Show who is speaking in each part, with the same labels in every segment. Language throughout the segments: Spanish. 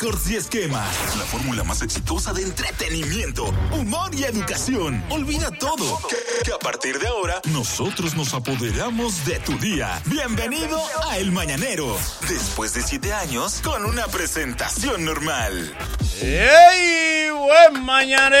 Speaker 1: shorts y esquemas. La fórmula más exitosa de entretenimiento, humor y educación. Olvida todo. Que, que a partir de ahora, nosotros nos apoderamos de tu día. Bienvenido a El Mañanero. Después de siete años, con una presentación normal.
Speaker 2: ¡Ey! ¡Buen mañanero!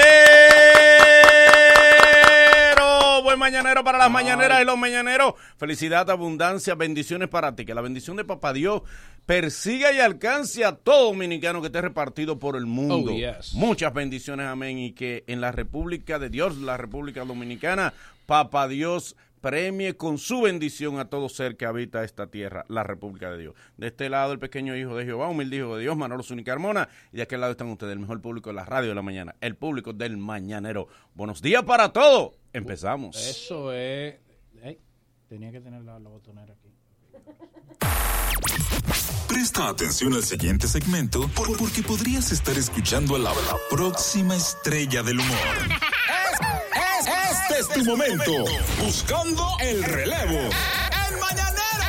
Speaker 2: Buen mañanero para las mañaneras y los mañaneros. Felicidad, abundancia, bendiciones para ti. Que la bendición de Papá Dios persiga y alcance a todo dominicano que esté repartido por el mundo.
Speaker 3: Oh, yes.
Speaker 2: Muchas bendiciones, amén. Y que en la República de Dios, la República Dominicana, Papá Dios premie con su bendición a todo ser que habita esta tierra, la República de Dios. De este lado, el pequeño hijo de Jehová, humilde hijo de Dios, Manolo Zúñiga Carmona. Y de aquel lado están ustedes, el mejor público de la radio de la mañana, el público del mañanero. Buenos días para todos. Empezamos.
Speaker 3: Eso es. Ey, tenía que tener la, la botonera aquí.
Speaker 1: Presta atención al siguiente segmento por- porque podrías estar escuchando a la, la próxima estrella del humor. Este es tu momento. Buscando el relevo. El mañanero,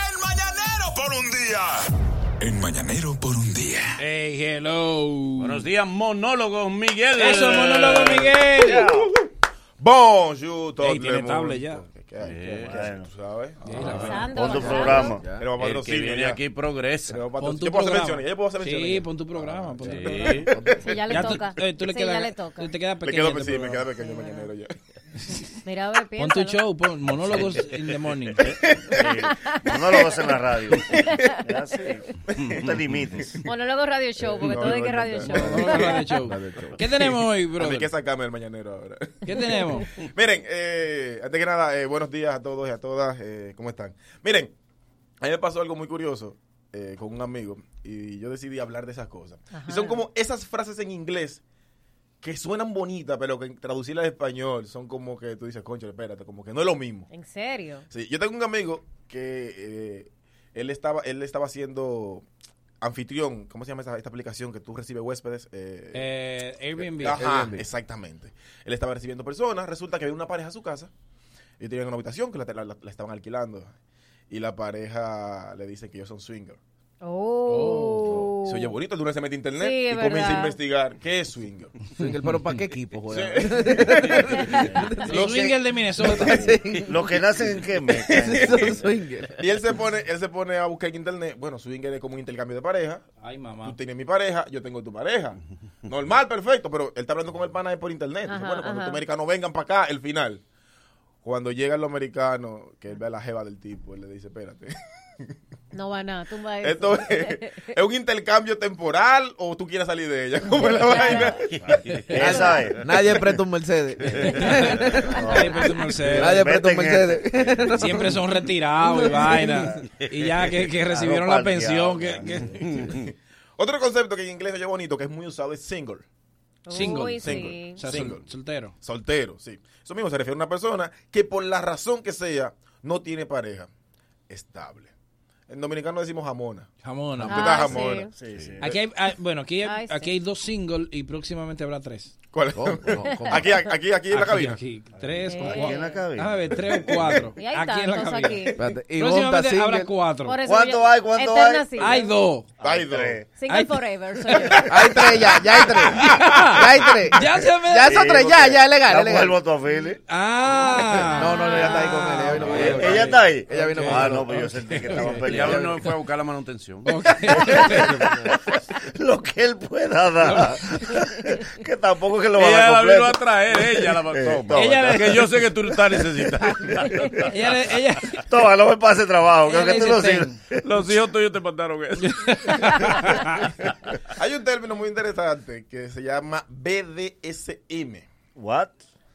Speaker 1: el mañanero por un día. El mañanero por un día.
Speaker 3: Hey, hello.
Speaker 2: Buenos días, monólogos, Miguel.
Speaker 3: Eso es monólogo, Miguel.
Speaker 4: Bonjour, todo
Speaker 3: Ey,
Speaker 4: el
Speaker 3: tiene
Speaker 4: mundo.
Speaker 3: tablet ya.
Speaker 4: ¿Qué- qué hay?
Speaker 2: Eh,
Speaker 4: ¿Qué hay?
Speaker 2: bueno.
Speaker 4: ¿Tú sabes?
Speaker 5: Avanzando,
Speaker 6: Pon tu
Speaker 5: avanzando.
Speaker 6: programa.
Speaker 4: Ah, Tenemos
Speaker 2: Ah. El que
Speaker 4: patrocinio
Speaker 2: viene
Speaker 4: ya.
Speaker 2: aquí progresa.
Speaker 4: Tenemos
Speaker 3: Pon
Speaker 4: patrocinio.
Speaker 3: tu
Speaker 4: Yo puedo hacer
Speaker 3: programa.
Speaker 4: menciones, ya, yo puedo hacer menciones.
Speaker 3: Sí,
Speaker 4: ya.
Speaker 3: pon tu programa. Pon tu
Speaker 2: Sí.
Speaker 3: programa.
Speaker 5: Sí, ya le
Speaker 3: Ya tú-
Speaker 5: toca.
Speaker 3: eh, tú le
Speaker 5: Sí,
Speaker 3: queda-
Speaker 5: ya le toca.
Speaker 3: Te queda
Speaker 4: Me
Speaker 3: pequeño.
Speaker 4: quedo
Speaker 3: este
Speaker 4: pequeño, me quedo
Speaker 3: programa.
Speaker 4: pequeño, mañanero ya.
Speaker 5: Mira, a ver,
Speaker 3: Pon tu
Speaker 5: piénsalo.
Speaker 3: show, pon monólogos in the morning.
Speaker 6: No lo vas en la radio. Ya sé. No te limites.
Speaker 5: Monólogo radio show, porque
Speaker 4: No,
Speaker 5: todo es
Speaker 4: no,
Speaker 5: que
Speaker 4: no,
Speaker 5: radio
Speaker 4: no,
Speaker 5: show.
Speaker 4: no, no.
Speaker 3: Monólogos de show. ¿Qué tenemos hoy, bro?
Speaker 4: Hay que
Speaker 3: ¿Qué
Speaker 4: sacarme el mañanero ahora.
Speaker 3: tenemos?
Speaker 4: Miren, eh, antes que nada, eh, buenos días a todos y a todas. eh, ¿Cómo están? Miren, a mí me pasó algo muy curioso eh, con un amigo y yo decidí hablar de esas cosas. Y son como esas frases en inglés que suenan bonitas, pero que traducirlas al español son como que tú dices, concho, espérate, como que no es lo mismo.
Speaker 5: ¿En serio?
Speaker 4: Sí, yo tengo un amigo que eh, él estaba él estaba haciendo anfitrión, ¿cómo se llama esa- esta aplicación que tú recibes huéspedes? Eh,
Speaker 3: Eh, Airbnb.
Speaker 4: Ajá,
Speaker 3: Airbnb.
Speaker 4: exactamente. Él estaba recibiendo personas, resulta que había una pareja a su casa y tenían una habitación que la, la- la estaban alquilando y la pareja le dice que ellos son swingers.
Speaker 5: Oh.
Speaker 4: Se oye bonito, tú no se mete a internet
Speaker 5: Sí,
Speaker 4: y
Speaker 5: es
Speaker 4: comienza a
Speaker 5: verdad.
Speaker 4: investigar qué es swinger.
Speaker 7: pero ¿para qué equipo juega?
Speaker 3: Los swingers de Minnesota.
Speaker 6: Los que nacen en qué mes.
Speaker 4: Y él se pone, él se pone a buscar en internet, bueno, swinger es como un intercambio de pareja,
Speaker 3: Ay, mamá.
Speaker 4: Tú tienes mi pareja, yo tengo tu pareja. Normal, perfecto, pero él está hablando con el pana ahí por internet. Dice,
Speaker 5: Ajá,
Speaker 4: bueno, cuando
Speaker 5: ajá.
Speaker 4: los americanos vengan para acá, el final. Cuando llegan los americanos, que él ve a la jeva del tipo, él le dice, espérate.
Speaker 5: No va nada, tumba eso.
Speaker 4: ¿Esto es, es un intercambio temporal o tú quieres salir de ella? ¿Cómo es la vaina?
Speaker 6: Esa es.
Speaker 7: Nadie presta un Mercedes.
Speaker 3: Ay, pues, Mercedes.
Speaker 7: Nadie presta un
Speaker 6: Vete en este.
Speaker 7: Mercedes.
Speaker 3: Siempre son retirados y vaina. Y ya que, que recibieron la
Speaker 6: Claro, pa'l
Speaker 3: pensión. Que,
Speaker 6: diablo.
Speaker 3: que-
Speaker 4: Otro concepto que en inglés es bonito, que es muy usado, es single.
Speaker 3: Single,
Speaker 5: Uy,
Speaker 4: single.
Speaker 5: sí.
Speaker 3: o sea,
Speaker 4: Single.
Speaker 3: sol- soltero.
Speaker 4: Soltero, sí. Eso mismo se refiere a una persona que por la razón que sea, no tiene pareja estable. En dominicano decimos jamona.
Speaker 3: Jamón.
Speaker 4: Ah.
Speaker 3: amor.
Speaker 4: estás
Speaker 5: sí.
Speaker 4: amor.
Speaker 6: Sí, sí.
Speaker 3: Aquí hay, ah, bueno, aquí hay,
Speaker 5: Ay, sí.
Speaker 3: aquí hay dos singles y próximamente habrá tres.
Speaker 4: ¿Cuál es?
Speaker 7: ¿Cómo? No, ¿cómo?
Speaker 4: Aquí, aquí, aquí en la
Speaker 3: Aquí,
Speaker 4: cabina.
Speaker 3: aquí, tres o
Speaker 5: Aquí
Speaker 3: cuatro.
Speaker 6: en la cabina.
Speaker 3: Déjame ver, tres o cuatro.
Speaker 5: Y hay
Speaker 3: aquí en la
Speaker 5: tantos
Speaker 3: cabina.
Speaker 5: aquí.
Speaker 7: Espérate, y Bonta
Speaker 3: Próximamente habrá
Speaker 7: Single.
Speaker 3: cuatro.
Speaker 5: Por eso
Speaker 6: ¿Cuánto
Speaker 5: yo-
Speaker 6: hay? ¿Cuánto
Speaker 5: Eterna
Speaker 6: hay?
Speaker 5: Single.
Speaker 3: Hay dos.
Speaker 4: Hay dos.
Speaker 5: Single
Speaker 3: Hay-
Speaker 5: forever, soy yo.
Speaker 7: Hay tres ya, ya hay tres. Ya hay tres.
Speaker 3: Ya se me-
Speaker 7: Ya esos tres, ya, ya es legal, es
Speaker 6: La mujer
Speaker 7: legal.
Speaker 6: votó a Philly. ¿E-,
Speaker 3: Ah.
Speaker 7: No, no, ella está ahí con él. Ella vino conmigo.
Speaker 6: Ella está ahí.
Speaker 7: Ella vino
Speaker 6: Ah,
Speaker 7: conmigo.
Speaker 6: no, pues yo sentí que estaban
Speaker 2: El diablo no
Speaker 6: peleando.
Speaker 2: fue a buscar la manutención.
Speaker 3: Ok.
Speaker 6: Lo que él pueda dar. Que tampoco es que lo va
Speaker 2: Ella la
Speaker 6: a dar
Speaker 2: vino a
Speaker 6: completo.
Speaker 2: traer, ella la
Speaker 6: Eh,
Speaker 2: mató.
Speaker 6: toma,
Speaker 3: Ella le-
Speaker 2: Que yo sé que tú la estás necesitando.
Speaker 3: ella, le- ella,
Speaker 6: Toma, no me pase trabajo.
Speaker 3: ella
Speaker 6: Creo
Speaker 3: le
Speaker 6: que tú
Speaker 3: dice
Speaker 6: lo
Speaker 3: ten.
Speaker 6: sirves.
Speaker 2: Los hijos tuyos te mandaron eso.
Speaker 4: Hay un término muy interesante que se llama BDSM.
Speaker 6: What?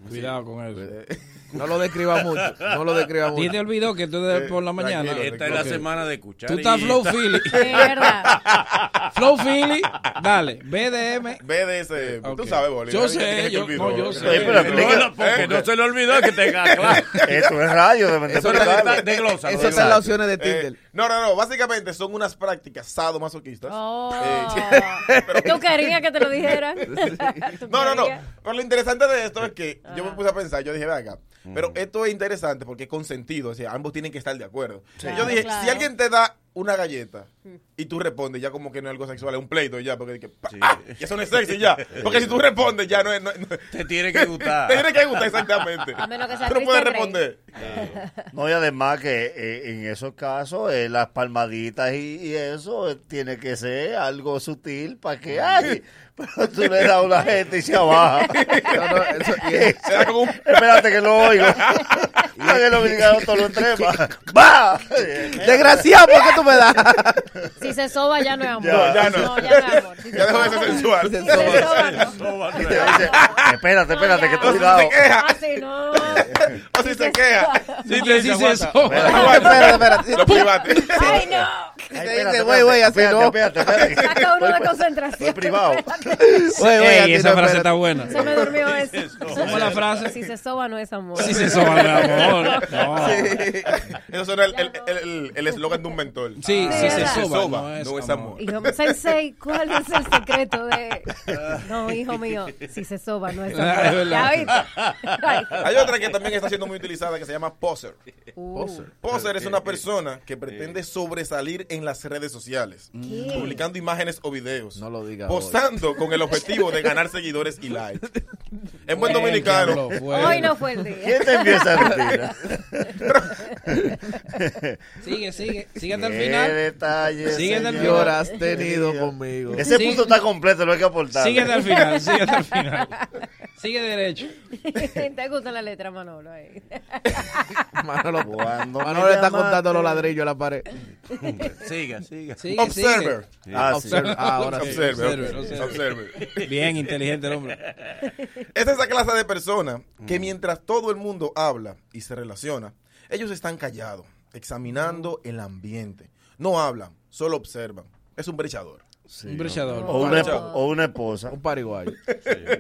Speaker 3: Cuidado con eso.
Speaker 7: No lo describa mucho. No lo describa
Speaker 3: Y te
Speaker 7: mucho.
Speaker 3: olvidó que tú de-
Speaker 4: Eh,
Speaker 3: por la mañana.
Speaker 4: tranquilo,
Speaker 2: Esta es la
Speaker 4: Ok.
Speaker 2: semana de escuchar.
Speaker 3: Tú estás flow Philly.
Speaker 5: Es verdad.
Speaker 3: flow Philly. Dale. BDM.
Speaker 4: BDSM. Tú
Speaker 3: Ok.
Speaker 4: sabes, Bolívar.
Speaker 3: Yo
Speaker 4: ¿Qué
Speaker 3: sé,
Speaker 4: te
Speaker 3: yo-
Speaker 4: olvidó?
Speaker 3: no, yo sé.
Speaker 6: Oye, pero explica-
Speaker 4: Eh,
Speaker 8: Eh,
Speaker 2: porque no se le olvidó que te claro.
Speaker 6: Esto es radio, deben de
Speaker 2: Eso era
Speaker 6: explicarlo.
Speaker 2: de glosa.
Speaker 7: Eso está en las opciones de
Speaker 4: Eh,
Speaker 7: Tinder.
Speaker 4: no, no, no. Básicamente son unas prácticas sadomasoquistas.
Speaker 5: Oh.
Speaker 4: Eh, pero-
Speaker 5: ¿Tú querías que te lo dijeran? ¿Tú
Speaker 4: no, no, no.
Speaker 5: querías? Ah.
Speaker 4: Pero lo interesante de esto es que yo me
Speaker 5: Ajá.
Speaker 4: puse a pensar, yo dije, ve acá.
Speaker 7: Mm.
Speaker 4: Pero esto es interesante porque es consentido, o sea, ambos tienen que estar de acuerdo.
Speaker 5: Sí.
Speaker 4: yo
Speaker 5: Claro, Mm.
Speaker 4: dije,
Speaker 5: claro.
Speaker 4: si alguien te da una galleta y tú respondes, ya como que no es algo sexual, es un pleito ya, porque dije, pa, ah, y eso no es sexy ya. Porque si tú respondes, ya no es. no es- no es-
Speaker 2: Te tiene que gustar.
Speaker 4: te tiene que gustar exactamente.
Speaker 5: A menos que sea
Speaker 4: Tú no puedes
Speaker 5: Christian Grey.
Speaker 4: responder.
Speaker 6: No, y además que eh, en esos casos eh, las palmaditas y, y eso eh, tiene que ser algo sutil para que ay, pero tú le das a una gente y se abaja.
Speaker 7: No, no, eso- y es-
Speaker 4: Se da como un-
Speaker 6: Espérate que lo oigo. Para que el obligado todo lo entrema. ¡Va!
Speaker 7: Desgraciado, ¿por qué tú me das?
Speaker 5: Si se soba, ya no es amor.
Speaker 6: Ya,
Speaker 4: ya no.
Speaker 5: ya no es amor. Si se
Speaker 4: Ya dejó de
Speaker 5: soba,
Speaker 4: ser sensual.
Speaker 5: Si se soba, no.
Speaker 6: Y te dice, espérate, espérate, que
Speaker 5: No,
Speaker 6: tú
Speaker 5: ya.
Speaker 6: cuidado.
Speaker 5: Ah, sí, no.
Speaker 4: O si se queja.
Speaker 3: Sí, te
Speaker 2: sí,
Speaker 3: dices
Speaker 2: aguanta.
Speaker 3: eso.
Speaker 7: Espérate, espérate.
Speaker 4: Lo privaste.
Speaker 5: Ay, no.
Speaker 6: Ay,
Speaker 7: te
Speaker 6: espérate,
Speaker 7: dice, güey, güey, así
Speaker 6: espérate,
Speaker 7: no.
Speaker 6: espérate, espérate.
Speaker 5: Saca uno de
Speaker 6: Estoy-
Speaker 5: concentración.
Speaker 6: estoy privado.
Speaker 7: Güey, güey, a ti
Speaker 3: Ey, esa
Speaker 7: no, espérate.
Speaker 3: frase está buena.
Speaker 5: Se me durmió eso.
Speaker 3: ¿Cómo la frase?
Speaker 5: Si se soba, no es amor.
Speaker 3: Sí, se soba mi amor. No.
Speaker 4: Eso suena el- el el- el- el eslogan de un mentor.
Speaker 3: Sí,
Speaker 5: Sí,
Speaker 3: sí, se
Speaker 5: ¿verdad?
Speaker 3: soba. No es, amor.
Speaker 5: Hijo, sensei, ¿cuál es el secreto de...? No, hijo mío, si se soba, no es
Speaker 3: Ah, es
Speaker 5: amor. ¿Ya
Speaker 3: verdad.
Speaker 5: viste? Ay.
Speaker 4: Hay otra que también está siendo muy utilizada que se llama poser.
Speaker 5: Uh,
Speaker 4: Poser es una persona que pretende sobresalir en las redes sociales,
Speaker 5: ¿Qué?
Speaker 4: publicando imágenes o videos,
Speaker 7: No lo diga
Speaker 4: posando con el objetivo de ganar seguidores y likes. En buen
Speaker 3: Bien,
Speaker 4: dominicano,
Speaker 3: diablo,
Speaker 8: pues.
Speaker 3: fue.
Speaker 5: Hoy no fue el día.
Speaker 6: ¿Quién te empieza a mentira?
Speaker 3: Sigue, sigue. Sigue hasta el
Speaker 6: Qué
Speaker 3: final.
Speaker 6: detalle,
Speaker 3: Sigue hasta el
Speaker 7: ¿Qué
Speaker 6: señor.
Speaker 7: hora has tenido conmigo?
Speaker 6: Ese
Speaker 3: Sigue.
Speaker 6: punto está completo, lo hay que aportar.
Speaker 3: Sigue hasta el final. Sigue hasta el final. Sigue derecho.
Speaker 5: ¿Te gusta la letra, Manolo? ahí?
Speaker 7: Manolo,
Speaker 6: Cuando
Speaker 7: Manolo
Speaker 6: me
Speaker 7: le está
Speaker 6: llamaste.
Speaker 7: contando los ladrillos a la pared.
Speaker 2: Siga, siga.
Speaker 3: Sigue,
Speaker 4: observer,
Speaker 6: Ah, sí.
Speaker 7: Observa, ah, ahora sí.
Speaker 4: observer,
Speaker 3: observer, observer.
Speaker 4: observer.
Speaker 3: sigue. Bien inteligente el hombre. Mm.
Speaker 4: Es esa clase de persona que mientras todo el mundo habla y se relaciona, ellos están callados, examinando
Speaker 3: Mm.
Speaker 4: el ambiente. No hablan, solo observan. Es un brechador.
Speaker 6: Sí.
Speaker 3: Un brechador.
Speaker 6: O una, esp- o una esposa.
Speaker 7: Un pariguayo.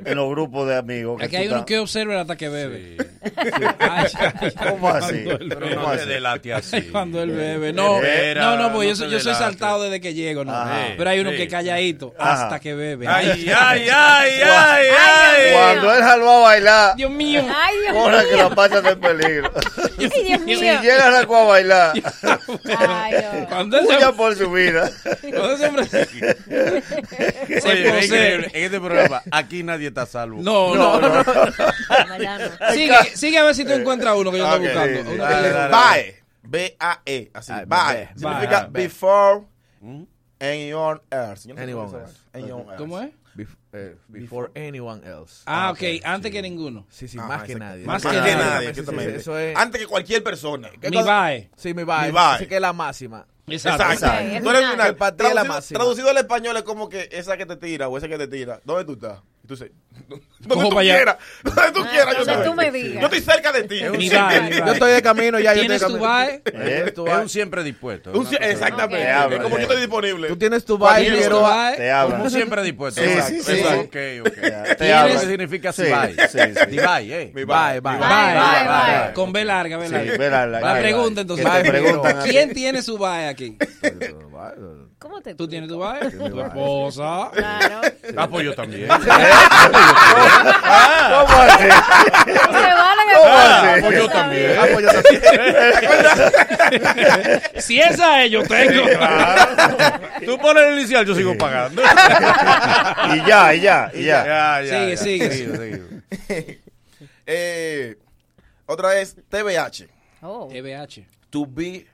Speaker 6: En los grupos de amigos.
Speaker 3: Aquí
Speaker 6: tú
Speaker 3: hay uno
Speaker 6: estás-
Speaker 3: que observa hasta que bebe. Ay, ay, ay.
Speaker 6: ¿Cómo así?
Speaker 2: Pero
Speaker 6: ¿Cómo
Speaker 2: no te
Speaker 6: así?
Speaker 2: delate así.
Speaker 3: Cuando él bebe. No,
Speaker 2: Espera,
Speaker 3: no, no, porque
Speaker 2: no
Speaker 3: yo, soy-
Speaker 2: te
Speaker 3: yo soy
Speaker 2: delates.
Speaker 3: saltado desde que llego, ¿no?
Speaker 6: Ajá.
Speaker 3: Pero hay uno
Speaker 2: Sí.
Speaker 3: que calladito
Speaker 6: Ajá.
Speaker 3: hasta que bebe.
Speaker 2: Ay, ay, ay, ay, ay.
Speaker 6: Cuando él jaló a bailar,
Speaker 3: Dios mío.
Speaker 5: Ay, Dios
Speaker 6: ahora que
Speaker 5: mío.
Speaker 6: la pasas en peligro.
Speaker 5: Ay, Dios
Speaker 6: Si
Speaker 5: mío.
Speaker 6: llega la a bailar,
Speaker 5: Ay, Dios.
Speaker 3: Cuando ese,
Speaker 6: huya por su vida.
Speaker 3: cuando ese hombre se, se
Speaker 2: Oye, es increíble.
Speaker 3: posee.
Speaker 2: En este programa, aquí nadie está a salvo.
Speaker 3: No, no, no.
Speaker 5: Mariano.
Speaker 3: Sigue, sigue a ver si tú encuentras uno que yo
Speaker 4: Ok, Ah,
Speaker 3: estoy buscando.
Speaker 6: sí,
Speaker 3: Uno
Speaker 2: Dale,
Speaker 3: que-
Speaker 2: dale, dale.
Speaker 4: BAE. B-A-E. Así.
Speaker 7: Ah,
Speaker 4: BAE.
Speaker 7: BAE.
Speaker 4: Significa
Speaker 3: BAE. Mm.
Speaker 4: before anyone else. Yo no sé
Speaker 7: Anyone
Speaker 4: cómo se
Speaker 7: else.
Speaker 4: llama. Anyone else.
Speaker 3: ¿Cómo es?
Speaker 7: Bef- eh, before anyone else.
Speaker 3: Ah, ok, antes que ninguno.
Speaker 7: Sí, sí,
Speaker 4: Ajá,
Speaker 7: más que
Speaker 4: exacto.
Speaker 7: nadie.
Speaker 3: Más
Speaker 4: Más,
Speaker 3: Ah, que
Speaker 4: que,
Speaker 3: nadie.
Speaker 4: nadie.
Speaker 7: Sí, sí, sí,
Speaker 4: exactamente.
Speaker 7: eso es-
Speaker 4: Antes que cualquier persona.
Speaker 7: ¿Qué
Speaker 3: Mi
Speaker 7: cosa?
Speaker 3: bae.
Speaker 7: Sí, mi bae.
Speaker 4: Mi bae.
Speaker 7: Así que es la máxima.
Speaker 3: Exacto.
Speaker 5: Ok,
Speaker 4: Tú eres
Speaker 5: es
Speaker 4: el
Speaker 5: final.
Speaker 4: final.
Speaker 7: El patea la
Speaker 4: Traducido-
Speaker 7: máxima.
Speaker 4: Traducido al español es como que esa que te tira o ese que te tira. ¿Dónde tú estás? Y tú dices, Donde
Speaker 3: Cojo
Speaker 4: tú
Speaker 3: pa' allá.
Speaker 4: quieras. Donde tú
Speaker 5: Ah,
Speaker 4: quieras. yo
Speaker 5: donde
Speaker 4: estoy.
Speaker 5: tú me digas.
Speaker 4: Yo estoy cerca de ti.
Speaker 3: Mi bae, mi
Speaker 7: Yo
Speaker 3: bae.
Speaker 7: estoy de camino ya. yo
Speaker 3: ¿Tienes
Speaker 7: estoy de
Speaker 3: tu
Speaker 7: camino. ¿Eh?
Speaker 3: bae?
Speaker 7: ¿Tienes tu
Speaker 2: Es
Speaker 7: bae?
Speaker 2: un siempre dispuesto.
Speaker 4: Un-
Speaker 2: es una cosa-
Speaker 4: Exactamente.
Speaker 5: Te
Speaker 6: hablo,
Speaker 4: Es como
Speaker 6: te-
Speaker 4: yo estoy disponible.
Speaker 7: Tú tienes tu
Speaker 3: ¿Cuál
Speaker 7: bae,
Speaker 3: es tu
Speaker 7: pero...
Speaker 3: bae?
Speaker 6: Te
Speaker 2: Un
Speaker 6: hablan.
Speaker 2: siempre dispuesto.
Speaker 6: Sí,
Speaker 2: Exacto,
Speaker 6: sí, sí.
Speaker 2: exacto. Ok, ok.
Speaker 6: Te hablan.
Speaker 2: Eso significa
Speaker 6: Sí,
Speaker 2: si bye.
Speaker 6: sí, sí.
Speaker 2: Divide, eh.
Speaker 4: Mi
Speaker 7: Bae,
Speaker 4: bae.
Speaker 7: bae.
Speaker 5: Bae, bae, bae.
Speaker 3: Con B larga, B
Speaker 6: Sí,
Speaker 3: larga.
Speaker 6: verá, la-
Speaker 3: La
Speaker 6: que-
Speaker 3: pregunta,
Speaker 6: que
Speaker 3: entonces.
Speaker 6: te preguntan.
Speaker 3: ¿Quién tiene su bae aquí?
Speaker 5: ¿Cómo te
Speaker 3: ¿Tú tienes tu bae? Tu esposa.
Speaker 5: Claro.
Speaker 2: Apoyo también.
Speaker 6: ¿Cómo así?
Speaker 5: No se vale que
Speaker 6: Ah,
Speaker 5: tú
Speaker 6: pues yo
Speaker 5: sabes.
Speaker 6: también.
Speaker 7: Ah, pues yo también.
Speaker 3: Si esa es, yo tengo.
Speaker 2: Tú pones el inicial, yo sigo pagando.
Speaker 6: Y ya, y ya, y ya.
Speaker 2: Ya,
Speaker 3: Sigue, sigue.
Speaker 4: Eh, otra es TBH.
Speaker 5: Oh.
Speaker 3: TBH.
Speaker 2: To be.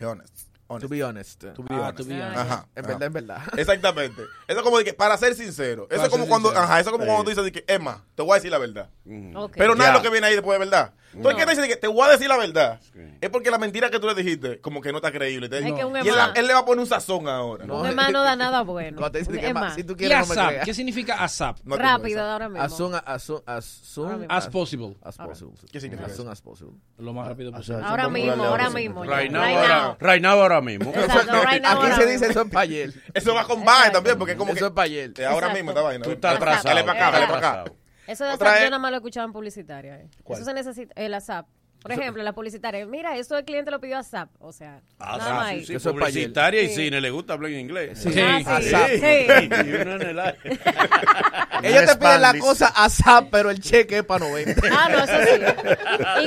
Speaker 4: Honest.
Speaker 7: To be honest. To be
Speaker 3: Ah,
Speaker 7: honest.
Speaker 3: tú bien.
Speaker 4: Ajá.
Speaker 7: En
Speaker 4: ajá.
Speaker 7: verdad, en verdad.
Speaker 4: Exactamente. Eso es como de que, para ser sincero. Eso
Speaker 3: Para
Speaker 4: es como
Speaker 3: ser
Speaker 4: cuando,
Speaker 3: sincero.
Speaker 4: ajá, eso es como cuando tú dices, de que, Emma, te voy a decir la verdad.
Speaker 5: Ok.
Speaker 4: Pero nada
Speaker 6: Ya.
Speaker 4: de lo que viene ahí después de verdad. Tú el que te dice, de que, te voy a decir la verdad. Es porque la mentira que tú le dijiste, como que no está creíble. Te-
Speaker 5: Es que un
Speaker 4: y él, la-
Speaker 5: Emma-
Speaker 4: él le va a poner un sazón ahora.
Speaker 7: No.
Speaker 5: Un hermano no da nada bueno.
Speaker 7: Cuando te dicen que
Speaker 5: Es
Speaker 7: ma-
Speaker 5: más,
Speaker 7: si tú
Speaker 3: ¿Y
Speaker 7: quieres, no me
Speaker 3: ASAP? ¿Qué
Speaker 7: creas.
Speaker 3: significa ASAP?
Speaker 4: No te
Speaker 5: rápido
Speaker 4: puedes.
Speaker 5: ahora mismo.
Speaker 7: As soon as soon as soon
Speaker 3: As possible.
Speaker 7: as possible.
Speaker 4: ¿Qué significa
Speaker 7: As
Speaker 4: eso?
Speaker 7: soon as possible.
Speaker 3: Lo más rápido posible.
Speaker 6: Exacto.
Speaker 5: ahora
Speaker 6: Vamos a
Speaker 5: mismo,
Speaker 6: darle
Speaker 5: ahora
Speaker 6: ahora.
Speaker 5: mismo. ya.
Speaker 2: Right now,
Speaker 5: Right
Speaker 2: ahora, right now, ahora mismo.
Speaker 5: Exacto, right now,
Speaker 7: Aquí
Speaker 5: ahora
Speaker 7: se
Speaker 5: mismo.
Speaker 7: dice eso es para ayer.
Speaker 4: Eso va con bae también, porque es como que.
Speaker 7: Eso es para ayer.
Speaker 4: eh, ahora
Speaker 5: Exacto.
Speaker 4: mismo esta vaina.
Speaker 2: Tú estás
Speaker 5: Dale pa'
Speaker 2: atrasado.
Speaker 4: Dale para acá, dale para acá.
Speaker 2: Atrasado.
Speaker 5: Eso de
Speaker 4: Otra
Speaker 5: ASAP yo
Speaker 4: es-
Speaker 5: nada más lo escuchaba en publicitaria. eh.
Speaker 4: ¿Cuál?
Speaker 5: Eso se necesita, el ASAP. Por ejemplo, la publicitaria. Mira, eso el cliente lo pidió ASAP. O sea,
Speaker 2: Ah,
Speaker 5: nada más
Speaker 2: sí,
Speaker 5: ahí.
Speaker 2: sí,
Speaker 7: Eso es pa' ayer.
Speaker 2: publicitaria y cine, le gusta hablar en inglés.
Speaker 3: Sí.
Speaker 5: Ah, sí.
Speaker 7: ASAP.
Speaker 5: Sí.
Speaker 2: Y uno en el aire.
Speaker 7: Ella te pide la
Speaker 6: Spanglish.
Speaker 7: cosa a zap, pero el cheque es para 90.
Speaker 5: Ah, no, eso sí.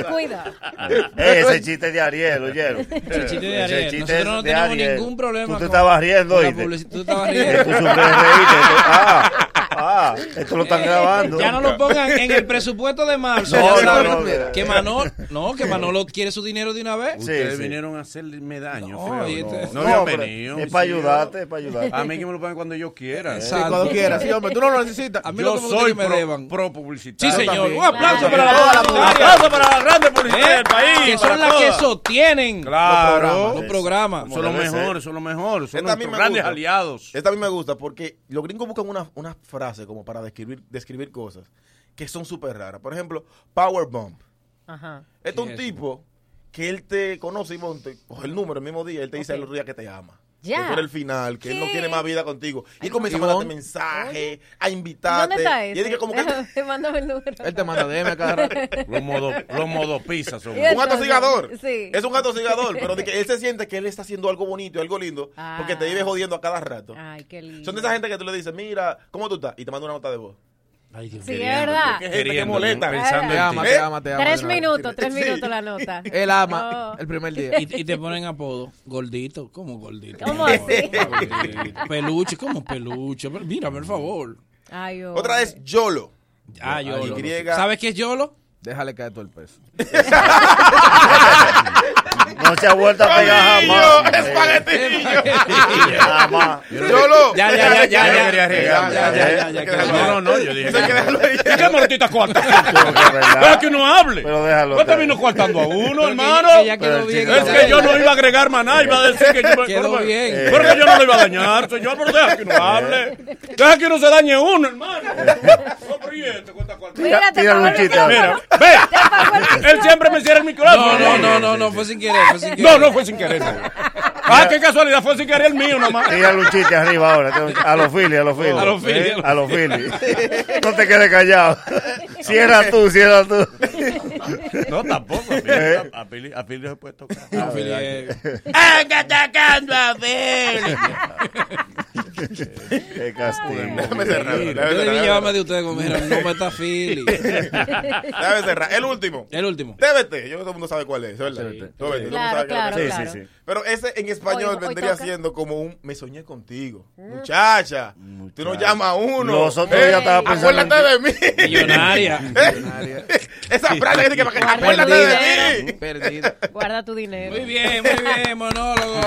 Speaker 5: Y cuidado.
Speaker 6: Eh, ese chiste de Ariel, oyeron.
Speaker 3: El chiste de
Speaker 6: Ese
Speaker 3: Ariel.
Speaker 6: chiste
Speaker 3: Nosotros no
Speaker 6: de
Speaker 3: tenemos
Speaker 6: Ariel.
Speaker 3: ningún problema.
Speaker 6: Tú te
Speaker 3: con-
Speaker 6: estabas riendo,
Speaker 3: con la
Speaker 6: ¿oíste?
Speaker 3: publici- Tú estabas
Speaker 6: Eh, Tú
Speaker 3: riendo. Eh,
Speaker 6: sufres de reírte. tú- Ah, ah, esto lo están grabando.
Speaker 3: Ya no lo pongan en el presupuesto de marzo.
Speaker 6: No,
Speaker 3: Ya
Speaker 6: no,
Speaker 3: saben
Speaker 6: no, mira.
Speaker 3: que Manolo, no, que Manolo quiere su dinero de una vez.
Speaker 6: Sí,
Speaker 2: Ustedes
Speaker 6: sí.
Speaker 2: vinieron a hacerme daño,
Speaker 3: No,
Speaker 2: feo,
Speaker 3: y
Speaker 2: no.
Speaker 3: este-
Speaker 2: No habían
Speaker 6: pero
Speaker 2: venido.
Speaker 6: Es para
Speaker 2: Sí,
Speaker 6: ayudarte, es para ayudarte.
Speaker 2: A mí que me lo pagan cuando yo quiera. ¿eh?
Speaker 3: Exacto.
Speaker 7: Sí, cuando quieras. Sí, hombre, tú no lo necesitas.
Speaker 3: A mí
Speaker 2: Yo
Speaker 3: lo que me gusta es
Speaker 2: soy
Speaker 3: que me
Speaker 2: pro,
Speaker 3: deban.
Speaker 2: pro
Speaker 3: Sí,
Speaker 2: publicitario.
Speaker 3: señor. Un
Speaker 2: También.
Speaker 3: aplauso
Speaker 5: Claro.
Speaker 3: para la boda, la publicitaria,
Speaker 2: aplauso para la grande publicidad
Speaker 3: ¿eh? Que son las que sostienen
Speaker 2: Claro.
Speaker 3: los programas.
Speaker 2: Son los mejores, son los mejores, son
Speaker 4: Esta a mí
Speaker 2: nuestros
Speaker 4: me
Speaker 2: grandes
Speaker 4: gusta.
Speaker 2: aliados.
Speaker 4: Esta a mí me gusta porque los gringos buscan una, una frase como para describir, describir cosas que son súper raras. Por ejemplo, power bump.
Speaker 5: Ajá.
Speaker 4: Este es
Speaker 3: ¿Qué
Speaker 4: un
Speaker 3: es eso?
Speaker 4: tipo que él te conoce y bueno, te coge el número el mismo día, él te dice
Speaker 5: Ok.
Speaker 4: el otro día que te ama.
Speaker 5: Ya.
Speaker 4: Que tú eres el final, que él no
Speaker 5: ¿Qué?
Speaker 4: quiere más vida contigo. Y él comienza a
Speaker 7: no.
Speaker 4: mandarte mensajes, a invitarte.
Speaker 5: ¿Dónde está
Speaker 4: Y él dice
Speaker 5: eso?
Speaker 4: como que
Speaker 5: Te mando el número.
Speaker 7: Él te manda DM cada rato.
Speaker 2: Los modo, los modopisas son.
Speaker 5: Y el-
Speaker 4: un gato cigador.
Speaker 5: Sí.
Speaker 4: Es un gato cigador, pero de que él se siente que él está haciendo algo bonito, algo lindo,
Speaker 5: Ah.
Speaker 4: porque te vive jodiendo a cada rato.
Speaker 5: Ay, qué lindo.
Speaker 4: Son de esa gente que tú le dices, mira, ¿cómo tú estás? Y te manda una nota de voz.
Speaker 5: Sí, es verdad.
Speaker 4: Qué gente que
Speaker 2: Queriendo,
Speaker 4: molesta.
Speaker 5: pensando
Speaker 7: Te ama, te ama, te ama.
Speaker 5: Tres
Speaker 7: de una vez.
Speaker 5: minutos, tres
Speaker 4: Sí.
Speaker 5: minutos la nota.
Speaker 7: Él ama
Speaker 5: No.
Speaker 7: el primer día.
Speaker 3: Y, y te ponen apodo, gordito, ¿cómo gordito?
Speaker 5: ¿Cómo así?
Speaker 3: Gordito. Peluche, ¿cómo peluche? Pero Mírame, por favor.
Speaker 5: Ay, hombre.
Speaker 4: Otra es YOLO.
Speaker 3: Ah, Yolo.
Speaker 4: griega.
Speaker 3: ¿Sabes qué es Yolo?
Speaker 7: Déjale caer todo el peso.
Speaker 6: No se ha vuelto a pegar jamás. Eh, jamás.
Speaker 4: YOLO.
Speaker 3: Ya, ya, ya, ya, ya.
Speaker 2: quería regar.
Speaker 3: Ya, ya, ya, ya,
Speaker 4: Hay que
Speaker 3: ya.
Speaker 4: dejarlo.
Speaker 2: No, no, no, yo dije.
Speaker 4: Hay que dejarlo ahí.
Speaker 2: ¿Y qué maldita cuarta?
Speaker 6: Pero que es
Speaker 2: Pero
Speaker 6: verdad.
Speaker 2: que uno hable.
Speaker 6: Pero déjalo.
Speaker 2: ¿Vos te
Speaker 6: déjalo.
Speaker 2: vino coartando a uno,
Speaker 3: Porque
Speaker 2: hermano?
Speaker 3: ella
Speaker 6: Pero
Speaker 3: quedó
Speaker 6: el
Speaker 3: bien.
Speaker 6: chico-
Speaker 2: Es que yo no iba a agregar maná, iba a decir que yo me.
Speaker 3: Quedó
Speaker 2: pero-
Speaker 3: bien.
Speaker 2: Pero que yo no lo iba a dañar, señor, pero deja que uno hable. Deja que uno se dañe uno, hermano. No, pero ¿y este cuenta cuarta?
Speaker 5: Mira, te
Speaker 6: Tira
Speaker 5: apagó el
Speaker 6: Luchito.
Speaker 5: micrófono.
Speaker 2: Mira, ve.
Speaker 5: Te apagó el
Speaker 2: Él
Speaker 5: micrófono.
Speaker 2: siempre me cierra el micrófono.
Speaker 3: No, no, no, no, no, fue sin querer, fue sin
Speaker 2: No,
Speaker 3: querer.
Speaker 2: no fue sin querer. no. Ah, qué casualidad, fue sin querer el mío nomás.
Speaker 6: Tírale un chiste arriba ahora. tírale un chiste. A los Phillies, a los Phillies.
Speaker 3: A los Phillies,
Speaker 6: A los Phillies. No te quedes callado. Cierra tú, cierra tú. Eh.
Speaker 2: No, tampoco. a Pili- A Pili a Pili se puede tocar.
Speaker 3: Ah, Felipe.
Speaker 6: Qué castigo.
Speaker 4: Déjame cerrar.
Speaker 2: Yo
Speaker 3: Yo
Speaker 4: Déjame
Speaker 3: debí
Speaker 4: cerrar.
Speaker 3: llevarme de ustedes como dijeron, no me está Philly.
Speaker 4: Déjame cerrar. El último.
Speaker 3: El último.
Speaker 4: TBT, yo todo el mundo sabe cuál es, ¿verdad? TBT. todo el mundo
Speaker 5: Claro,
Speaker 4: sabe cuál
Speaker 5: claro,
Speaker 4: es.
Speaker 5: claro.
Speaker 4: Pero ese en español
Speaker 5: Hoy- hoy
Speaker 4: vendría
Speaker 5: toca. Mm.
Speaker 4: siendo como un me soñé contigo. Muchacha, tú no llamas a uno. Eh,
Speaker 6: Los otros días estaba pensando en
Speaker 4: Acuérdate de mí.
Speaker 3: Millonaria.
Speaker 4: ¿Eh? Esa frase que dice que acuérdate de mí.
Speaker 7: Perdida. Perdida.
Speaker 5: Guarda tu dinero.
Speaker 3: Muy bien, muy bien, monólogo.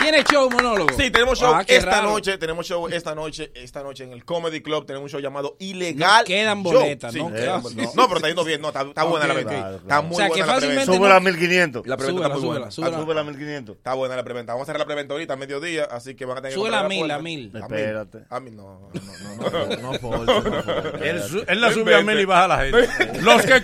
Speaker 3: ¿Tiene show monólogo?
Speaker 4: Sí, tenemos show
Speaker 3: Ah, qué
Speaker 4: esta
Speaker 3: raro.
Speaker 4: noche, tenemos show esta noche, esta noche en el Comedy Club, tenemos un show llamado Ilegal.
Speaker 3: No quedan
Speaker 4: Show.
Speaker 3: boletas,
Speaker 4: Sí,
Speaker 3: no
Speaker 4: quedan
Speaker 3: quedan-
Speaker 4: boletas. No, pero está yendo bien, no, está, está buena la
Speaker 3: Ok.
Speaker 4: preventa.
Speaker 6: Claro,
Speaker 4: Está
Speaker 6: claro.
Speaker 4: muy
Speaker 3: O sea, que
Speaker 4: buena la
Speaker 3: fácilmente-
Speaker 4: preventa.
Speaker 6: Sube a 1500.
Speaker 4: La preventa
Speaker 3: Súbela,
Speaker 4: está muy buena.
Speaker 3: súbela, súbela.
Speaker 6: Sube a 1500.
Speaker 4: Está buena la preventa. Vamos a cerrar la preventa ahorita a mediodía, así que van a tener que
Speaker 3: Sube
Speaker 4: comprar
Speaker 3: la mil,
Speaker 4: puerta.
Speaker 3: la mil.
Speaker 6: Espérate.
Speaker 4: A mil, no, no, no.
Speaker 7: No force, no force.
Speaker 2: Él, su- él la subió a mil y baja la gente. Los que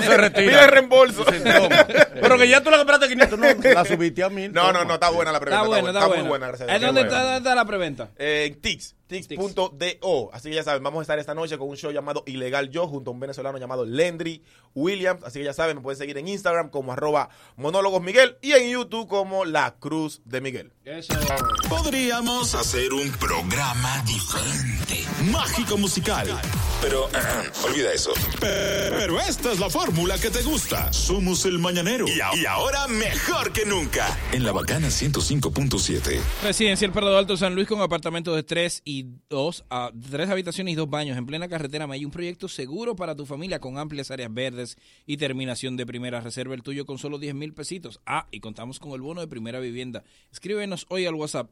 Speaker 2: se
Speaker 4: Pide
Speaker 2: retiran.
Speaker 4: reembolso.
Speaker 2: Toma. Pero que ya tú la compraste a 500, no, la subiste a mil.
Speaker 4: No, no,
Speaker 2: toma.
Speaker 4: no, está buena la preventa.
Speaker 3: Está buena, está
Speaker 4: muy buena, gracias a
Speaker 3: ¿Es
Speaker 4: Dios.
Speaker 3: donde
Speaker 4: Qué
Speaker 3: está,
Speaker 4: bueno.
Speaker 3: dónde está la preventa?
Speaker 4: Eh, en Tix, Tix.do. Así que ya saben, vamos a estar esta noche con un show llamado Ilegal Yo junto a un venezolano llamado Lendry Williams. Así que ya saben, me pueden seguir en Instagram como arroba monólogos Miguel y en YouTube como La Cruz de Miguel.
Speaker 1: Podríamos hacer un programa diferente, mágico musical. Pero eh, olvida eso. Pero esta es la fórmula que te gusta. Somos el mañanero. Y, a- y ahora mejor que nunca. En la bacana 105.7.
Speaker 3: Residencial Prado Alto San Luis con apartamentos de tres y dos, ah, tres habitaciones y dos baños en plena carretera Hay Un proyecto seguro para tu familia con amplias áreas verdes y terminación de primera. Reserva el tuyo con solo 10 mil pesitos. Ah, y contamos con el bono de primera vivienda. Escríbenos hoy al WhatsApp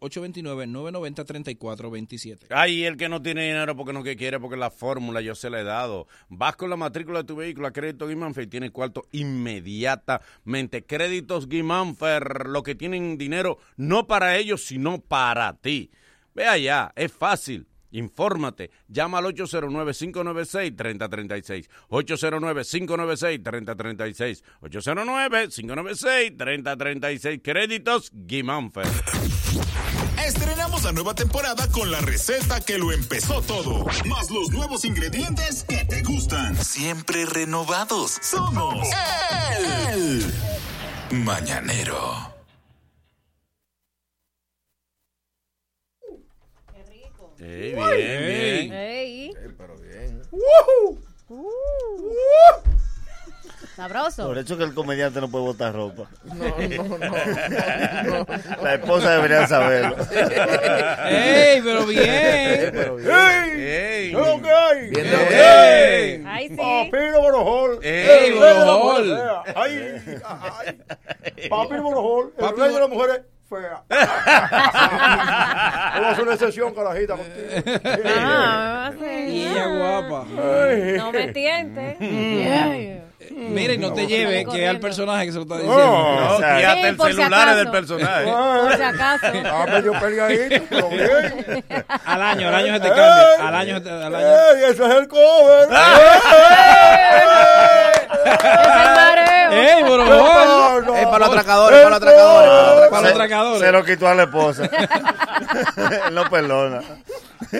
Speaker 3: 829-990-3427.
Speaker 2: Ay, el que no tiene dinero porque no que quiere, porque la fórmula yo se la he dado. Vas con la matrícula de tu vehículo a Crédito Guimánfer y tienes cuarto inmediatamente. Créditos Guimánfer, lo que tienen dinero no para ellos, sino para ti. Ve allá, es fácil. Infórmate, llama al 809-596-3036, 809-596-3036, 809-596-3036, créditos Guimánfer.
Speaker 1: Estrenamos la nueva temporada con la receta que lo empezó todo. Más los nuevos ingredientes que te gustan. Siempre renovados. Somos el mañanero.
Speaker 2: Ey, bien, bien.
Speaker 5: Ey. Sabroso.
Speaker 6: Por hecho que el comediante no puede botar ropa.
Speaker 9: No, no, no.
Speaker 6: La esposa debería saberlo.
Speaker 3: ¡Ey, pero bien!
Speaker 8: Pero bien.
Speaker 9: ¡Ey!
Speaker 2: ¡Ey!
Speaker 9: ¿Qué hay?
Speaker 8: Bien,
Speaker 2: ¡Ey!
Speaker 5: Ay, sí.
Speaker 9: Papino Borojol.
Speaker 2: ¡Ey,
Speaker 3: Borojol!
Speaker 9: ¡Ay! ay. Papino Borojol, el
Speaker 3: Papi
Speaker 9: rey de
Speaker 3: Bor-
Speaker 9: las mujeres feas. Vamos a hacer una excepción, carajita, contigo.
Speaker 5: Ah,
Speaker 3: Y
Speaker 5: sí.
Speaker 3: ella guapa.
Speaker 5: No me tientes. Yeah.
Speaker 3: Mm. Mira, y no te lleve, que es al personaje que se lo está diciendo.
Speaker 9: No.
Speaker 2: No,
Speaker 6: sea,
Speaker 2: fíjate
Speaker 5: Sí,
Speaker 2: el
Speaker 5: por si
Speaker 2: celular es del
Speaker 5: acaso.
Speaker 2: personaje.
Speaker 5: Por
Speaker 9: Ay.
Speaker 5: si acaso.
Speaker 9: Ah, medio peleadito, pero bien.
Speaker 3: Al año, al año se te cambia. Al año, se te- al año.
Speaker 9: ¡Ey! ¡Ese es el cover!
Speaker 5: Es el mareo.
Speaker 3: ¡Ey, Borojol!
Speaker 9: No, no.
Speaker 8: Es para los atracadores, para los atracadores, para los atracadores.
Speaker 3: Para los
Speaker 6: Se-
Speaker 3: atracadores.
Speaker 6: Se lo quitó a la esposa. Él no perdona.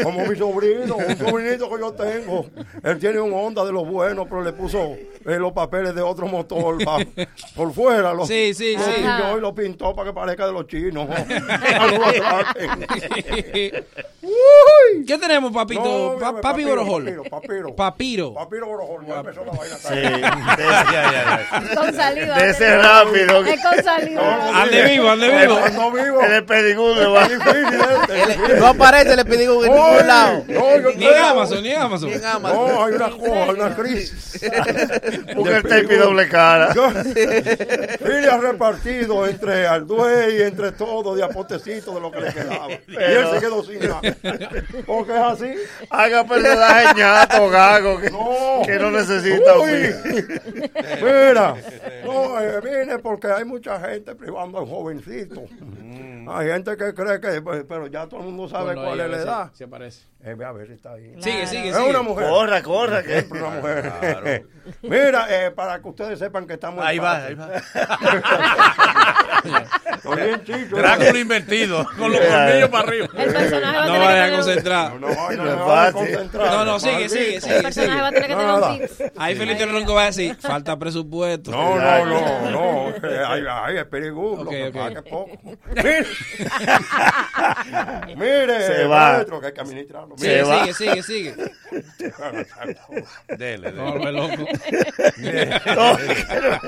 Speaker 9: Como mi sobrino, un sobrinito que yo tengo. Él tiene un Honda de los buenos, pero le puso eh, los papeles de otro motor pa- por fuera. Los,
Speaker 3: Sí, sí,
Speaker 9: los
Speaker 3: sí.
Speaker 9: pintó y lo pintó para que parezca de los chinos. ¿no? Para que no lo traten.
Speaker 3: ¿Qué tenemos, papito?
Speaker 9: No,
Speaker 3: Pa-
Speaker 9: mírame,
Speaker 3: papi
Speaker 9: papiro,
Speaker 3: Borojol.
Speaker 9: Papiro, papiro.
Speaker 3: Papiro.
Speaker 9: Papiro Borojol, ya empezó la vaina.
Speaker 6: Sí. De,
Speaker 2: Ya, ya, ya.
Speaker 5: Con saliva.
Speaker 6: de ese rápido.
Speaker 5: Es con saliva.
Speaker 3: Ande vivo, ande vivo.
Speaker 9: No vivo.
Speaker 6: El pedigudo va.
Speaker 9: Es difícil este.
Speaker 8: No aparece, le pedí en ningún lado.
Speaker 9: No, yo
Speaker 3: Ni en
Speaker 9: tengo-
Speaker 3: Amazon, ni en Amazon.
Speaker 8: En Amazon.
Speaker 9: No, hay una cosa, hay una crisis.
Speaker 6: Busca el tape y doble cara.
Speaker 9: Yo- Mire, ha repartido entre Arduey y entre todos de apotecito de lo que le quedaba. Y él
Speaker 6: Pero-
Speaker 9: se quedó sin nada. Porque es así.
Speaker 6: Haga pues, personaje ñato, gago, que
Speaker 9: No.
Speaker 6: que no necesita opi-
Speaker 9: Uy. Mira, no, eh, vine porque hay mucha gente privando al jovencito.
Speaker 6: Mm.
Speaker 9: Hay gente que cree que, pues, pero ya todo el mundo
Speaker 10: Pues
Speaker 9: sabe
Speaker 3: Bueno,
Speaker 9: cuál
Speaker 3: ahí,
Speaker 9: es la
Speaker 3: ahora sí,
Speaker 9: edad.
Speaker 3: sí aparece.
Speaker 9: Eh, ve a ver si está ahí.
Speaker 3: Sigue, sigue,
Speaker 9: Es
Speaker 3: sigue.
Speaker 9: una mujer.
Speaker 6: Corra, corra. Que...
Speaker 9: Siempre una mujer. Mira, eh, para que ustedes sepan que estamos. en
Speaker 2: Ahí va,
Speaker 9: paz.
Speaker 2: ahí va.
Speaker 9: Estoy bien chicho.
Speaker 2: Drácula invertido, con los
Speaker 6: Ya, ya.
Speaker 2: colmillos para arriba.
Speaker 5: El personaje va a
Speaker 3: No me
Speaker 5: tener que
Speaker 3: vaya a
Speaker 5: tener un-
Speaker 9: No,
Speaker 3: concentrar.
Speaker 9: no, no,
Speaker 6: No
Speaker 9: no,
Speaker 6: es
Speaker 9: no, vamos a
Speaker 6: fácil.
Speaker 9: concentrarnos,
Speaker 3: No, no, sigue, sigue,
Speaker 9: maldito.
Speaker 5: El
Speaker 3: sigue,
Speaker 5: personaje va a
Speaker 3: sigue.
Speaker 5: tener que tener
Speaker 9: Nada.
Speaker 5: un tics.
Speaker 3: Ahí Felipe Ronco va a decir, falta presupuesto.
Speaker 9: No,
Speaker 6: Ya,
Speaker 9: no, no, no. eh, Ay, ay, es peligro.
Speaker 3: Ok,
Speaker 9: lo que
Speaker 3: ok.
Speaker 9: pasa es que poco. Mire, Mire, eh,
Speaker 6: Se va.
Speaker 9: maestro, que hay que administrarlo.
Speaker 3: Sigue,
Speaker 6: Se va.
Speaker 3: sigue, sigue, sigue.
Speaker 2: Dele,
Speaker 3: No,
Speaker 2: dele.
Speaker 3: volver loco.
Speaker 6: No,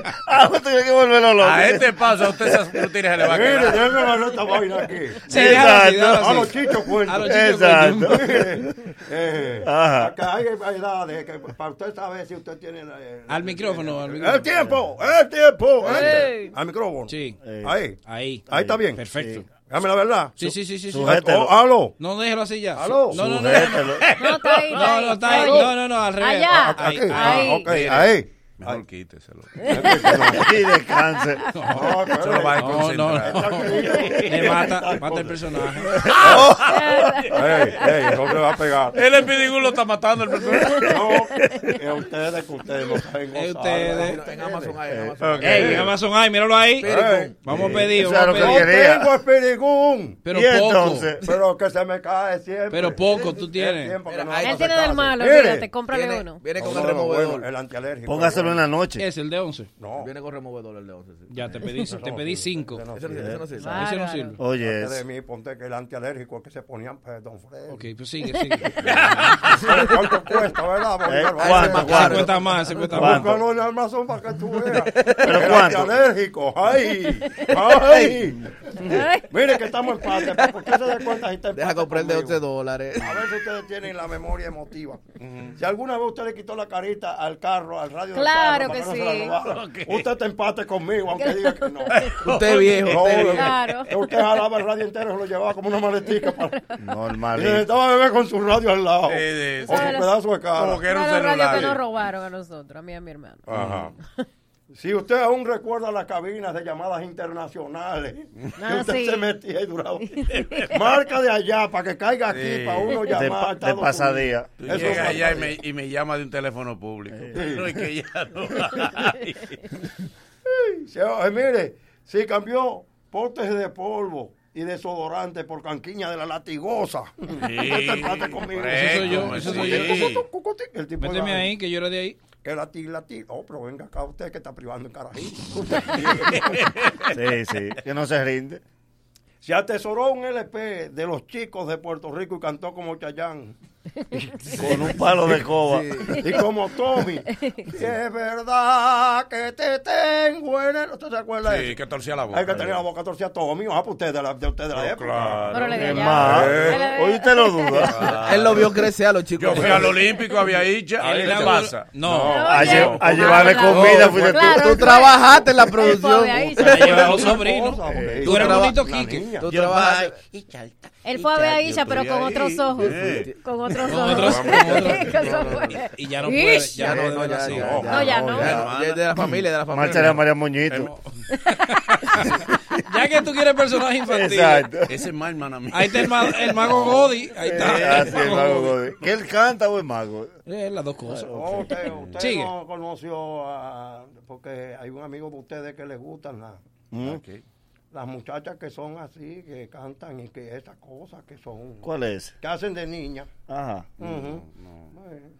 Speaker 6: ah, tú tienes que volverlo loco.
Speaker 2: A este paso, a usted esas frutinas se le va a
Speaker 9: Mire,
Speaker 2: quedar.
Speaker 9: déjame agarrar esta vaina aquí.
Speaker 3: Sí, déjalo así, déjalo
Speaker 6: Exacto.
Speaker 9: A
Speaker 3: así.
Speaker 9: los chichos cuento.
Speaker 3: A los chichos,
Speaker 6: Exacto.
Speaker 3: coño.
Speaker 9: Eh,
Speaker 6: Ajá.
Speaker 9: acá hay hay edades que para usted saber si usted tiene. la- eh,
Speaker 3: Al micrófono, al
Speaker 9: El
Speaker 3: micrófono.
Speaker 9: tiempo, el tiempo. el-
Speaker 5: Ey.
Speaker 9: Al micrófono. Eh.
Speaker 3: Sí.
Speaker 9: Ahí.
Speaker 3: Ahí.
Speaker 9: Ahí está bien.
Speaker 3: Perfecto.
Speaker 9: Dame la verdad.
Speaker 3: Sí, sí, sí, sí. sí.
Speaker 6: Sujételo.
Speaker 9: Oh, aló.
Speaker 3: No, déjelo así ya.
Speaker 9: Aló.
Speaker 3: No, no, no. déjalo.
Speaker 6: Sujételo.
Speaker 5: No, está ahí.
Speaker 3: No, no, está ahí.
Speaker 5: Oye,
Speaker 3: No, no, no, al revés.
Speaker 5: Allá.
Speaker 3: Ah, ahí,
Speaker 9: Aquí. Ah,
Speaker 5: ahí.
Speaker 9: ok, ahí.
Speaker 2: Mejor quíteselo.
Speaker 6: Y descanse.
Speaker 9: No,
Speaker 2: Eso lo va a
Speaker 3: No, no,
Speaker 2: concentrar.
Speaker 3: no. Le mata, mata el personaje.
Speaker 9: Ah. Ey, ey, no se va a pegar.
Speaker 2: Él el pidigul lo está matando el personaje.
Speaker 9: No, es ustedes que ustedes no saben gozar.
Speaker 3: Es ustedes.
Speaker 8: En Amazon hay, en Amazon.
Speaker 9: Eh, Ok.
Speaker 3: Ey, en Amazon ahí, míralo ahí.
Speaker 9: Ey,
Speaker 3: Vamos a pedir,
Speaker 6: Eso
Speaker 3: vamos a
Speaker 6: era lo
Speaker 9: No
Speaker 6: que
Speaker 3: pedir.
Speaker 6: quería.
Speaker 9: tengo espirigún,
Speaker 3: Pero
Speaker 6: y
Speaker 3: poco,
Speaker 6: entonces,
Speaker 9: pero que se me cae siempre.
Speaker 3: Pero poco tú
Speaker 9: El
Speaker 3: tienes.
Speaker 9: tiempo que
Speaker 8: Mira,
Speaker 9: no
Speaker 8: ahí
Speaker 5: Él
Speaker 9: hago
Speaker 5: tiene
Speaker 9: ese
Speaker 5: del
Speaker 9: caso.
Speaker 5: malo,
Speaker 9: Mire,
Speaker 5: olvídate, cómprale
Speaker 8: Viene,
Speaker 5: uno.
Speaker 8: viene
Speaker 9: no,
Speaker 8: con
Speaker 9: no,
Speaker 8: el
Speaker 9: no, bueno,
Speaker 8: removedor.
Speaker 9: el antialérgico.
Speaker 6: póngaselo en la noche.
Speaker 3: es el de 11.
Speaker 9: No,
Speaker 8: Viene con removedor el de 11. sí.
Speaker 3: Ya Ah, te pedí, te pedí 5.
Speaker 9: no,
Speaker 8: Ese no ese no sirve.
Speaker 5: Vale.
Speaker 3: Ese no
Speaker 5: Bárbaro.
Speaker 3: sirve.
Speaker 6: Oye,
Speaker 9: de
Speaker 6: eso.
Speaker 9: mí, ponte que el antialérgico que se ponían, pues, don Fred.
Speaker 3: Ok, pues sigue, sigue.
Speaker 9: ¿Sabes ¿Cuánto cuesta, verdad? Bolívar?
Speaker 6: Eh, ¿cuánto,
Speaker 3: Se
Speaker 6: cuánto?
Speaker 3: cuenta más, se cuenta más.
Speaker 6: ¿Cuánto?
Speaker 9: Búscalo en Amazon para que tú veas.
Speaker 6: ¿Pero
Speaker 9: El
Speaker 6: cuánto?
Speaker 9: antialérgico, ay, ay. Mire que estamos en parte, para que usted se dé cuenta si está en
Speaker 8: Deja
Speaker 9: parte
Speaker 8: comprar el de
Speaker 9: conmigo.
Speaker 8: 11 dólares.
Speaker 9: A ver si ustedes tienen la memoria emotiva. Si alguna vez usted le quitó la carita al carro, al radio del
Speaker 5: Claro
Speaker 9: carro,
Speaker 5: que
Speaker 9: para
Speaker 5: sí.
Speaker 9: se la robara, usted te empate conmigo, aunque diga que no.
Speaker 8: Usted es viejo,
Speaker 9: No,
Speaker 8: usted es viejo.
Speaker 5: Claro.
Speaker 9: eh, Usted jalaba el radio entero, se lo llevaba como una maletica. Para... Y
Speaker 6: Normal.
Speaker 9: necesitaba beber con su radio al lado.
Speaker 2: Sí, sí,
Speaker 9: Con su
Speaker 5: sí.
Speaker 9: pedazo de
Speaker 2: Como que
Speaker 9: cara.
Speaker 2: era un
Speaker 5: Claro, radio que nos
Speaker 2: celular.
Speaker 5: robaron a nosotros, a mí y a mi hermano.
Speaker 9: Ajá. Si usted aún recuerda las cabinas de llamadas internacionales, que
Speaker 5: Ah,
Speaker 9: usted
Speaker 5: sí.
Speaker 9: se metía y duraba. Marca de allá para que caiga aquí,
Speaker 2: Sí. Este
Speaker 9: para uno
Speaker 6: De,
Speaker 9: llamar. a
Speaker 6: pa- de
Speaker 9: Estados
Speaker 6: pasadía.
Speaker 2: Tú
Speaker 9: Eso
Speaker 2: llegas
Speaker 9: es
Speaker 2: allá y me, y me llama de un teléfono público. No, es que ya no hay.
Speaker 9: Sí, eh, mire, si cambió potes de polvo y desodorante por canquiña de la latigosa. Este Usted trate conmigo.
Speaker 2: fresco,
Speaker 3: soy yo, eso soy yo.
Speaker 2: sí.
Speaker 9: Cucu, cucu, cucu, El tipo
Speaker 3: Méteme
Speaker 9: era-
Speaker 3: ahí, que yo era de ahí.
Speaker 9: Que lati, lati. Oh, pero venga acá usted que está privando el carajito.
Speaker 6: Sí, sí. Que no se rinde.
Speaker 9: Se atesoró un LP de los chicos de Puerto Rico y cantó como Chayán.
Speaker 6: con un palo de coba.
Speaker 9: Y como Tommy, si es verdad que te tengo en el. ¿Usted se acuerda de
Speaker 2: Sí,
Speaker 9: eso?
Speaker 2: que torcía la boca.
Speaker 9: Hay que tener la boca torcida Tommy, ah, pues usted es de la, de usted de la época. Eh,
Speaker 2: Claro.
Speaker 5: Pero le de
Speaker 6: Es
Speaker 5: allá.
Speaker 6: más,
Speaker 5: Él es de-
Speaker 6: hoy usted lo duda.
Speaker 7: Él lo vio crecer a los chicos.
Speaker 2: Yo fui al Olímpico, había hincha.
Speaker 8: Él
Speaker 2: ¿Qué
Speaker 8: era
Speaker 2: te
Speaker 8: duro-
Speaker 2: pasa?
Speaker 8: No.
Speaker 5: No,
Speaker 6: A,
Speaker 5: oye.
Speaker 6: lle- a llevarle
Speaker 5: Claro.
Speaker 6: comida fuiste tú.
Speaker 5: Claro.
Speaker 7: Tú trabajaste en la producción.
Speaker 5: Él fue a ver
Speaker 8: Para
Speaker 5: a Isha.
Speaker 8: llevar a un sobrino. Tú eras bonito, Quique.
Speaker 7: Tú trabajaste.
Speaker 5: Él fue a ver a Isha, pero
Speaker 2: estoy
Speaker 5: con
Speaker 2: ahí.
Speaker 5: otros ojos.
Speaker 2: Sí.
Speaker 5: Con otros
Speaker 8: Con
Speaker 5: ojos.
Speaker 8: otros- con otros-
Speaker 5: Eso fue.
Speaker 8: Y ya no puede,
Speaker 5: Ish.
Speaker 8: ya no debe así.
Speaker 5: No, ya no.
Speaker 7: Ya es De la familia, de la familia.
Speaker 6: Márchale a María Moñito.
Speaker 8: Ya que tú quieres personajes infantiles.
Speaker 6: Exacto.
Speaker 2: Ese es mal, hermana mía.
Speaker 8: Ahí está el, ma- el mago Godi. Ahí está.
Speaker 6: Así es, ah, Mago Godoy. ¿Que él canta o es mago?
Speaker 8: Eh, las dos cosas.
Speaker 9: Oh, usted usted
Speaker 8: Sigue.
Speaker 9: no conoció a. Porque hay un amigo de ustedes que les gustan las
Speaker 6: Mm.
Speaker 2: Ok.
Speaker 9: las muchachas que son así, que cantan y que esas cosas que son.
Speaker 6: ¿Cuál es?
Speaker 9: que hacen de niña.
Speaker 6: Ajá.
Speaker 9: Ujú.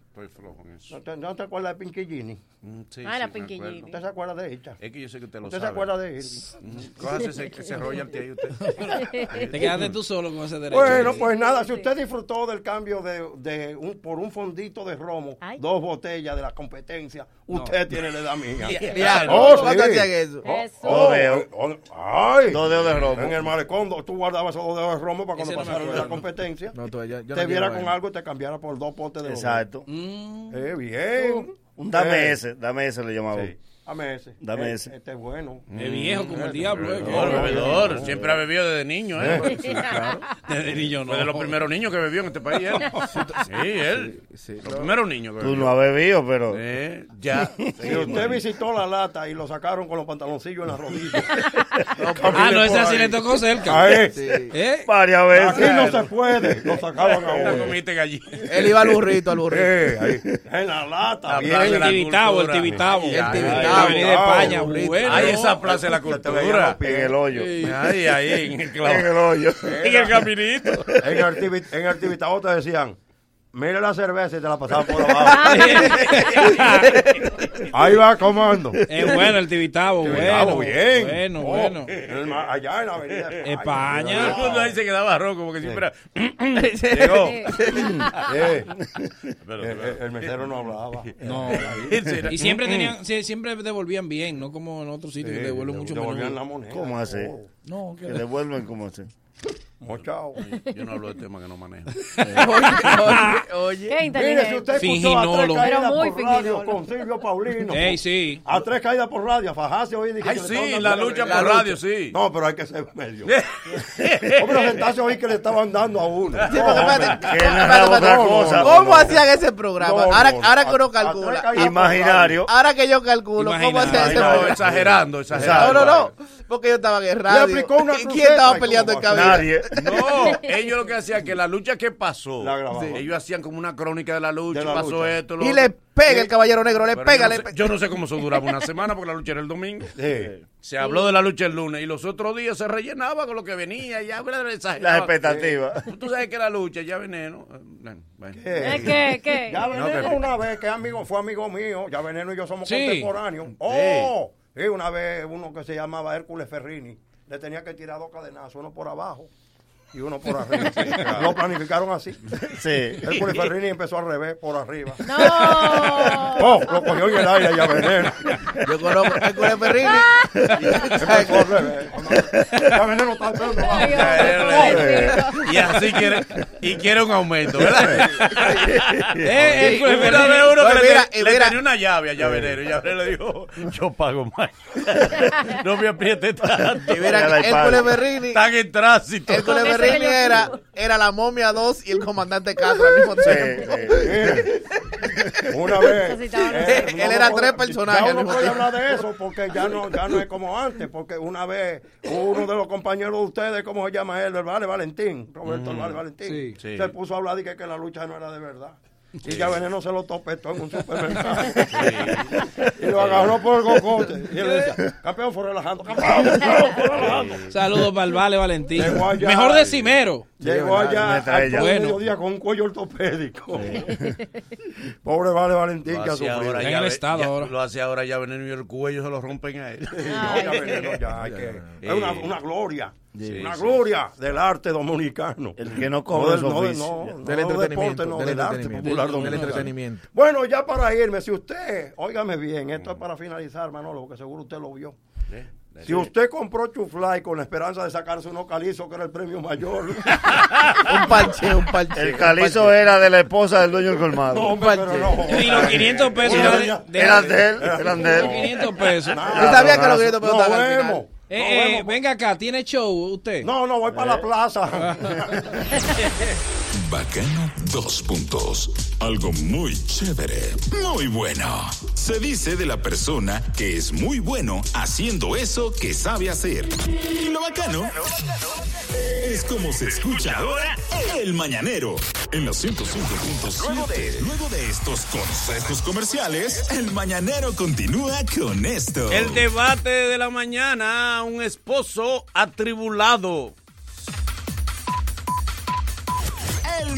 Speaker 2: Estoy flojo en eso.
Speaker 9: ¿No te, no te acuerdas de Pinky Gini?
Speaker 2: Mm, sí,
Speaker 5: Ah, la
Speaker 2: sí, me
Speaker 5: Pinky
Speaker 2: acuerdo.
Speaker 9: ¿Usted se acuerda de ella?
Speaker 2: Es que yo sé que usted lo
Speaker 9: ¿Usted se
Speaker 2: sabe.
Speaker 9: acuerda de Irving?
Speaker 2: Cójase ese, ese royalty ahí usted.
Speaker 8: Te quedaste tú solo con ese derecho.
Speaker 9: Bueno, pues nada, si usted disfrutó del cambio de, de un, por un fondito de romo,
Speaker 5: Ay.
Speaker 9: dos botellas de la competencia, usted tiene la edad mía.
Speaker 7: Ya,
Speaker 9: Oh,
Speaker 7: ¿Cuánto
Speaker 9: sí.
Speaker 7: hacían eso?
Speaker 5: Eso.
Speaker 6: Dos dedos.
Speaker 9: oh, ay.
Speaker 6: Dos dedos de
Speaker 9: En
Speaker 6: romo.
Speaker 9: el malecón, do- tú guardabas esos dos dedos de romo para
Speaker 8: Ese
Speaker 9: cuando
Speaker 8: no me
Speaker 9: pasaron de la
Speaker 8: acuerdo.
Speaker 9: competencia.
Speaker 7: No, tú, yo- yo
Speaker 9: te
Speaker 7: no
Speaker 9: viera
Speaker 7: quiero
Speaker 9: con
Speaker 7: ver.
Speaker 9: algo y te cambiara por dos potes de romo.
Speaker 6: Exacto.
Speaker 8: Mm,
Speaker 9: Eh, bien.
Speaker 6: Dame
Speaker 9: Eh,
Speaker 6: ese, dame ese le llamaba.
Speaker 2: Sí.
Speaker 9: Dame ese.
Speaker 6: Dame
Speaker 9: Eh,
Speaker 6: ese.
Speaker 9: Este es bueno.
Speaker 8: es viejo como el diablo. eh,
Speaker 2: Mm, Bebedor,
Speaker 8: que-
Speaker 2: bebedor. Siempre ha bebido desde niño, ¿eh?
Speaker 8: Desde niño no.
Speaker 2: Fue de los primeros niños que bebió en este país, él. Sí, él.
Speaker 7: Sí.
Speaker 2: Los primeros niños que
Speaker 6: Tú
Speaker 2: bebió.
Speaker 6: no has bebido, pero.
Speaker 2: Eh, ya.
Speaker 9: Si usted visitó la lata y lo sacaron con los pantaloncillos en las rodillas.
Speaker 8: Ah, no, ese así le tocó cerca.
Speaker 9: Ahí.
Speaker 8: ¿Eh?
Speaker 6: Varias
Speaker 9: Aquí
Speaker 6: veces.
Speaker 9: no se puede. Lo sacaban a
Speaker 2: Ahorita
Speaker 9: uno.
Speaker 2: comiste gallina.
Speaker 7: Él iba al burrito, al burrito.
Speaker 9: Eh, ahí. En la lata. bien.
Speaker 2: plaza de la
Speaker 8: El Tibitabo, el
Speaker 2: cultura.
Speaker 8: Tibitabo.
Speaker 7: El Tibitabo.
Speaker 8: La avenida de España,
Speaker 7: Ay,
Speaker 8: bueno.
Speaker 2: Ay, esa plaza de la
Speaker 9: Te veían los
Speaker 2: cultura.
Speaker 9: pies.
Speaker 6: En el hoyo.
Speaker 2: Ay, ahí, en el
Speaker 6: En
Speaker 2: clavo.
Speaker 6: el hoyo.
Speaker 2: En el caminito.
Speaker 9: En el tibi- en el tibitabo te decían, mira la cerveza y te la pasaban por abajo. Ahí va comando.
Speaker 8: Es bueno el Tibitabo, bueno.
Speaker 9: Tibitabo, bien.
Speaker 8: Bueno,
Speaker 9: Oh,
Speaker 8: bueno. Eh,
Speaker 9: en el ma- allá en la avenida de
Speaker 8: España.
Speaker 2: Todo el mundo ahí se quedaba rojo, como que si fuera.
Speaker 9: Llegó.
Speaker 5: Eh,
Speaker 9: Eh,
Speaker 2: Pero,
Speaker 9: el, Eh, el- el mesero no Mm. hablaba.
Speaker 8: No.
Speaker 2: pero-
Speaker 8: Eh, Y siempre tenían, sí, siempre devolvían bien, no como en otros sitios que devuelven mucho
Speaker 9: Devolvían la
Speaker 8: menos.
Speaker 9: moneda. Oh.
Speaker 6: ¿Cómo hace?
Speaker 8: No,
Speaker 6: Que
Speaker 8: que
Speaker 6: le vuelven como hace.
Speaker 9: Mochao.
Speaker 2: Yo no hablo de temas que no manejo.
Speaker 7: Oye, oye.
Speaker 5: Qué
Speaker 9: Mire, si usted
Speaker 5: inteligente.
Speaker 9: escuchó a tres
Speaker 8: Finginólogo.
Speaker 9: caídas
Speaker 5: Pero muy
Speaker 9: por radio
Speaker 5: finginólogo.
Speaker 9: con Silvio Paulino.
Speaker 8: Ey, sí.
Speaker 9: A tres caídas por radio, a Fajarse hoy. dije
Speaker 2: Ay,
Speaker 9: que le
Speaker 2: sí,
Speaker 9: estaban
Speaker 2: la
Speaker 9: dando-
Speaker 2: lucha
Speaker 7: la
Speaker 2: por
Speaker 7: lucha.
Speaker 2: radio, sí.
Speaker 9: No, pero hay que ser medio. Hombre, sentarse hoy que le estaban dando a uno.
Speaker 7: Sí, porque espérate,
Speaker 6: Que él
Speaker 7: espérate,
Speaker 6: narraba otra
Speaker 7: espérate.
Speaker 6: cosa.
Speaker 7: ¿Cómo hacían ese programa?
Speaker 9: No, no,
Speaker 7: Ahora,
Speaker 9: no.
Speaker 7: ahora que
Speaker 9: A-
Speaker 7: uno
Speaker 9: a tres
Speaker 7: calcula.
Speaker 9: caídas por
Speaker 6: Imaginario.
Speaker 7: Ahora que yo calculo, ¿cómo
Speaker 8: Imaginario.
Speaker 7: hacían ese
Speaker 2: No,
Speaker 7: programa?
Speaker 2: exagerando,
Speaker 7: No,
Speaker 2: exagerando.
Speaker 7: no, no. Porque yo estaba en el radio.
Speaker 9: aplicó una
Speaker 7: ¿Y ¿Quién
Speaker 9: cruceta,
Speaker 7: estaba
Speaker 9: ¿y
Speaker 7: peleando en
Speaker 9: cómo
Speaker 7: cabina?
Speaker 6: Nadie.
Speaker 2: No, ellos lo que hacían que la lucha que pasó,
Speaker 9: La grababan.
Speaker 2: ellos hacían como una crónica de la lucha,
Speaker 9: De la
Speaker 2: pasó
Speaker 9: lucha.
Speaker 2: esto, lo
Speaker 7: Y
Speaker 2: otro.
Speaker 7: le pega el caballero negro, le
Speaker 2: Eh, Pero
Speaker 7: pega,
Speaker 2: yo, no
Speaker 7: le
Speaker 2: sé,
Speaker 7: pega.
Speaker 2: yo no sé cómo eso duraba una semana porque la lucha era el domingo.
Speaker 9: Sí.
Speaker 2: Se habló de la lucha el lunes y los otros días se rellenaba con lo que venía y ya bla, bla,
Speaker 6: Las
Speaker 2: exageraba.
Speaker 6: expectativas.
Speaker 2: Eh, Tú sabes que la lucha ya veneno. eh, Bueno, bueno.
Speaker 9: Eh,
Speaker 5: ¿Es que, qué?
Speaker 9: Ya Veneno
Speaker 2: que-
Speaker 9: una vez, que amigo, fue amigo mío, ya Veneno y yo somos
Speaker 8: Sí.
Speaker 9: contemporáneos. Oh, sí, una vez uno que se llamaba Hércules Ferrini, le tenía que tirar dos cadenazos, uno por abajo y uno por arriba. Lo planificaron así.
Speaker 6: Sí.
Speaker 9: Hércules Ferrini empezó al revés, por arriba.
Speaker 5: No.
Speaker 9: Oh, lo cogió en el aire ya Veneno.
Speaker 7: Yo conozco a Hércules Ferrini.
Speaker 9: Empezó al revés. Ya Veneno está enfermo.
Speaker 5: Ay,
Speaker 9: vamos.
Speaker 5: hombre,
Speaker 2: Y así quiere, y quiere un aumento, ¿verdad?
Speaker 8: Eh, eh,
Speaker 2: Una
Speaker 8: pues,
Speaker 2: vez
Speaker 8: Ferrini.
Speaker 2: uno que
Speaker 7: No,
Speaker 2: le,
Speaker 7: mira,
Speaker 2: te-
Speaker 7: y
Speaker 2: le
Speaker 7: mira.
Speaker 2: tenía una llave a Llaverero y Llaverero le dijo, yo pago más. no me apriete tanto.
Speaker 7: Y mira,
Speaker 6: Ya la
Speaker 7: que Hércules
Speaker 6: espalda.
Speaker 7: Ferrini.
Speaker 2: Están en tránsito.
Speaker 7: Hércules
Speaker 5: Con ese
Speaker 7: Ferrini
Speaker 5: que yo
Speaker 7: era,
Speaker 5: tuve.
Speaker 7: era la momia 2 y el comandante Castro al mismo tiempo.
Speaker 6: Sí, sí.
Speaker 9: Eh, Una vez.
Speaker 5: Necesitaba-
Speaker 7: Él era
Speaker 9: puedo-
Speaker 7: tres personajes
Speaker 9: Ya
Speaker 7: al
Speaker 9: no
Speaker 7: mismo
Speaker 9: puede
Speaker 7: tiempo.
Speaker 9: hablar de eso porque ya no, ya no es como antes. Porque una vez uno de los compañeros de ustedes, ¿cómo se llama él? El Vale Valentín, Roberto el Vale Valentín,
Speaker 8: Sí.
Speaker 2: Mm, Sí.
Speaker 9: se puso a hablar de que, que la lucha no era de verdad. Y ya Veneno se lo topetó en un supermercado. Y lo agarró por el cocote. Y él decía, campeón fue relajando, campeón, campeón fue relajando.
Speaker 8: Saludos para el Vale Valentín.
Speaker 9: Llegó allá.
Speaker 8: Mejor de Cimero.
Speaker 9: Llegó allá
Speaker 6: Una
Speaker 9: al
Speaker 6: estrella.
Speaker 9: todo
Speaker 8: Bueno.
Speaker 9: mediodía con un cuello ortopédico. Pobre Vale Valentín que ha
Speaker 2: Hace
Speaker 9: sufrido.
Speaker 2: ahora
Speaker 8: Está en
Speaker 2: ya
Speaker 8: el
Speaker 2: ve-
Speaker 8: estado
Speaker 2: ya-
Speaker 8: ahora.
Speaker 2: Lo hace ahora ya veneno y el cuello se lo rompen a él. Eh.
Speaker 9: No, ya veneno, ya, hay que- es una, una gloria.
Speaker 2: Sí,
Speaker 9: Una
Speaker 2: sí.
Speaker 9: gloria del arte dominicano.
Speaker 6: El que no
Speaker 9: No
Speaker 6: cobra
Speaker 9: del,
Speaker 6: esos
Speaker 9: no, del-
Speaker 6: vicios.
Speaker 9: no, no
Speaker 10: Del
Speaker 9: del
Speaker 10: entretenimiento.
Speaker 9: deporte, no,
Speaker 10: del,
Speaker 9: del arte
Speaker 10: entretenimiento,
Speaker 9: popular
Speaker 10: del
Speaker 9: dominicano.
Speaker 10: entretenimiento.
Speaker 9: Bueno, ya para irme, si usted, óigame bien, esto es para finalizar, Manolo, porque seguro usted lo vio.
Speaker 2: Eh, eh,
Speaker 9: Si usted compró Chufly con la esperanza de sacarse un calizo, que era el premio mayor.
Speaker 10: Un parche, un parche.
Speaker 6: El
Speaker 10: un
Speaker 6: calizo
Speaker 10: parche.
Speaker 6: era de la esposa del dueño del colmado.
Speaker 9: No, hombre, pero no.
Speaker 3: Y los 500 pesos.
Speaker 9: Una
Speaker 3: eran
Speaker 9: doña-
Speaker 3: de-
Speaker 6: eran de él, eran de
Speaker 3: Los
Speaker 6: él.
Speaker 3: 500 pesos.
Speaker 9: Nada.
Speaker 10: Yo sabía que lo que yo te
Speaker 9: Nos
Speaker 10: preguntaba al final.
Speaker 9: vemos.
Speaker 3: Eh,
Speaker 9: Nos
Speaker 3: eh,
Speaker 9: vemos.
Speaker 3: venga acá, ¿tiene show usted?
Speaker 9: No, no, voy
Speaker 10: Eh.
Speaker 9: para la plaza.
Speaker 1: Bacano, dos puntos. Algo muy chévere, muy bueno. Se dice de la persona que es muy bueno haciendo eso que sabe hacer. Y lo bacano es como se escucha ahora el mañanero. En los 105.7. Luego de, luego de estos consejos comerciales, el mañanero continúa con esto.
Speaker 2: El debate de la mañana, un esposo atribulado.
Speaker 1: El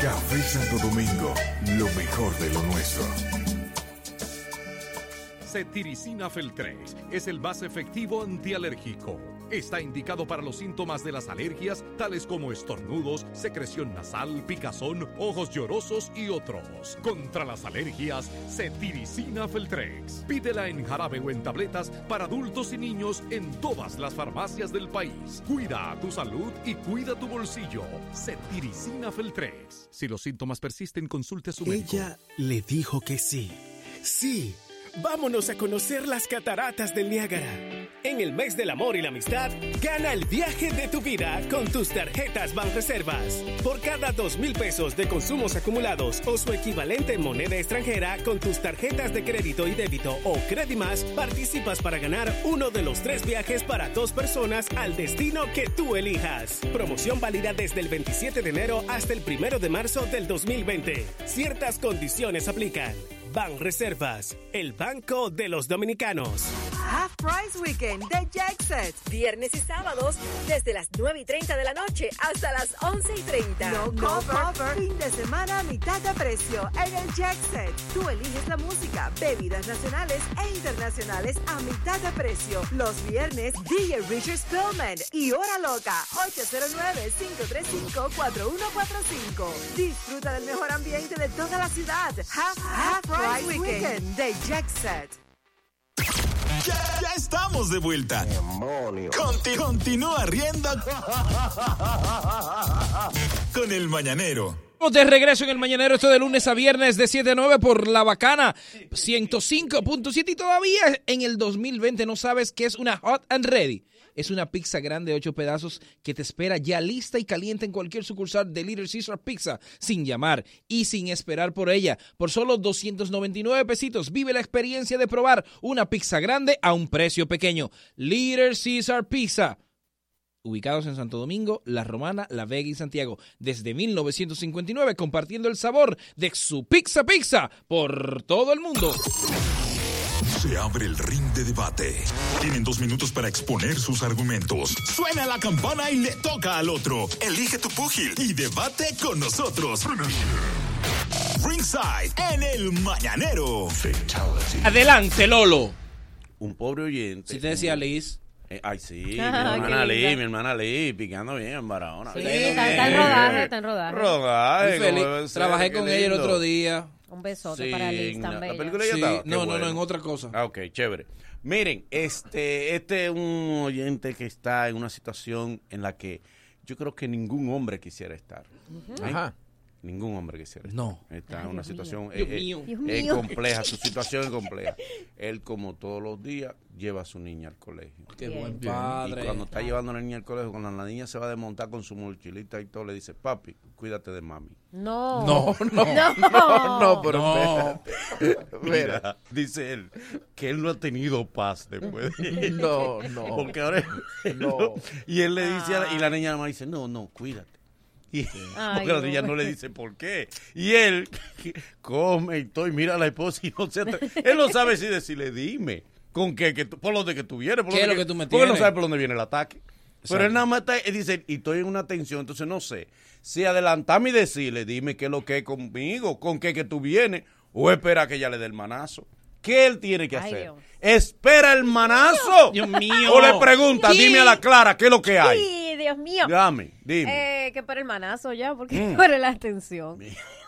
Speaker 11: Café Santo Domingo, lo mejor de lo nuestro.
Speaker 12: Cetiricina Feltrex es el más efectivo antialérgico. Está indicado para los síntomas de las alergias, tales como estornudos, secreción nasal, picazón, ojos llorosos y otros. Contra las alergias, Cetiricina Feltrex. Pídela en jarabe o en tabletas para adultos y niños en todas las farmacias del país. Cuida tu salud y cuida tu bolsillo. Cetiricina Feltrex. Si los síntomas persisten, consulte a su médico.
Speaker 13: Ella le dijo que sí. Sí, vámonos a conocer las cataratas del Niágara. En el mes del amor y la amistad, gana el viaje de tu vida con tus tarjetas Banreservas. Por cada dos mil pesos de consumos acumulados o su equivalente en moneda extranjera con tus tarjetas de crédito y débito o Credimas, participas para ganar uno de los tres viajes para dos personas al destino que tú elijas. Promoción válida desde el 27 de enero hasta el 1 de marzo del 2020. Ciertas condiciones aplican. Ban Reservas, el banco de los dominicanos.
Speaker 14: Half Price Weekend de Jackset. Viernes y sábados desde las 9 y 30 de la noche hasta las 11 y 30. No, cover. Fin de semana a mitad de precio en el Jackset. Tú eliges la música, bebidas nacionales e internacionales a mitad de precio. Los viernes, DJ Richard Spellman y Hora Loca. 809-535-4145. Disfruta del mejor ambiente de toda la ciudad. Half, Half Price Weekend de Jackset.
Speaker 1: Ya, ya estamos de vuelta. Conti- continúa riendo con el mañanero.
Speaker 3: Estamos de regreso en el Mañanero, esto de lunes a viernes de 7 a 9 por La Bacana 105.7 y todavía en el 2020 no sabes qué es una Hot and Ready. Es una pizza grande de 8 pedazos que te espera ya lista y caliente en cualquier sucursal de Little Caesar Pizza, sin llamar y sin esperar por ella. Por solo 299 pesitos vive la experiencia de probar una pizza grande a un precio pequeño. Little Caesar Pizza ubicados en Santo Domingo, La Romana, La Vega y Santiago, desde 1959, compartiendo el sabor de su pizza pizza por todo el mundo.
Speaker 1: Se abre el ring de debate. Tienen dos minutos para exponer sus argumentos. Suena la campana y le toca al otro. Elige tu púgil y debate con nosotros. Ringside en el mañanero.
Speaker 3: Adelante, Lolo.
Speaker 2: Un pobre oyente.
Speaker 3: Si te decía Liz,
Speaker 2: Eh, ay, sí, mi
Speaker 8: Ajá,
Speaker 2: hermana
Speaker 8: qué
Speaker 2: Lee,
Speaker 8: linda.
Speaker 2: mi hermana Lee, picando bien en Barahona.
Speaker 8: Sí, está, está en rodaje, está en rodaje.
Speaker 2: Rodaje,
Speaker 3: muy
Speaker 2: como
Speaker 3: feliz.
Speaker 2: debe ser,
Speaker 3: trabajé
Speaker 2: qué
Speaker 3: con ella el
Speaker 2: lindo.
Speaker 3: otro día.
Speaker 8: Un besote
Speaker 2: Sí,
Speaker 8: para Liz
Speaker 2: en la-
Speaker 8: tan
Speaker 2: la
Speaker 8: bella.
Speaker 2: película ya
Speaker 3: Sí,
Speaker 2: estaba, qué
Speaker 3: no, no,
Speaker 2: bueno.
Speaker 3: no, en otra cosa.
Speaker 2: Ah, ok, chévere. Miren, este, este es un oyente que está en una situación en la que yo creo que ningún hombre quisiera estar.
Speaker 3: Ujú.
Speaker 2: ¿Eh?
Speaker 3: Ajá.
Speaker 2: Ningún hombre quisiera. estar.
Speaker 3: No.
Speaker 2: Está
Speaker 3: Ay,
Speaker 2: en una
Speaker 3: Dios
Speaker 2: situación
Speaker 3: mío.
Speaker 2: eh,
Speaker 3: Dios
Speaker 2: eh,
Speaker 3: mío. Dios
Speaker 2: eh,
Speaker 3: mío.
Speaker 2: compleja, su situación es compleja. Él, como todos los días, lleva a su niña al colegio.
Speaker 3: Qué buen Bien. padre.
Speaker 2: Y cuando está llevando a la niña al colegio, cuando la niña se va a desmontar con su mochilita y todo, le dice, papi, cuídate de mami.
Speaker 5: No.
Speaker 2: No, no,
Speaker 5: No.
Speaker 2: no,
Speaker 7: no,
Speaker 2: pero
Speaker 7: No.
Speaker 2: espérate.
Speaker 7: Mira.
Speaker 2: Mira, dice él que él no ha tenido paz después. de-
Speaker 7: No, no.
Speaker 2: Porque ahora
Speaker 7: No.
Speaker 2: y él le dice a la- y la niña más dice, "No, no, cuídate." Y
Speaker 7: Ay,
Speaker 2: porque la niña
Speaker 7: no.
Speaker 2: no le dice por qué. Y él come y todo y mira a la esposa y no se atre- él no sabe si decirle, "Dime, con qué que tú- por dónde que tú vienes, por
Speaker 3: ¿Qué es
Speaker 2: dónde
Speaker 3: lo que tú me
Speaker 2: porque él no
Speaker 3: tienes?
Speaker 2: sabe por dónde viene el ataque. Pero
Speaker 3: Exacto.
Speaker 2: él nada más está, él dice, y estoy en una tensión, entonces no sé. Si adelantarme y decirle, dime qué es lo que es conmigo, con qué que tú vienes, o espera que ella le dé el manazo. ¿Qué él tiene que
Speaker 5: Ay,
Speaker 2: hacer?
Speaker 5: Dios.
Speaker 2: ¿Espera el manazo?
Speaker 3: Dios mío.
Speaker 2: O le pregunta,
Speaker 3: Sí.
Speaker 2: dime a la Clara, ¿qué es lo que hay?
Speaker 5: Sí, Dios mío.
Speaker 2: Dame, dime.
Speaker 5: Eh, que para el manazo ya, porque
Speaker 2: Mm.
Speaker 5: para la tensión.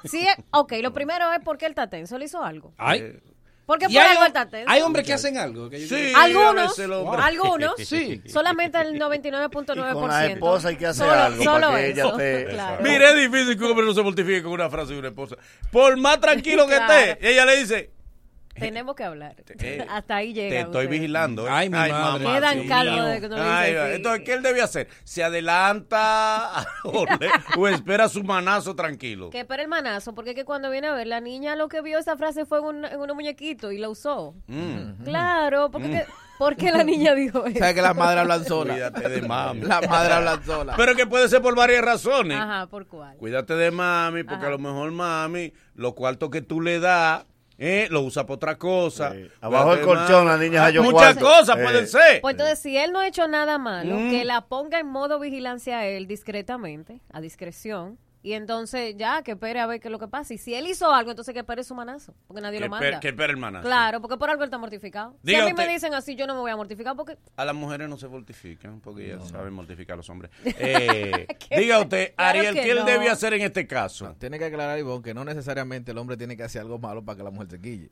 Speaker 5: Sí, eh, ok, lo primero es porque él está tenso, le hizo algo.
Speaker 3: Ay.
Speaker 5: Porque
Speaker 3: Y
Speaker 5: por
Speaker 3: hay
Speaker 5: algo
Speaker 3: hom-
Speaker 5: él está tenso.
Speaker 3: Hay hombres que hacen algo. que yo
Speaker 2: Sí,
Speaker 3: creo-
Speaker 2: a
Speaker 5: Algunos,
Speaker 2: veces el hombre-
Speaker 5: algunos,
Speaker 3: Sí.
Speaker 5: solamente el 99.9%.
Speaker 6: Y con la esposa hay que hacer
Speaker 5: Solo-
Speaker 6: algo
Speaker 5: solo
Speaker 6: para que
Speaker 5: eso,
Speaker 6: ella te-
Speaker 5: claro.
Speaker 2: Mire, es difícil que un hombre no se mortifique con una frase de una esposa. Por más tranquilo que esté, ella le dice,
Speaker 5: Tenemos que hablar.
Speaker 2: eh,
Speaker 5: Hasta ahí llega.
Speaker 2: Te estoy vigilando. ¿eh?
Speaker 3: Ay, mi madre.
Speaker 5: Quedan
Speaker 2: sí.
Speaker 5: calvos de que tú lo
Speaker 2: Ay,
Speaker 5: dices,
Speaker 2: va.
Speaker 5: sí.
Speaker 2: Entonces, ¿qué él debe hacer? ¿Se adelanta o, le- o espera su manazo tranquilo?
Speaker 5: Que para el manazo, porque es que cuando viene a ver, la niña lo que vio esa frase fue en un, en un muñequito y la usó.
Speaker 2: Mm.
Speaker 5: Claro, porque, que- porque la niña dijo eso.
Speaker 7: ¿Sabes que las madres hablan solas?
Speaker 2: Cuídate de mami.
Speaker 7: Las madres hablan solas.
Speaker 2: Pero que puede ser por varias razones.
Speaker 5: Ajá, ¿por cuál?
Speaker 2: Cuídate de mami, porque a lo mejor mami, los cuartos que tú le das, eh, lo usa para otra cosa.
Speaker 6: Abajo
Speaker 2: Cuídate
Speaker 6: del
Speaker 2: de
Speaker 6: colchón,
Speaker 2: mami.
Speaker 6: la niña halló
Speaker 2: Muchas
Speaker 6: cuarto.
Speaker 2: cosas
Speaker 6: Eh.
Speaker 2: pueden ser.
Speaker 5: Pues entonces, si él no ha hecho nada malo,
Speaker 2: Mm.
Speaker 5: que la ponga en modo vigilancia a él discretamente, a discreción. Y entonces ya, que espere a ver qué es lo que pasa. Y si él hizo algo, entonces que espere su manazo, porque nadie
Speaker 2: Que
Speaker 5: lo manda.
Speaker 2: espere- que espere el manazo.
Speaker 5: Claro, porque por algo él está mortificado.
Speaker 2: Diga
Speaker 5: si a mí
Speaker 2: usted.
Speaker 5: me dicen así, yo no me voy a mortificar porque...
Speaker 2: A las mujeres no se mortifican porque ya saben mortificar a los hombres. Eh, diga usted,
Speaker 5: Claro
Speaker 2: Ariel,
Speaker 5: que
Speaker 2: ¿qué él
Speaker 5: no.
Speaker 2: debe hacer en este caso?
Speaker 7: Ah, Tiene que aclarar, Ivonne, que no necesariamente el hombre tiene que hacer algo malo para que la mujer se quille.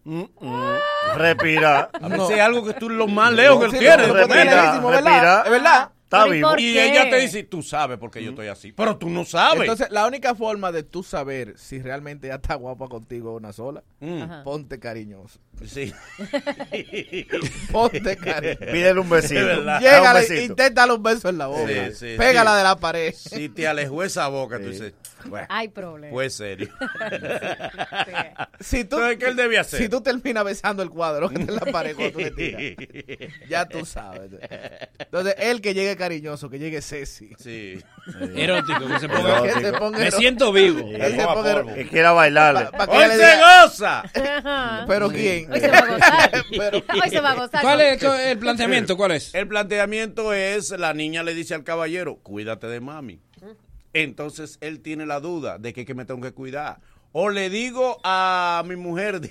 Speaker 6: Respira.
Speaker 2: A veces es algo que tú lo más lejos que él tiene. de
Speaker 7: Respira,
Speaker 2: momento.
Speaker 7: respira. Es verdad.
Speaker 6: Está
Speaker 5: ¿Pero y
Speaker 6: vivo. Mm.
Speaker 5: por
Speaker 2: Y
Speaker 5: qué?
Speaker 2: ella te dice, tú sabes por qué yo estoy así. Pero tú no sabes.
Speaker 7: Entonces, la única forma de tú saber si realmente ya está guapa contigo es una sola,
Speaker 2: Mm.
Speaker 5: Ajá.
Speaker 7: ponte cariñoso.
Speaker 2: Sí.
Speaker 7: Ponte cariñoso.
Speaker 6: Pídele un besito.
Speaker 2: Es verdad.
Speaker 6: Da un
Speaker 7: Llégale,
Speaker 6: besito.
Speaker 7: inténtale un beso en la boca.
Speaker 2: Sí, sí,
Speaker 7: Pégala
Speaker 2: sí.
Speaker 7: de la pared.
Speaker 2: Si te alejó esa boca, tú dices, bueno,
Speaker 5: Hay problemas.
Speaker 2: pues serio.
Speaker 7: Si tú,
Speaker 2: Entonces, ¿qué él debe hacer?
Speaker 7: Si tú terminas besando el cuadro que está en la pared cuando tú le tiras, ya tú sabes. Entonces, él que llegue cariñoso, que llegue sexy.
Speaker 2: Sí.
Speaker 3: Erótico, que se
Speaker 7: Que
Speaker 3: ponga.
Speaker 7: se ponga
Speaker 3: Me
Speaker 7: ero-
Speaker 3: siento vivo.
Speaker 7: que se ponga ero-
Speaker 6: Que quiera bailarle.
Speaker 7: pa- pa' que
Speaker 2: ¡Hoy se
Speaker 7: le diga,
Speaker 2: goza!
Speaker 5: Ajá.
Speaker 7: Pero quién.
Speaker 5: Hoy se va a gozar. Hoy se va a gozar.
Speaker 3: ¿Cuál es el- el planteamiento? ¿Cuál es?
Speaker 2: El planteamiento es, la niña le dice al caballero, cuídate de mami. Entonces él tiene la duda de que, que me tengo que cuidar. O le digo a mi mujer, di-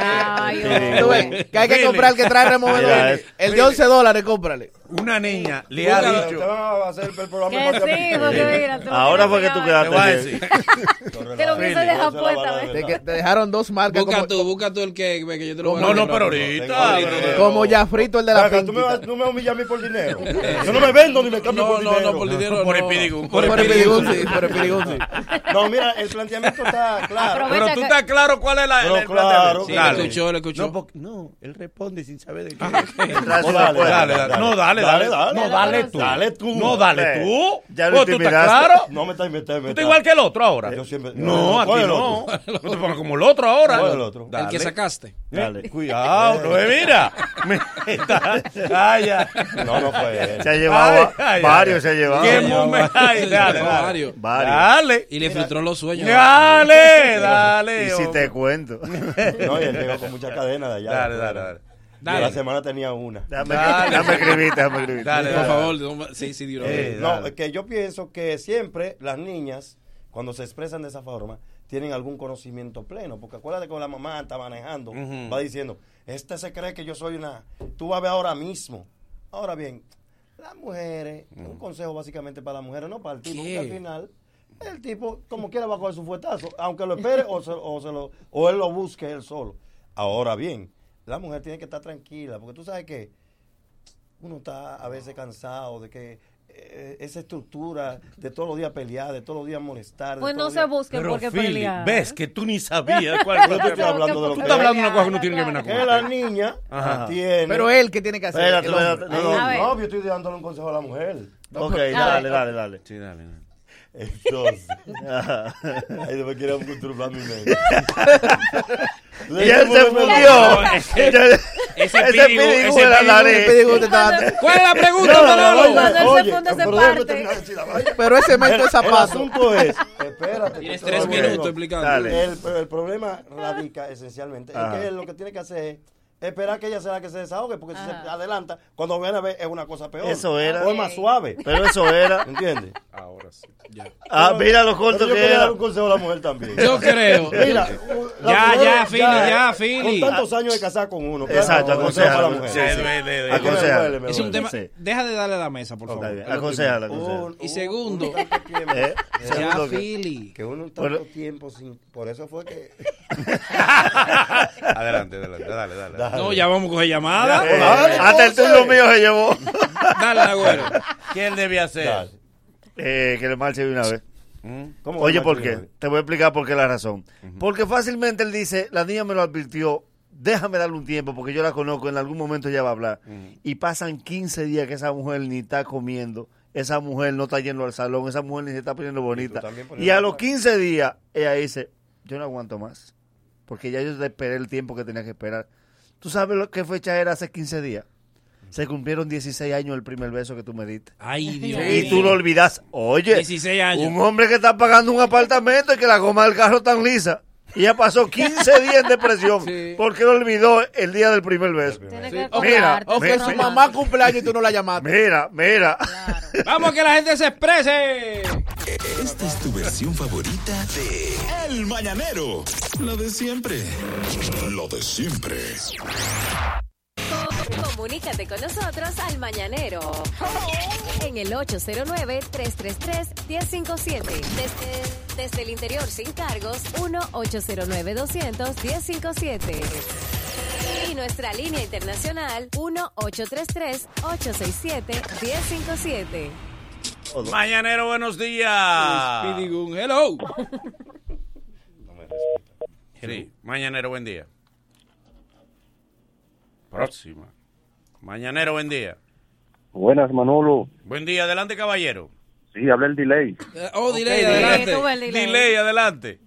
Speaker 5: Ay,
Speaker 7: Tú
Speaker 5: hombre.
Speaker 7: ves, que hay que
Speaker 2: Dile.
Speaker 7: comprar el que trae
Speaker 6: Mira,
Speaker 7: removedor.
Speaker 6: es-
Speaker 7: El de 11 dólares, cómprale.
Speaker 2: una niña le
Speaker 10: Te
Speaker 2: ha
Speaker 10: van
Speaker 2: dicho,
Speaker 10: a hacer el programa
Speaker 5: Que
Speaker 10: para que-
Speaker 5: sí, porque mira, tú lo
Speaker 6: Ahora fue que
Speaker 5: tienes
Speaker 6: tú
Speaker 5: pegado.
Speaker 2: te voy a
Speaker 6: quedaste. bien.
Speaker 2: decir,
Speaker 5: Te lo hubiese
Speaker 2: Fili.
Speaker 10: Esa
Speaker 5: dejado
Speaker 10: es la
Speaker 5: puesta,
Speaker 10: balada.
Speaker 5: ¿ves?
Speaker 7: De que te dejaron dos marcas.
Speaker 3: Busca
Speaker 7: Como,
Speaker 3: tú, busca tú el que, que yo te lo voy a
Speaker 2: no, no,
Speaker 3: comprar.
Speaker 2: pero ahorita.
Speaker 10: Tengo dinero.
Speaker 7: como ya frito el de la
Speaker 10: Venga, tú me,
Speaker 7: finquita.
Speaker 10: vas- tú me humillas a mí por dinero.
Speaker 8: Eh.
Speaker 10: Yo no me vendo ni me cambio
Speaker 3: No,
Speaker 10: por
Speaker 3: no,
Speaker 10: dinero.
Speaker 3: no, por dinero.
Speaker 2: Por
Speaker 3: no.
Speaker 2: espíritu,
Speaker 7: Por
Speaker 2: por
Speaker 7: el
Speaker 2: espíritu.
Speaker 7: piriguzzi, por el piriguzzi.
Speaker 10: No, mira, el planteamiento está claro.
Speaker 5: Aprovecha
Speaker 2: Pero tú
Speaker 5: que-
Speaker 2: estás claro cuál es la.
Speaker 10: Pero
Speaker 2: el planteamiento.
Speaker 10: claro,
Speaker 3: Sí,
Speaker 10: claro.
Speaker 3: lo escuchó, lo escuchó.
Speaker 2: No, porque- no, él responde sin saber de qué.
Speaker 6: Trae su
Speaker 10: Oh, dale,
Speaker 6: acuerdo.
Speaker 2: Dale, dale. No, dale, dale.
Speaker 10: Dale, dale.
Speaker 2: No, dale tú.
Speaker 10: Dale tú.
Speaker 2: No, dale
Speaker 6: Sí.
Speaker 2: tú.
Speaker 6: Ya lo
Speaker 2: Pues, ¿Tú estás
Speaker 6: intimidaste.
Speaker 2: claro?
Speaker 10: No me estás inventando.
Speaker 2: ¿Tú estás igual que el otro ahora?
Speaker 10: Yo siempre-
Speaker 2: No, a ti
Speaker 10: ¿Cuál es el
Speaker 2: no. No te pongas como el otro ahora.
Speaker 10: ¿Cuál es el otro?
Speaker 3: El que
Speaker 2: Dale.
Speaker 3: sacaste.
Speaker 2: Dale. Cuidado, no me mira. Me está. Ay, ya.
Speaker 10: No, no fue
Speaker 6: Se
Speaker 10: él.
Speaker 6: ha llevado
Speaker 2: Ay, ay,
Speaker 6: varios,
Speaker 2: ay.
Speaker 6: se ha llevado.
Speaker 2: Qué momento. Ay, Dale, dale.
Speaker 3: Varios.
Speaker 6: Varios.
Speaker 2: Dale.
Speaker 3: Y le filtró los sueños.
Speaker 2: Dale, dale.
Speaker 6: Y si
Speaker 2: hombre.
Speaker 6: te cuento.
Speaker 10: No, y él llegó con muchas cadenas de allá.
Speaker 2: Dale, dale, dale.
Speaker 10: Yo La semana tenía una.
Speaker 6: Déjame,
Speaker 2: Dale.
Speaker 6: déjame escribirte, déjame escribirte.
Speaker 2: Dale,
Speaker 3: Por
Speaker 2: dale.
Speaker 3: favor, no- sí, sí, dilo.
Speaker 2: Eh,
Speaker 10: No,
Speaker 2: dale.
Speaker 10: es que yo pienso que siempre las niñas, cuando se expresan de esa forma, tienen algún conocimiento pleno. Porque acuérdate que la mamá está manejando,
Speaker 2: Ujú.
Speaker 10: va diciendo, este se cree que yo soy una... Tú vas a ver ahora mismo. Ahora bien, las mujeres, un consejo básicamente para las mujeres, no para el tipo,
Speaker 3: ¿Qué?
Speaker 10: porque al final... El tipo, como quiera, va a coger su fuetazo, aunque lo espere o, se- o se lo, o él lo busque él solo. Ahora bien, la mujer tiene que estar tranquila, porque tú sabes que uno está a veces cansado de que eh, esa estructura de todos los días pelear, de todos los días molestar. de
Speaker 5: Pues no
Speaker 10: todos los
Speaker 5: se
Speaker 10: días-
Speaker 5: busquen Pero, por qué Philly, pelear.
Speaker 2: ves que tú ni sabías cuál-
Speaker 10: Pero tú estás hablando de
Speaker 2: Tú
Speaker 10: lo que
Speaker 2: estás hablando de una
Speaker 10: es.
Speaker 2: cosa que no tiene que ver con
Speaker 10: Que la niña
Speaker 2: Ajá.
Speaker 10: tiene.
Speaker 7: Pero él, ¿qué tiene que hacer?
Speaker 10: Espérate,
Speaker 7: El hombre.
Speaker 10: espérate, no,
Speaker 7: A ver.
Speaker 10: no, no, yo estoy dándole un consejo a la mujer.
Speaker 7: Ok, A ver. dale, dale,
Speaker 6: dale.
Speaker 2: Sí, dale.
Speaker 10: Entonces, ahí después quiero conturbar mi mente.
Speaker 6: Y él se fundió. Ese pidigú
Speaker 10: pidigú,
Speaker 6: era
Speaker 10: pidigú,
Speaker 6: la nariz.
Speaker 10: ese pidigú te estaba-
Speaker 7: ¿Cuál es la pregunta,
Speaker 10: No, no,
Speaker 7: Manolo?
Speaker 10: oye,
Speaker 7: Cuando él se
Speaker 10: oye,
Speaker 7: funde, se
Speaker 10: pero déjame
Speaker 7: parte.
Speaker 10: terminar de decir la vaina.
Speaker 7: Pero ese mento es
Speaker 10: El-
Speaker 7: zapato.
Speaker 10: El asunto es, espérate.
Speaker 7: Tienes
Speaker 10: que te
Speaker 7: tres
Speaker 10: lo digo.
Speaker 7: minutos explicando. Dale.
Speaker 10: El, pero el problema radica esencialmente en
Speaker 7: Ajá.
Speaker 10: que él lo que tiene que hacer es esperar que ella sea la que se desahogue, porque si se adelanta, cuando viene a ver es una cosa peor.
Speaker 6: Eso era.
Speaker 10: O es más suave.
Speaker 6: Pero eso era.
Speaker 10: ¿Entiendes?
Speaker 2: Ahora sí.
Speaker 6: Ah,
Speaker 10: Pero-
Speaker 6: mira lo
Speaker 10: pero
Speaker 6: corto
Speaker 10: yo
Speaker 6: que
Speaker 10: quiero
Speaker 6: era.
Speaker 10: dar un consejo a la mujer también.
Speaker 6: Yo creo.
Speaker 10: Mira, la
Speaker 6: Ya,
Speaker 10: mujer,
Speaker 6: ya, Fili, ya, Fili.
Speaker 10: Con tantos años de casar con uno.
Speaker 6: Exacto,
Speaker 10: claro, consejo para la
Speaker 6: aconsejalo.
Speaker 10: mujer.
Speaker 6: Sí, sí.
Speaker 10: duele, duele.
Speaker 6: Aconsejalo.
Speaker 10: Me duele, me
Speaker 3: Es un tema.
Speaker 6: Sí.
Speaker 3: Deja de darle a la mesa, por favor. Es lo
Speaker 6: aconsejala,
Speaker 3: primero.
Speaker 6: aconsejala.
Speaker 3: Y segundo,
Speaker 6: Eh,
Speaker 3: ya
Speaker 6: segundo que-
Speaker 3: Philly.
Speaker 10: Que uno tanto
Speaker 6: Bueno.
Speaker 10: tiempo sin... Por eso fue que...
Speaker 2: Adelante, adelante, dale, dale.
Speaker 3: No, ya vamos a coger llamada.
Speaker 2: Ya, dale,
Speaker 6: Hasta el turno mío se llevó.
Speaker 3: Dale, Agüero.
Speaker 2: ¿Qué él debía hacer?
Speaker 6: Eh, que le marche de una vez.
Speaker 10: ¿Cómo
Speaker 6: Oye,
Speaker 10: que
Speaker 6: ¿por
Speaker 10: marche de
Speaker 6: qué?
Speaker 10: una vez?
Speaker 6: Te voy a explicar por qué la razón. Porque fácilmente él dice, la niña me lo advirtió, déjame darle un tiempo porque yo la conozco, en algún momento ella va a hablar. Y pasan 15 días que esa mujer ni está comiendo, esa mujer no está yendo al salón, esa mujer ni se está poniendo bonita.
Speaker 10: también
Speaker 6: Y,
Speaker 10: poniendo
Speaker 6: a los 15 días ella dice, yo no aguanto más, porque ya yo te esperé el tiempo que tenía que esperar. ¿Tú sabes lo que fecha era hace 15 días? Se cumplieron 16 años el primer beso que tú me diste.
Speaker 3: Ay, Dios
Speaker 6: Y
Speaker 3: mío.
Speaker 6: tú lo olvidas. Oye,
Speaker 3: 16 años.
Speaker 6: un hombre que está pagando un apartamento y que la goma del carro tan lisa. Y ya pasó 15 días en depresión porque lo olvidó el día del primer beso.
Speaker 7: Sí.
Speaker 6: O
Speaker 7: O
Speaker 6: que- Mira,
Speaker 7: o que
Speaker 6: mira.
Speaker 7: su mamá cumpleaños y tú no la llamaste.
Speaker 6: Mira, mira.
Speaker 3: Vamos a que la gente se exprese.
Speaker 1: Esta es tu versión favorita de El Mañanero. Lo de siempre. Lo de siempre.
Speaker 14: Comunícate con nosotros al Mañanero. En el 809-333-1057. Desde, desde el interior sin cargos, 1-809-200-1057. Y nuestra línea internacional, 1-833-867-1057.
Speaker 2: Mañanero, buenos días.
Speaker 3: Pidigún, hello.
Speaker 2: Sí, mañanero, buen día. Próxima. Mañanero, buen día.
Speaker 15: Buenas, Manolo.
Speaker 2: Buen día, adelante, caballero.
Speaker 15: Sí, hablé el delay.
Speaker 3: Oh, delay,
Speaker 5: tuvo el
Speaker 2: adelante.
Speaker 5: delay.
Speaker 2: Delay, adelante.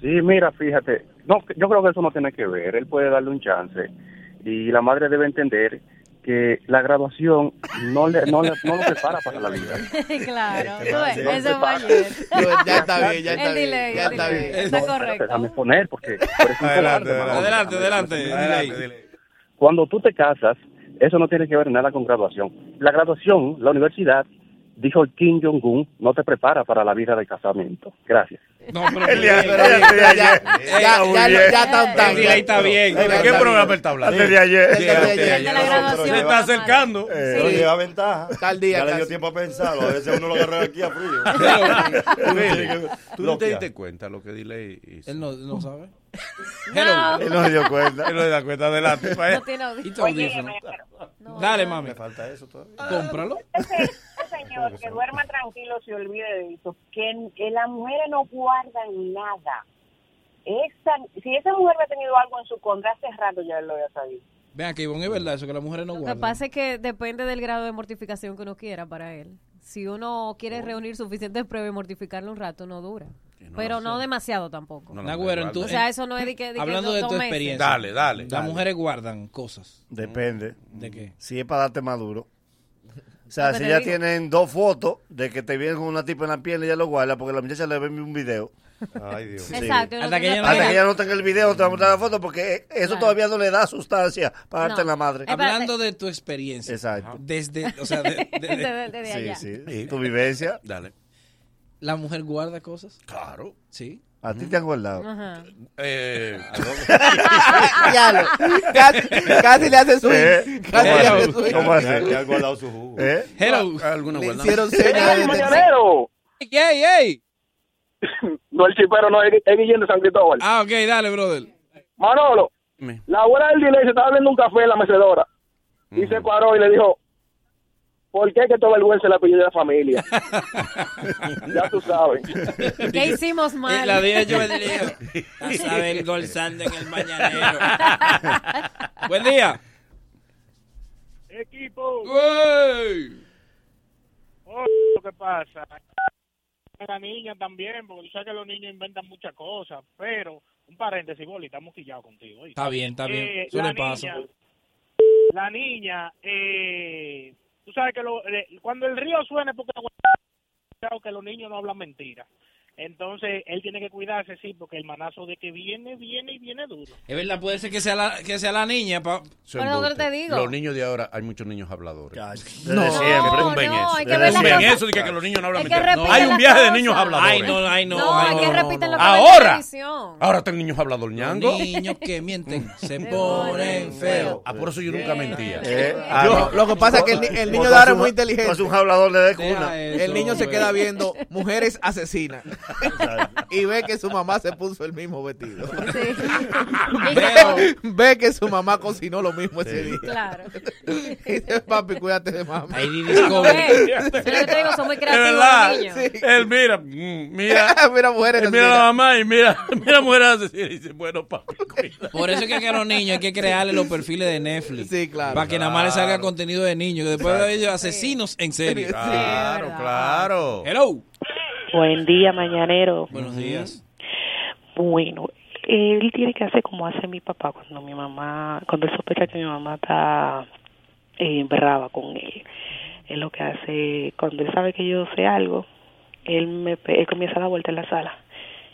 Speaker 15: Sí, mira, fíjate. No, yo creo que eso no tiene que ver. Él puede darle un chance. Y la madre debe entender que la graduación no le, no le- no lo prepara para la vida.
Speaker 5: claro,
Speaker 7: Este
Speaker 5: tú ves,
Speaker 15: No
Speaker 5: eso fue
Speaker 15: prepara.
Speaker 5: ayer.
Speaker 7: Ya está bien, ya está
Speaker 5: El
Speaker 7: bien,
Speaker 5: delay,
Speaker 7: ya
Speaker 5: el
Speaker 7: está
Speaker 5: delay.
Speaker 7: bien.
Speaker 15: No,
Speaker 5: Está
Speaker 15: espérate,
Speaker 5: correcto.
Speaker 15: Déjame poner porque tú eres un
Speaker 2: Adelante,
Speaker 15: cobarde, Manolo.
Speaker 2: adelante, adelante,
Speaker 15: Adelante, Cuando tú te casas, eso no tiene que ver nada con graduación. La graduación, la universidad, dijo el Kim Jong-un, no te prepara para la vida de casamiento. Gracias.
Speaker 3: No, pero.
Speaker 6: El día-
Speaker 3: pero-
Speaker 6: el día de
Speaker 3: ya-
Speaker 6: ayer.
Speaker 3: ya-
Speaker 6: Está
Speaker 3: ya-
Speaker 6: muy
Speaker 3: ya-
Speaker 6: bien.
Speaker 3: ya tan- tan-
Speaker 6: El delay
Speaker 3: está bien.
Speaker 6: ¿De
Speaker 3: Está
Speaker 6: qué
Speaker 3: bien.
Speaker 6: programa él está hablando?
Speaker 2: Sí.
Speaker 6: El de ayer.
Speaker 2: Sí, el de ayer.
Speaker 5: la graduación,
Speaker 2: Se está
Speaker 5: mamá.
Speaker 2: acercando.
Speaker 8: Eh,
Speaker 10: Pero lleva ventaja.
Speaker 7: Tal día
Speaker 10: Ya le dio
Speaker 7: casi.
Speaker 10: tiempo a pensarlo. A veces uno lo agarra aquí a frío.
Speaker 2: Mire, ¿Tú no te
Speaker 10: Loquia.
Speaker 2: diste cuenta lo que Delay hizo?
Speaker 3: Él no, no sabe.
Speaker 5: No.
Speaker 6: Él no se dio cuenta.
Speaker 2: Él no se da cuenta, adelante. pa'
Speaker 5: No
Speaker 2: él.
Speaker 5: tiene
Speaker 3: Y
Speaker 5: audio.
Speaker 3: tu audífono. Dale, mami.
Speaker 10: Me falta eso todavía.
Speaker 3: Cómpralo.
Speaker 16: Ese Este, señor que duerma tranquilo se olvide de eso, que, n- que las mujeres no guardan nada. Esa, si esa mujer hubiera tenido algo en su contra hace rato ya él lo había sabido.
Speaker 3: Vean que Ivonne es verdad eso, que las mujeres no
Speaker 5: Lo que
Speaker 3: guardan.
Speaker 5: pasa es que depende del grado de mortificación que uno quiera para él. Si uno quiere reunir suficientes pruebas y mortificarlo un rato, no dura. Pero no demasiado tampoco.
Speaker 2: No, no,
Speaker 3: Nagüero,
Speaker 2: no,
Speaker 3: en tu- eh,
Speaker 5: O sea, eso no es de que- de que
Speaker 3: Hablando
Speaker 5: dos-
Speaker 3: de tu
Speaker 5: dos meses.
Speaker 3: experiencia.
Speaker 2: Dale, dale,
Speaker 3: Las
Speaker 2: dale.
Speaker 3: mujeres guardan cosas.
Speaker 6: Depende.
Speaker 3: ¿De qué?
Speaker 6: Si es para darte maduro. O
Speaker 5: Lo
Speaker 6: sea,
Speaker 5: que
Speaker 6: si
Speaker 5: te
Speaker 6: ya
Speaker 5: digo.
Speaker 6: tienen dos fotos de que te vienen con una tipa en la piel, ella lo guarda porque la muchacha le ve un video.
Speaker 10: Ay, Dios.
Speaker 6: Sí.
Speaker 5: Exacto. y uno
Speaker 3: Hasta que
Speaker 5: tiene-
Speaker 3: ella no
Speaker 6: Hasta que ya no tenga el video, te va a mostrar la foto porque eh, eso
Speaker 5: Claro.
Speaker 6: todavía no le da sustancia para darte
Speaker 5: No.
Speaker 6: la madre.
Speaker 5: Espérate.
Speaker 3: Hablando de tu experiencia.
Speaker 6: Exacto.
Speaker 3: Desde, o sea, de- de- de-
Speaker 5: Desde- desde allá.
Speaker 6: Sí, sí. Tu vivencia.
Speaker 2: Dale.
Speaker 3: la mujer guarda cosas.
Speaker 2: Claro.
Speaker 3: Sí.
Speaker 6: A ti te han guardado.
Speaker 5: Ajá.
Speaker 2: Eh,
Speaker 7: Ya lo- Casi, casi le hace swing.
Speaker 6: ¿Eh?
Speaker 7: Casi le hace swing.
Speaker 6: ¿Cómo
Speaker 10: Ya,
Speaker 6: así?
Speaker 10: ya han guardado su jugo.
Speaker 6: ¿Eh?
Speaker 3: Hello.
Speaker 2: ¿Alguna
Speaker 7: Le
Speaker 2: guardando?
Speaker 7: hicieron señas de-
Speaker 15: mañanero!
Speaker 3: Ey, ey, ey.
Speaker 15: No, el chipero no, es Guillén de San Cristóbal.
Speaker 3: Ah, ok, dale, brother.
Speaker 15: Manolo,
Speaker 10: La abuela del delay se estaba viendo un café en la mecedora. Y se paró y le dijo, ¿por qué que te vergüenza el apellido de la familia? ya tú sabes.
Speaker 5: ¿Qué hicimos mal?
Speaker 3: Y la día yo me diría, a saber golzando en el mañanero. Buen día.
Speaker 8: Equipo.
Speaker 3: ¡Ey!
Speaker 8: Oye, lo que pasa. A la niña también, porque tú sabes que los niños inventan muchas cosas, pero un paréntesis, Boli, estamos quillados contigo. oye.
Speaker 3: Está bien, está bien.
Speaker 8: Eh,
Speaker 3: Eso
Speaker 8: la
Speaker 3: le pasa.
Speaker 8: niña- La niña, eh, tú sabes que lo- eh, cuando el río suena es porque claro que los niños no hablan mentira. Entonces, él tiene que cuidarse, sí, porque el manazo de que viene, viene y viene duro.
Speaker 3: Es verdad, puede ser que sea la, que sea la niña. Pa...
Speaker 2: Eso
Speaker 8: Pero lo que
Speaker 2: embuste.
Speaker 8: te digo.
Speaker 2: Los niños de ahora, hay muchos niños habladores.
Speaker 3: desde No, siempre.
Speaker 2: Tumben
Speaker 3: no,
Speaker 2: eso.
Speaker 3: hay que ver las
Speaker 2: Tumben
Speaker 3: cosas.
Speaker 2: eso de que, que los niños no hablan
Speaker 3: Hay que
Speaker 2: mentira.
Speaker 3: repiten
Speaker 2: hay un
Speaker 3: las
Speaker 2: viaje de
Speaker 3: cosas.
Speaker 2: niños habladores.
Speaker 3: Ay, no, ay, no,
Speaker 5: No,
Speaker 3: ay,
Speaker 5: hay que
Speaker 3: no, no,
Speaker 5: repiten
Speaker 3: no.
Speaker 5: lo que ve en
Speaker 2: Ahora.
Speaker 5: televisión.
Speaker 2: Ahora están niños habladores, ñango.
Speaker 3: Los niños que mienten se ponen feos.
Speaker 2: Ah, por eso yo nunca mentía.
Speaker 6: Eh, ah,
Speaker 2: Yo-
Speaker 6: no.
Speaker 7: Lo que pasa es que el, ni- el niño de ahora es muy inteligente.
Speaker 6: Es un hablador de
Speaker 7: Deja
Speaker 6: cuna.
Speaker 7: eso, El niño se queda viendo mujeres asesinas y ve que su mamá se puso el mismo vestido. ve, ve que su mamá cocinó lo mismo ese día.
Speaker 5: Claro.
Speaker 7: Y dice, papi, cuídate de mamá.
Speaker 3: Ahí
Speaker 5: Yo te digo, son muy
Speaker 2: Es
Speaker 5: creativos
Speaker 2: verdad.
Speaker 5: los niños.
Speaker 2: Sí. Él mira, mm, mira.
Speaker 7: mira mujeres.
Speaker 2: Él mira
Speaker 3: asesinas.
Speaker 2: la mamá y mira, mira mujeres asesinas. Y dice, bueno, papi, cuida.
Speaker 3: Por eso es que, aquí a los niños hay que crearle los perfiles de Netflix. Sí, claro. Para que nada más le salga
Speaker 2: Claro.
Speaker 3: contenido de niños. Que después de ellos asesinos en serie.
Speaker 2: Claro, claro.
Speaker 3: Hello.
Speaker 17: Buen día, mañanero.
Speaker 3: Buenos días.
Speaker 17: Bueno, él tiene que hacer como hace mi papá cuando mi mamá, cuando él sospecha que mi mamá está eh, brava con él. Él lo que hace, cuando él sabe que yo sé algo, él me, pe- él comienza a dar vuelta en la sala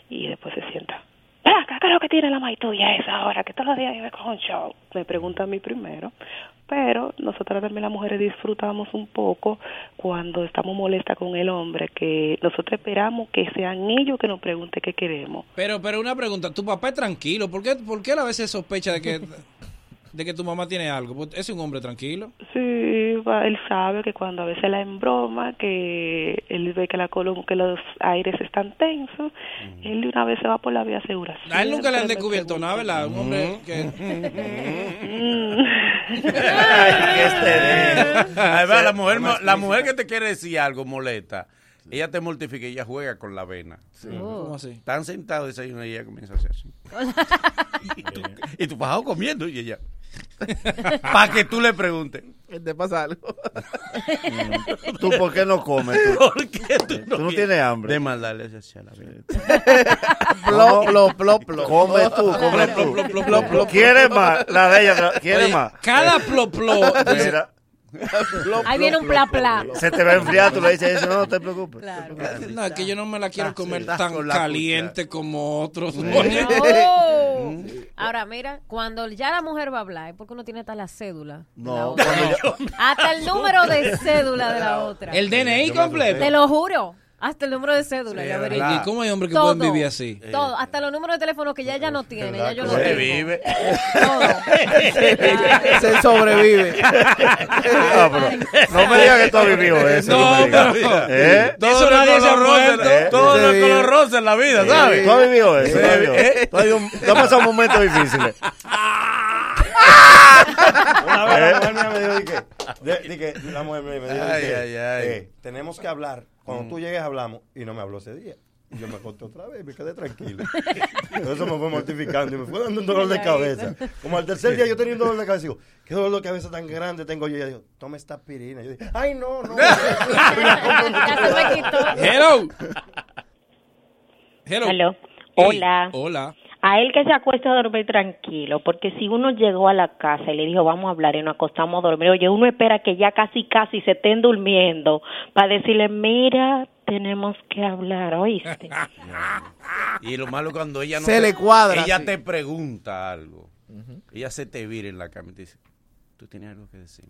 Speaker 17: y después se sienta. "Ven acá, ¿Qué es lo que tiene la maíz tuya esa hora? Que todos los días vive con un show. Me pregunta a mí primero, pero nosotras también las mujeres disfrutamos un poco cuando estamos molestas con el hombre, que nosotros esperamos que sean ellos que nos pregunten qué queremos.
Speaker 3: Pero, pero una pregunta. Tu papá es tranquilo. ¿Por qué, por qué él a veces sospecha de que, de que tu mamá tiene algo? Pues, Es un hombre tranquilo.
Speaker 17: Sí, va- él sabe que cuando a veces la embroma, que él ve que la columna, que los aires están tensos, él de una vez se va por la vía segura.
Speaker 3: A él nunca le
Speaker 17: Siempre
Speaker 3: han
Speaker 17: me
Speaker 3: descubierto nada, ¿verdad? Un hombre
Speaker 5: Mm.
Speaker 3: que...
Speaker 2: Ahí va, la mujer, mo- la mujer que te quiere decir algo molesta, ella te mortifica y ella juega con la vena.
Speaker 3: Oh. ¿Cómo así?
Speaker 2: Están sentados desayunando y ella comienza a hacer así. y, tú, y tú pasado comiendo y ella. Para que tú le preguntes.
Speaker 7: ¿Te pasa algo?
Speaker 6: Mm. ¿Tú por qué no comes? Tú?
Speaker 2: ¿Por qué tú no,
Speaker 6: no tienes hambre?
Speaker 2: De mandarle ese hacia la vena.
Speaker 7: Plop, plop, plop, plop.
Speaker 6: Come tú, come
Speaker 7: Plop,
Speaker 6: tú.
Speaker 7: plop, plop, plop, plop.
Speaker 6: ¿Quieres más? La de ella, ¿quieres
Speaker 3: Oye,
Speaker 6: más?
Speaker 3: cada plop, plop.
Speaker 6: Mira,
Speaker 5: Ahí viene un pla pla.
Speaker 6: se te va a enfriar, tú le dices eso, no, no te preocupes.
Speaker 3: No, es que yo no me la quiero comer
Speaker 6: sí.
Speaker 3: tan
Speaker 6: Con la
Speaker 3: caliente como otros.
Speaker 5: No. Ahora mira, cuando ya la mujer va a hablar, es porque uno tiene hasta la cédula.
Speaker 6: No,
Speaker 5: Hasta el número de cédula de la otra.
Speaker 3: El DNI completo.
Speaker 5: Te lo juro. Hasta el número de cédula. ya veré.
Speaker 3: ¿Y cómo hay hombres que
Speaker 5: Todo.
Speaker 3: pueden vivir así?
Speaker 5: Todo, hasta los números de teléfono que ya ella no tiene, ya yo no
Speaker 2: Se
Speaker 5: tengo.
Speaker 2: vive.
Speaker 7: Se sobrevive.
Speaker 6: No, pero no me digas que tú has vivido eso.
Speaker 2: No,
Speaker 6: me digas.
Speaker 2: pero-
Speaker 6: ¿Eh?
Speaker 2: Todo Eso nadie lo se ha color muerto. rosa,
Speaker 6: ¿Eh?
Speaker 2: todo lo color rosa en la vida, ¿sabes?
Speaker 6: Tú has vivido eso.
Speaker 2: Sí.
Speaker 6: ¿Tú has vivido?
Speaker 2: ¿Eh?
Speaker 6: Tú has vivido- tú has pasado momentos difíciles.
Speaker 10: Una vez
Speaker 6: ¿Eh?
Speaker 10: la mujer mía me dijo, dije, de- dije, la mujer mía me dijo,
Speaker 2: Ay,
Speaker 10: dije,
Speaker 2: ay, ay.
Speaker 10: eh, tenemos que hablar. Cuando
Speaker 2: Mm.
Speaker 10: tú llegues hablamos. Y no me habló ese día. Yo me acosté otra vez y me quedé tranquilo. Eso me fue mortificando y me fue dando un dolor de cabeza. Como al tercer día yo tenía un dolor de cabeza. Digo, qué dolor de cabeza tan grande tengo yo. Y ella dijo, toma esta pirina. Yo dije, ay, no, no.
Speaker 3: Hello. Hello.
Speaker 13: Hello.
Speaker 3: Hey.
Speaker 13: Hola.
Speaker 3: Hola.
Speaker 13: A él que se acuesta a dormir tranquilo, porque si uno llegó a la casa y le dijo vamos a hablar y nos acostamos a dormir, oye, uno espera que ya casi casi se estén durmiendo para decirle, mira, tenemos que hablar, ¿oíste?
Speaker 2: Y lo malo cuando ella no
Speaker 13: Se
Speaker 2: te-
Speaker 13: le cuadra,
Speaker 2: Ella
Speaker 13: sí.
Speaker 2: te pregunta algo. Ella se te vira en la cama y te dice, tú tienes algo que decir.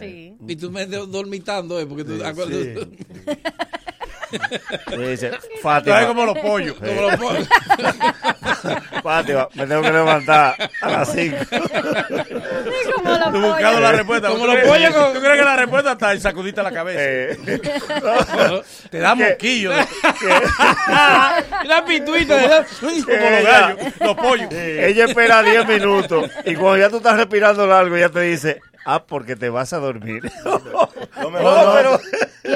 Speaker 5: Sí.
Speaker 3: Y tú me do- dormitando, ¿eh? Porque tú
Speaker 2: Sí,
Speaker 3: acuerdas.
Speaker 6: Sí, dice, Fátima.
Speaker 3: Tú eres como los pollos,
Speaker 6: Sí.
Speaker 3: como los pollos.
Speaker 6: Fátima, me tengo que levantar a las 5.
Speaker 5: Es como
Speaker 2: Tú buscando la respuesta.
Speaker 3: Como
Speaker 2: ¿Tú
Speaker 3: los
Speaker 2: crees-
Speaker 3: pollos con-
Speaker 2: ¿Tú crees que la respuesta está y sacudiste la cabeza?
Speaker 8: Eh.
Speaker 2: Te da moquillo.
Speaker 3: La pituita, ¿verdad?
Speaker 2: Como los gallos, los pollos.
Speaker 6: Ella espera 10 minutos y cuando ya tú estás respirando largo, ella te dice, ah, porque te vas a dormir.
Speaker 10: No,
Speaker 7: no,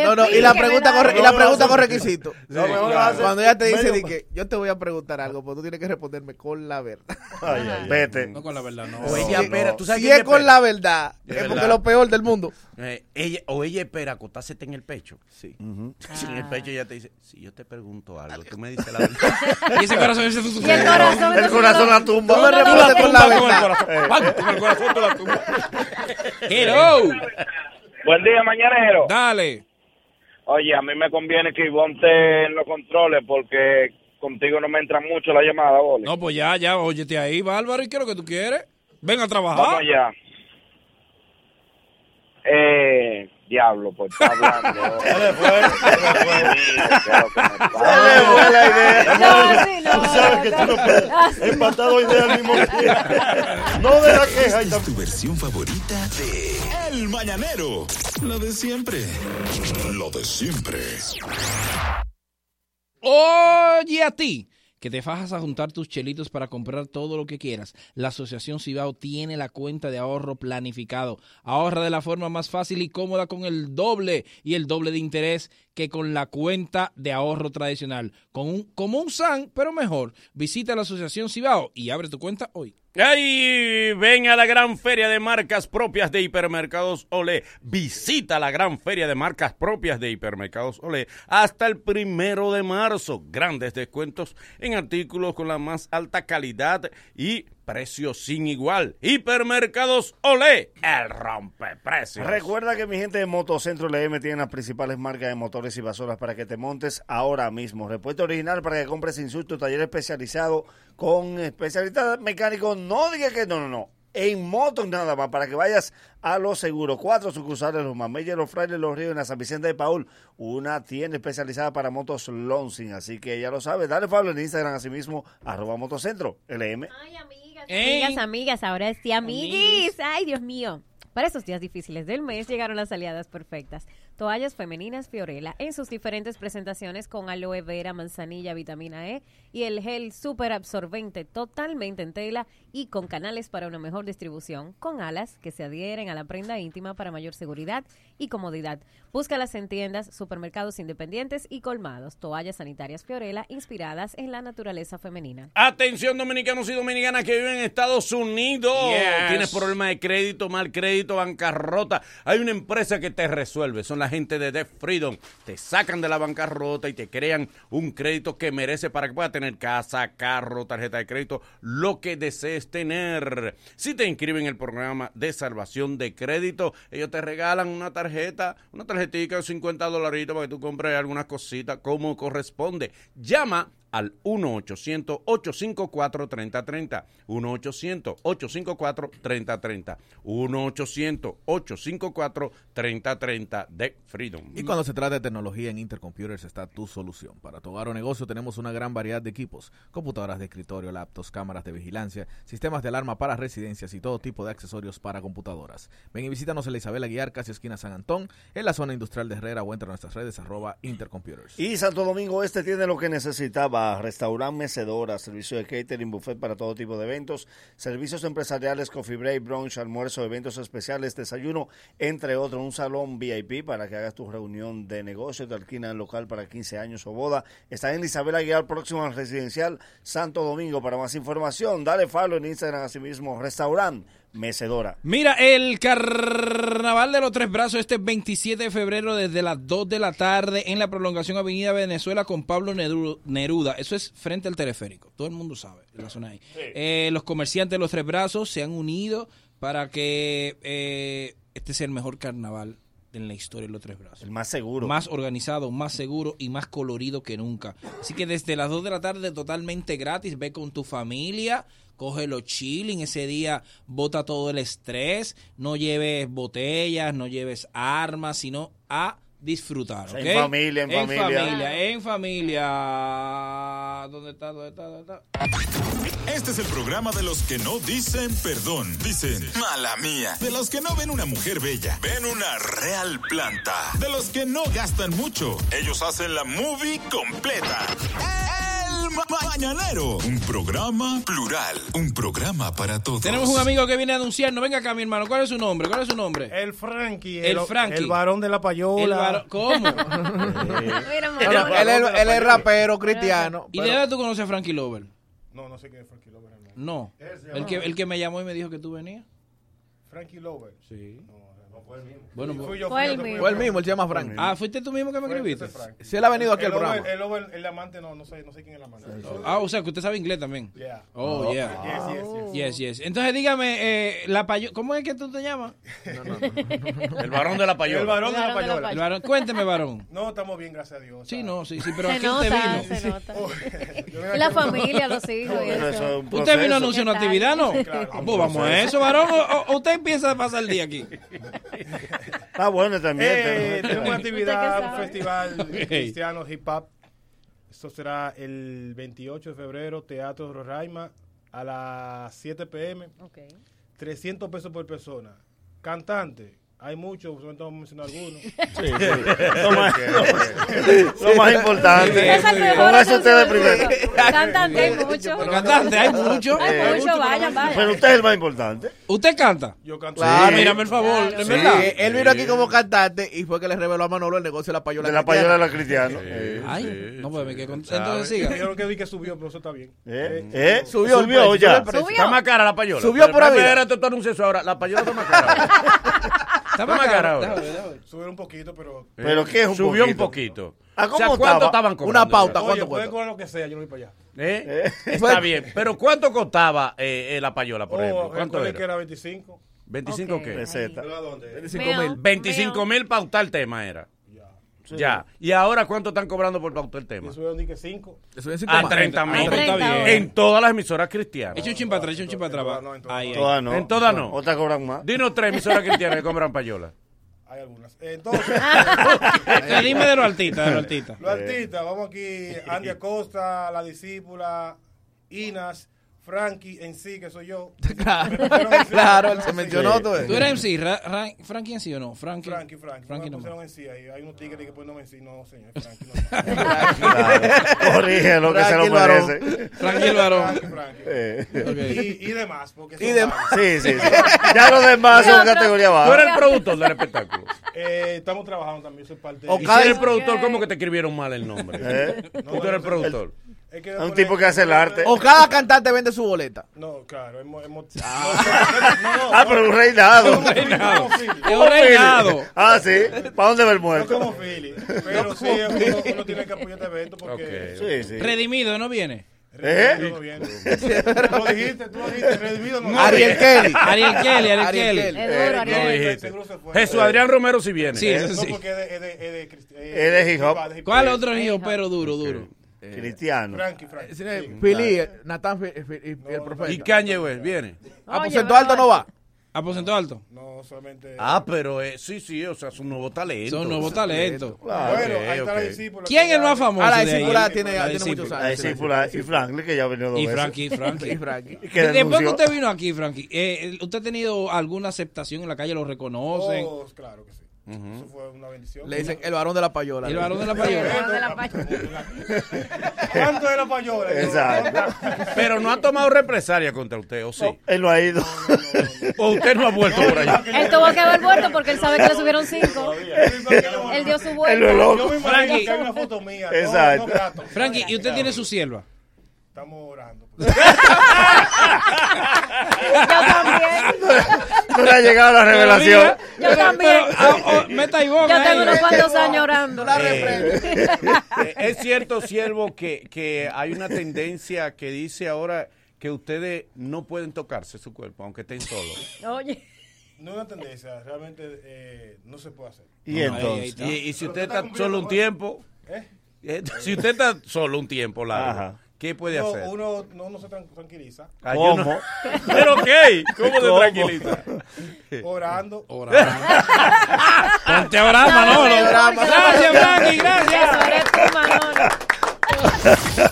Speaker 7: no, no, y la pregunta corre, y la pregunta con requisito.
Speaker 10: Lo mejor lo hace
Speaker 7: Cuando ella te dice
Speaker 10: medio-
Speaker 7: di que yo te voy a preguntar algo, pues tú tienes que responderme con la verdad.
Speaker 10: Ay, ay, ay.
Speaker 6: Vete.
Speaker 3: No con la verdad, no.
Speaker 7: Oye,
Speaker 3: No, no.
Speaker 7: espera, tú sabes
Speaker 3: Si
Speaker 7: quién
Speaker 3: es con
Speaker 7: espera.
Speaker 3: la verdad,
Speaker 7: De
Speaker 3: es porque
Speaker 7: verdad.
Speaker 3: es lo
Speaker 7: peor del mundo.
Speaker 2: Eh, ella, o ella espera acostársete en el pecho. Sí. En el pecho ella te dice, si yo te pregunto algo, tú me dices la verdad.
Speaker 3: Y ese corazón, ese es tu-
Speaker 2: Y el corazón,
Speaker 6: El corazón la tumba.
Speaker 2: Tú la
Speaker 6: Tú
Speaker 2: tumbas
Speaker 6: tumbas
Speaker 2: con el corazón.
Speaker 6: Eh.
Speaker 2: Pam, con el corazón tú la tumbas.
Speaker 3: Hello.
Speaker 9: Buen día, mañanero.
Speaker 3: Dale.
Speaker 9: Oye, a mí me conviene que Ivonne te lo controle porque contigo no me entra mucho la llamada, Boli.
Speaker 3: No, pues ya, ya, óyete ahí, Bárbaro, ¿y qué es lo que tú quieres? Ven a trabajar.
Speaker 9: Vamos allá. Eh, diablo, pues está hablando. se le fue,
Speaker 10: fue la idea.
Speaker 9: No, sí, no,
Speaker 10: Tú sabes que tú no puedes. Empatado idea al mismo tiempo. No de la queja.
Speaker 1: Esta es tu versión favorita de El Mañanero. Lo de siempre. Lo de siempre.
Speaker 3: Oye a ti, que te fajas a juntar tus chelitos para comprar todo lo que quieras. La Asociación Cibao tiene la cuenta de ahorro planificado. Ahorra de la forma más fácil y cómoda con el doble y el doble de interés que con la cuenta de ahorro tradicional. Con un, como un SAN, pero mejor. Visita la Asociación Cibao y abre tu cuenta hoy.
Speaker 2: Ay, ven a la gran feria de marcas propias de Hipermercados Olé. Visita la gran feria de marcas propias de Hipermercados Olé hasta el primero de marzo. Grandes descuentos en artículos con la más alta calidad y precios sin igual. Hipermercados Olé, el rompeprecios.
Speaker 6: Recuerda que mi gente de Motocentro LM tiene las principales marcas de motores y basuras para que te montes ahora mismo. Repuesto original para que compres sin susto, taller especializado con especialistas mecánicos. No diga que no, no, no. En motos nada más, para que vayas a lo seguro. Cuatro sucursales, los Mameyes, los Frailes, los Ríos, en la San Vicente de Paul. Una tienda especializada para motos Lonsing. Así que ya lo sabes. Dale, Pablo, en Instagram, así mismo, arroba motocentro LM.
Speaker 5: Amigas, amigas, ahora sí, amiguis. Ay, Dios mío. Para estos días difíciles del mes llegaron las aliadas perfectas. Toallas femeninas Fiorella en sus diferentes presentaciones con aloe vera, manzanilla, vitamina E y el gel super absorbente totalmente en tela y con canales para una mejor distribución, con alas que se adhieren a la prenda íntima para mayor seguridad y comodidad. Búscalas en tiendas, supermercados independientes y colmados. Toallas sanitarias Fiorella inspiradas en la naturaleza femenina.
Speaker 2: Atención dominicanos y dominicanas que viven en Estados Unidos.
Speaker 3: Yes.
Speaker 2: Tienes problemas de crédito, mal crédito, bancarrota. Hay una empresa que te resuelve. Son la gente de Debt Freedom. Te sacan de la bancarrota y te crean un crédito que merece para que puedas tener casa, carro, tarjeta de crédito, lo que desees tener. Si te inscriben en el programa de salvación de crédito, ellos te regalan una tarjeta, una tarjetita de 50 dolaritos para que tú compres algunas cositas como corresponde. Llama al 1-800-854-3030. 1-800-854-3030. 1-800-854-3030 de Freedom.
Speaker 7: Y cuando se trata de tecnología en Intercomputers está tu solución. Para tu hogar o negocio tenemos una gran variedad de equipos, computadoras de escritorio, laptops, cámaras de vigilancia, sistemas de alarma para residencias y todo tipo de accesorios para computadoras. Ven y visítanos en la Isabel Aguiar, casi esquina San Antón, en la zona industrial de Herrera o entre nuestras redes arroba Intercomputers.
Speaker 6: Y Santo Domingo Este tiene lo que necesitaba, restaurante, mecedora, servicio de catering, buffet para todo tipo de eventos, servicios empresariales, coffee break, brunch, almuerzo, eventos especiales, desayuno, entre otros, un salón VIP para que hagas tu reunión de negocio, te alquilan local para 15 años o boda. Está en Isabel Aguilar, próximo al residencial Santo Domingo. Para más información, dale follow en Instagram, asimismo, restaurante, mecedora.
Speaker 3: Mira, el Carnaval de los Tres Brazos este 27 de febrero desde las 2 de la tarde en la prolongación Avenida Venezuela con Pablo Neru- Neruda. Eso es frente al teleférico. Todo el mundo sabe la zona ahí. Eh, los comerciantes de los Tres Brazos se han unido para que eh, este sea el mejor carnaval en la historia de los Tres Brazos.
Speaker 6: El más seguro.
Speaker 3: Más organizado, más seguro y más colorido que nunca. Así que desde las 2 de la tarde totalmente gratis, ve con tu familia, cógelo chilling, ese día bota todo el estrés, no lleves botellas, no lleves armas, sino a disfrutar.
Speaker 6: En
Speaker 3: ¿ok?
Speaker 6: familia, en familia.
Speaker 3: En familia, en familia. está? Ah, ¿Dónde está? ¿Dónde está? ¿Dónde está?
Speaker 1: Este es el programa de los que no dicen perdón. Dicen, mala mía. De los que no ven una mujer bella. Ven una real planta. De los que no gastan mucho. Ellos hacen la movie completa. El Ma- Mañanero. Un programa plural. Un programa para todos.
Speaker 3: Tenemos un amigo que viene a anunciarnos. Venga acá, mi hermano. ¿Cuál es su nombre? ¿Cuál es su nombre? El Frankie. El, Frankie.
Speaker 18: El varón de la payola.
Speaker 3: El varo- ¿Cómo?
Speaker 7: Él es- él es rapero cristiano.
Speaker 3: ¿Y de dónde tú conoces a Frankie Lover?
Speaker 18: No, no sé quién es Frankie Lover. hermano.
Speaker 3: No.
Speaker 18: Ese,
Speaker 3: El que,
Speaker 18: hermano.
Speaker 3: el que me llamó y me dijo que tú venías.
Speaker 18: Frankie Lover.
Speaker 3: Sí.
Speaker 18: No, no fue el mismo.
Speaker 3: Bueno,
Speaker 18: Fui
Speaker 3: pues-
Speaker 18: yo,
Speaker 3: Fue
Speaker 18: fui
Speaker 3: el
Speaker 18: yo, fui
Speaker 3: mismo.
Speaker 18: yo.
Speaker 7: Fue el mismo, él se llama Frank.
Speaker 3: Ah, fuiste tú mismo que me escribiste.
Speaker 18: Frankie.
Speaker 7: Si él ha venido aquí al
Speaker 18: El Lover-
Speaker 7: programa.
Speaker 18: El, Lover- el amante, no, no sé, no sé quién es el amante.
Speaker 3: Ah, o sea, que usted sabe inglés también.
Speaker 18: Yeah.
Speaker 3: Oh,
Speaker 18: Oh,
Speaker 3: yeah.
Speaker 18: yes, yes,
Speaker 3: yes, yes. Entonces dígame, eh, la payo- ¿cómo es que tú te llamas?
Speaker 2: El varón de la payola.
Speaker 18: El varón de la payola.
Speaker 3: El varón- Cuénteme, varón.
Speaker 18: No, estamos bien, gracias a Dios.
Speaker 3: Sí, no, sí, sí, pero
Speaker 18: Se
Speaker 3: ¿a quién te
Speaker 18: nota,
Speaker 3: vino?
Speaker 18: se nota.
Speaker 5: La familia, los hijos y
Speaker 18: Pero
Speaker 5: eso.
Speaker 18: un
Speaker 3: Usted vino a
Speaker 18: proceso.
Speaker 3: anunciar una actividad, ¿no?
Speaker 18: Sí, claro.
Speaker 3: Ah, pues vamos a eso, varón. O, o- usted empieza a pasar el día aquí.
Speaker 6: Está bueno también.
Speaker 18: Eh,
Speaker 6: está
Speaker 18: tenemos
Speaker 6: bueno.
Speaker 18: una actividad, un
Speaker 3: Ok.
Speaker 18: festival cristiano hip hop. Esto será el 28 de febrero, Teatro Roraima, a las 7 pm. 300 pesos por persona. Cantante. Hay muchos, solamente vamos a mencionar algunos.
Speaker 6: Lo más, lo- lo más importante. Póngase ustedes primero. Eh,
Speaker 5: Cantante hay mucho.
Speaker 3: Cantante hay mucho.
Speaker 5: Hay mucho, vaya,
Speaker 6: Pero
Speaker 5: vaya.
Speaker 6: usted es el más importante.
Speaker 3: ¿Usted canta?
Speaker 18: Yo canto.
Speaker 7: Claro.
Speaker 3: Sí, Ah, mírame el favor,
Speaker 7: Sí,
Speaker 3: de verdad.
Speaker 7: Él vino aquí como cantante y fue que le reveló a Manolo el negocio de la payola.
Speaker 6: De la
Speaker 7: cristiana.
Speaker 6: payola de la cristiana. Eh,
Speaker 3: Ay,
Speaker 6: sí.
Speaker 3: no puede que con-
Speaker 6: ¿Sabe?
Speaker 3: Entonces
Speaker 18: Yo
Speaker 3: siga.
Speaker 18: creo que vi que subió, pero eso está bien.
Speaker 6: Eh,
Speaker 18: Eh,
Speaker 6: eh, subió, subió ya.
Speaker 2: Está más cara la payola.
Speaker 18: Subió por ahí.
Speaker 2: Espérate, tú anuncias eso ahora. La payola está más cara. ahora. Está más cara ahora.
Speaker 18: Subieron un poquito, pero.
Speaker 2: ¿Pero qué es un Subió un poquito? poquito. Ah, ¿cómo O sea, ¿cuánto estaba? estaban cobrando?
Speaker 7: Una pauta,
Speaker 18: Oye, pueden
Speaker 7: ¿cuánto cuesta?
Speaker 18: cobrar lo que sea, yo no voy para allá.
Speaker 2: ¿Eh? Está bien. Pero ¿cuánto costaba eh, eh, la payola, por
Speaker 18: Oh,
Speaker 2: ejemplo? ¿Cuánto
Speaker 18: recuerden que
Speaker 2: era?
Speaker 18: era 25.
Speaker 2: ¿25
Speaker 18: Ok,
Speaker 2: qué?
Speaker 18: Peseta. ¿Pero a dónde?
Speaker 2: 25
Speaker 18: Meo,
Speaker 2: mil. 25 mil pautar el tema era. Ya. ¿Y ahora cuánto están cobrando por pautar el tema?
Speaker 18: Eso es donde que 5.
Speaker 2: A 30 mil. En todas las emisoras cristianas.
Speaker 3: Eche un chin para atrás, eche un chin para atrás. va. Ahí, ahí.
Speaker 6: Todas no.
Speaker 2: En todas no.
Speaker 6: Otras cobran más.
Speaker 2: Dinos tres emisoras cristianas que cobran payola.
Speaker 18: Hay algunas. Entonces.
Speaker 2: Ok, dime de los artistas, de los artistas.
Speaker 18: Los artistas, vamos aquí. Andy Acosta, La Discípula, Inas, Frankie en sí, que soy yo.
Speaker 7: Claro.
Speaker 18: Me pusieron en sí,
Speaker 7: Claro,
Speaker 18: me pusieron en
Speaker 7: él se
Speaker 18: sí.
Speaker 7: mencionó todo eso.
Speaker 3: ¿Tú eres MC? Ra- Ra- ¿Frankie en sí o no? Frankie.
Speaker 18: Frankie, Frankie.
Speaker 3: Frankie
Speaker 18: no me
Speaker 3: no.
Speaker 18: pusieron en sí ahí. Hay unos tigres que ponen en sí. No, señor, Frankie no.
Speaker 6: Claro. Corrígelo, que se
Speaker 18: Frankie
Speaker 6: lo
Speaker 18: el varón.
Speaker 6: merece.
Speaker 18: Frankie el varón. Frankie, Frankie.
Speaker 6: Eh.
Speaker 18: Y- y demás, porque
Speaker 6: Y
Speaker 18: son
Speaker 6: demás. Sí,
Speaker 18: varios.
Speaker 6: sí, sí. Ya los demás son
Speaker 18: Nosotros-
Speaker 6: categoría baja.
Speaker 2: Tú eres el productor del espectáculo.
Speaker 18: Eh, estamos trabajando también, soy parte
Speaker 2: O cada el productor, ¿cómo que te escribieron mal el nombre?
Speaker 6: ¿Eh?
Speaker 2: Tú eres el productor.
Speaker 18: Es
Speaker 6: A un tipo que hace el arte.
Speaker 7: O cada cantante vende su boleta.
Speaker 18: No, claro, hemos... hemos no, no,
Speaker 6: Ah, pero un reinado.
Speaker 18: Un reinado.
Speaker 6: Es
Speaker 18: Un reinado.
Speaker 6: Ah, sí. ¿Para dónde va el muerto?
Speaker 18: como Philly. Pero sí, uno, uno tiene que apoyar este evento porque...
Speaker 6: Sí, sí.
Speaker 3: Redimido no viene.
Speaker 6: ¿Eh?
Speaker 18: Redimido no viene. Tú lo dijiste, tú lo dijiste, redimido no viene.
Speaker 3: Ariel Kelly. Ariel Kelly, Ariel Ariel Kelly. Kelly.
Speaker 18: Eh,
Speaker 2: No
Speaker 18: no,
Speaker 2: dijiste.
Speaker 18: seguro se fue.
Speaker 2: Jesús Adrián Romero si viene.
Speaker 3: Sí, eso sí.
Speaker 18: Eh, No, porque es de, es de, es de, cristi- eh,
Speaker 6: Él es hip hop.
Speaker 3: ¿Cuál otro hijo, pero duro, duro?
Speaker 6: Cristiano.
Speaker 18: Frankie,
Speaker 8: Eh,
Speaker 18: Frankie.
Speaker 7: Sí, Philly, Natán, Fi- Fi- Fi- el profeta.
Speaker 2: Y Kanye West viene.
Speaker 7: Aposento alto no va.
Speaker 3: ¿Aposento alto?
Speaker 18: No, solamente...
Speaker 2: Ah, pero eh, sí, sí, o sea, es un nuevo talento.
Speaker 3: Son nuevos talentos.
Speaker 2: Claro,
Speaker 18: bueno, ahí
Speaker 2: ok,
Speaker 18: está la
Speaker 2: ok.
Speaker 18: discípula.
Speaker 3: ¿Quién es el más famoso?
Speaker 7: Ah, la
Speaker 3: de ahí?
Speaker 7: discípula tiene-
Speaker 3: La
Speaker 7: tiene muchos
Speaker 3: discípula.
Speaker 6: La discípula y Franklin, que ya ha venido dos
Speaker 3: Y
Speaker 6: veces.
Speaker 3: Frankie, Frankie.
Speaker 7: Y Frankie.
Speaker 6: Y que
Speaker 3: Después que
Speaker 6: denunció.
Speaker 3: usted vino aquí, Frankie, eh, ¿usted ha tenido alguna aceptación en la calle? ¿Lo reconocen?
Speaker 18: Oh, claro que sí. Eso fue una bendición.
Speaker 7: Le dicen el varón de la payola.
Speaker 3: El varón de la payola.
Speaker 5: De la payola.
Speaker 18: ¿Cuánto era payola?
Speaker 6: Exacto.
Speaker 2: Pero no ha tomado represalia contra usted, ¿o sí?
Speaker 6: Él no ha ido.
Speaker 2: ¿O usted no ha vuelto por allá?
Speaker 5: Él tuvo que haber vuelto porque él sabe que le subieron cinco. Él dio su vuelta.
Speaker 6: Él es
Speaker 18: Yo
Speaker 6: loco.
Speaker 18: me imagino que hay una foto mía. no-
Speaker 6: Exacto.
Speaker 18: no grato.
Speaker 3: Frankie, ¿y usted tiene su sierva?
Speaker 18: Estamos orando.
Speaker 6: No le ha llegado la revelación.
Speaker 5: Yo también.
Speaker 3: meta y
Speaker 5: Yo
Speaker 3: boca.
Speaker 5: tengo
Speaker 3: ahí.
Speaker 5: unos cuantos años orando.
Speaker 2: Eh, Es cierto, siervo, que, que hay una tendencia que dice ahora que ustedes no pueden tocarse su cuerpo, aunque estén solos.
Speaker 5: Oye.
Speaker 18: No es una tendencia, realmente eh, no se puede hacer.
Speaker 6: Y
Speaker 2: No, ahí-
Speaker 6: entonces.
Speaker 2: Y, y si
Speaker 18: Pero
Speaker 2: usted
Speaker 18: tú estás
Speaker 2: está solo un tiempo,
Speaker 18: ¿Eh?
Speaker 2: eh, si usted está solo un tiempo largo,
Speaker 6: Ajá.
Speaker 2: ¿qué puede
Speaker 18: No,
Speaker 2: hacer?
Speaker 18: uno no, no se tran- tranquiliza.
Speaker 2: Ah, yo no-
Speaker 6: ¿Cómo?
Speaker 2: Pero ¿qué? ¿Cómo te
Speaker 6: ¿Cómo?
Speaker 2: tranquiliza?
Speaker 18: Orando.
Speaker 3: Ponte a orar,
Speaker 5: Sabe
Speaker 3: Manolo.
Speaker 5: mejor que
Speaker 3: Gracias,
Speaker 5: nosotros.
Speaker 3: Frankie, gracias.
Speaker 5: Eso eres tú, Manolo.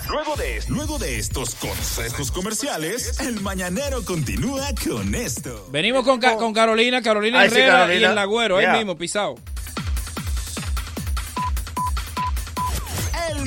Speaker 1: Luego de, luego de estos consejos comerciales, el mañanero continúa con esto.
Speaker 3: Venimos con, Ca- con Carolina, Carolina
Speaker 1: Ay, Oh. sí,
Speaker 3: Herrera y
Speaker 1: Carolina.
Speaker 3: el Agüero, ahí
Speaker 1: Yeah.
Speaker 3: mismo, pisado.
Speaker 1: El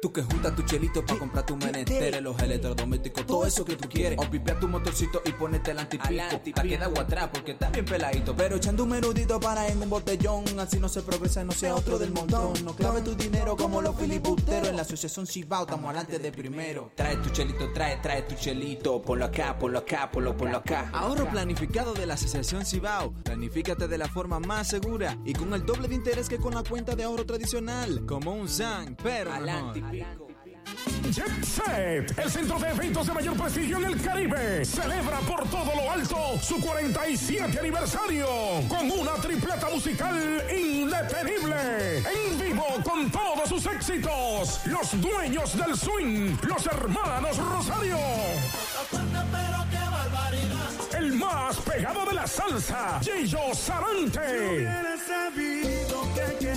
Speaker 11: Tú que juntas tu chelito para comprar tu menester, los electrodomésticos, todo eso que tú quieres. O pipea tu motorcito y ponete el antipico. Te queda agua atrás porque está bien peladito. Pero echando un menudito para en un botellón. Así no se progresa, no sea otro del montón. No clave tu dinero como los filibusteros. En la asociación Cibao estamos adelante de primero. Trae tu chelito, trae, trae tu chelito. Ponlo acá, ponlo acá, ponlo, ponlo acá. Ahorro planificado de la Asociación Cibao. Planifícate de la forma más segura y con el doble de interés que con la cuenta de ahorro tradicional. Como un Zang, pero mejor.
Speaker 19: JetSet, el centro de eventos de mayor prestigio en el Caribe, celebra por todo lo alto su 47 aniversario con una tripleta musical indetenible. En vivo con todos sus éxitos, los dueños del swing, los hermanos Rosario. El más pegado de la salsa, Gillo Sarante.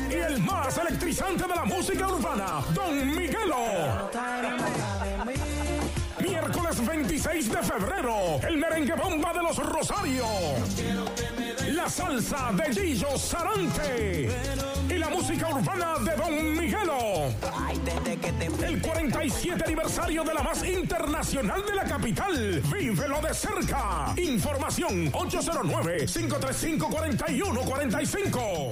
Speaker 19: Y el más electrizante de la música urbana, Don Miguelo. Miércoles 26 de febrero, el merengue bomba de los Rosario. La salsa de Gillo Sarante. Y la música urbana de Don Miguelo. El 47 aniversario de la más internacional de la capital. Vívelo de cerca. Información 809-535-4145.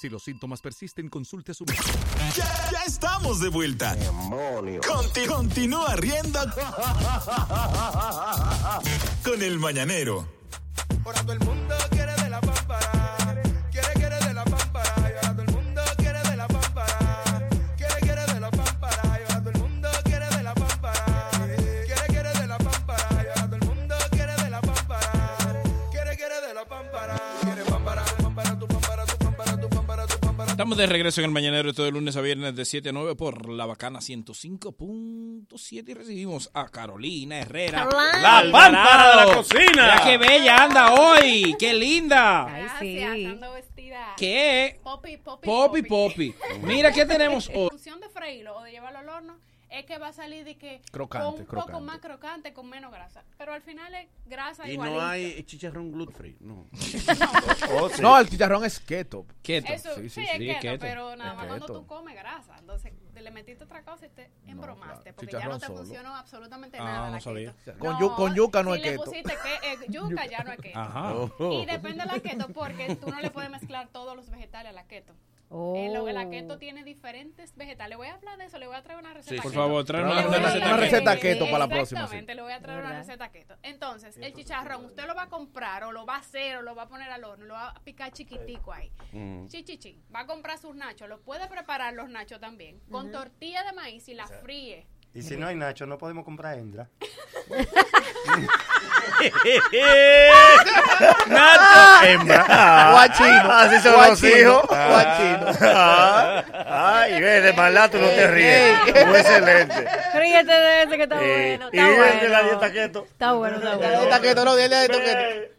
Speaker 12: Si los síntomas persisten, consulte a su médico.
Speaker 1: Ya, ya estamos de vuelta. Conti- continúa riendo con el mañanero.
Speaker 3: Estamos de regreso en el Mañanero, todo de lunes a viernes de 7 a 9 por La Bacana 105.7 y recibimos a Carolina Herrera.
Speaker 2: La pámpara de la cocina.
Speaker 3: Ya qué bella anda hoy, qué linda. ¿Qué?
Speaker 20: Popi, popi,
Speaker 3: Popi,
Speaker 20: popi.
Speaker 3: popi. Mira, ¿qué tenemos
Speaker 20: La
Speaker 3: hoy?
Speaker 20: función de freírlo o de llevarlo al horno es que va a salir de que
Speaker 2: Crocante,
Speaker 20: con un
Speaker 2: crocante.
Speaker 20: poco más crocante con menos grasa. Pero al final es grasa
Speaker 2: Y
Speaker 20: igualita.
Speaker 2: no hay chicharrón gluten free, no.
Speaker 7: No, el chicharrón es keto.
Speaker 20: Oh, Eso, sí, es keto, pero nada
Speaker 7: Es
Speaker 20: más cuando
Speaker 7: keto.
Speaker 20: tú comes grasa. Entonces, te le metiste otra cosa y te embromaste. este, Porque ya
Speaker 7: Chicharrón
Speaker 20: no te
Speaker 7: solo.
Speaker 20: funcionó absolutamente
Speaker 7: Ah,
Speaker 20: nada. la
Speaker 7: no sabía.
Speaker 20: keto.
Speaker 7: Con yu- con yuca no
Speaker 20: si
Speaker 7: es
Speaker 20: le
Speaker 7: keto. Oh.
Speaker 20: pusiste que, eh, yuca ya no es keto.
Speaker 7: Ajá.
Speaker 20: Y depende de la keto porque tú no le puedes mezclar todos los vegetales a la keto.
Speaker 5: Oh.
Speaker 20: Eh, lo- la keto tiene diferentes vegetales. Le voy a hablar de eso, le voy a traer una receta.
Speaker 7: por
Speaker 20: keto.
Speaker 7: favor, trae
Speaker 20: Le
Speaker 7: una-
Speaker 20: voy a
Speaker 7: una
Speaker 20: traer-
Speaker 7: receta keto. Una receta keto para la próxima, sí.
Speaker 20: Exactamente, le voy a traer una receta keto. Entonces, el chicharrón, usted lo va a comprar o lo va a hacer o lo va a poner al horno, lo va a picar chiquitico ahí.
Speaker 10: Mm.
Speaker 7: Mm.
Speaker 20: Chichichi, va a comprar sus nachos, los puede preparar los nachos también, con
Speaker 5: Ujú.
Speaker 20: tortilla de maíz y la fríe.
Speaker 10: Y si no hay Nacho, no podemos comprar hembra.
Speaker 2: Nacho, hembra.
Speaker 6: Guachino. Ah. Así son los
Speaker 2: Guachino.
Speaker 6: hijos.
Speaker 2: Ah.
Speaker 6: Ah. Ay, ve, de maldad tú no te ríes.
Speaker 5: ey.
Speaker 6: Fue excelente.
Speaker 5: Ríete de ese que está
Speaker 6: Eh,
Speaker 5: bueno.
Speaker 6: y
Speaker 5: Está
Speaker 6: el de
Speaker 5: bueno.
Speaker 6: la dieta keto.
Speaker 5: Está bueno, está bueno.
Speaker 6: dieta keto, no, dieta keto,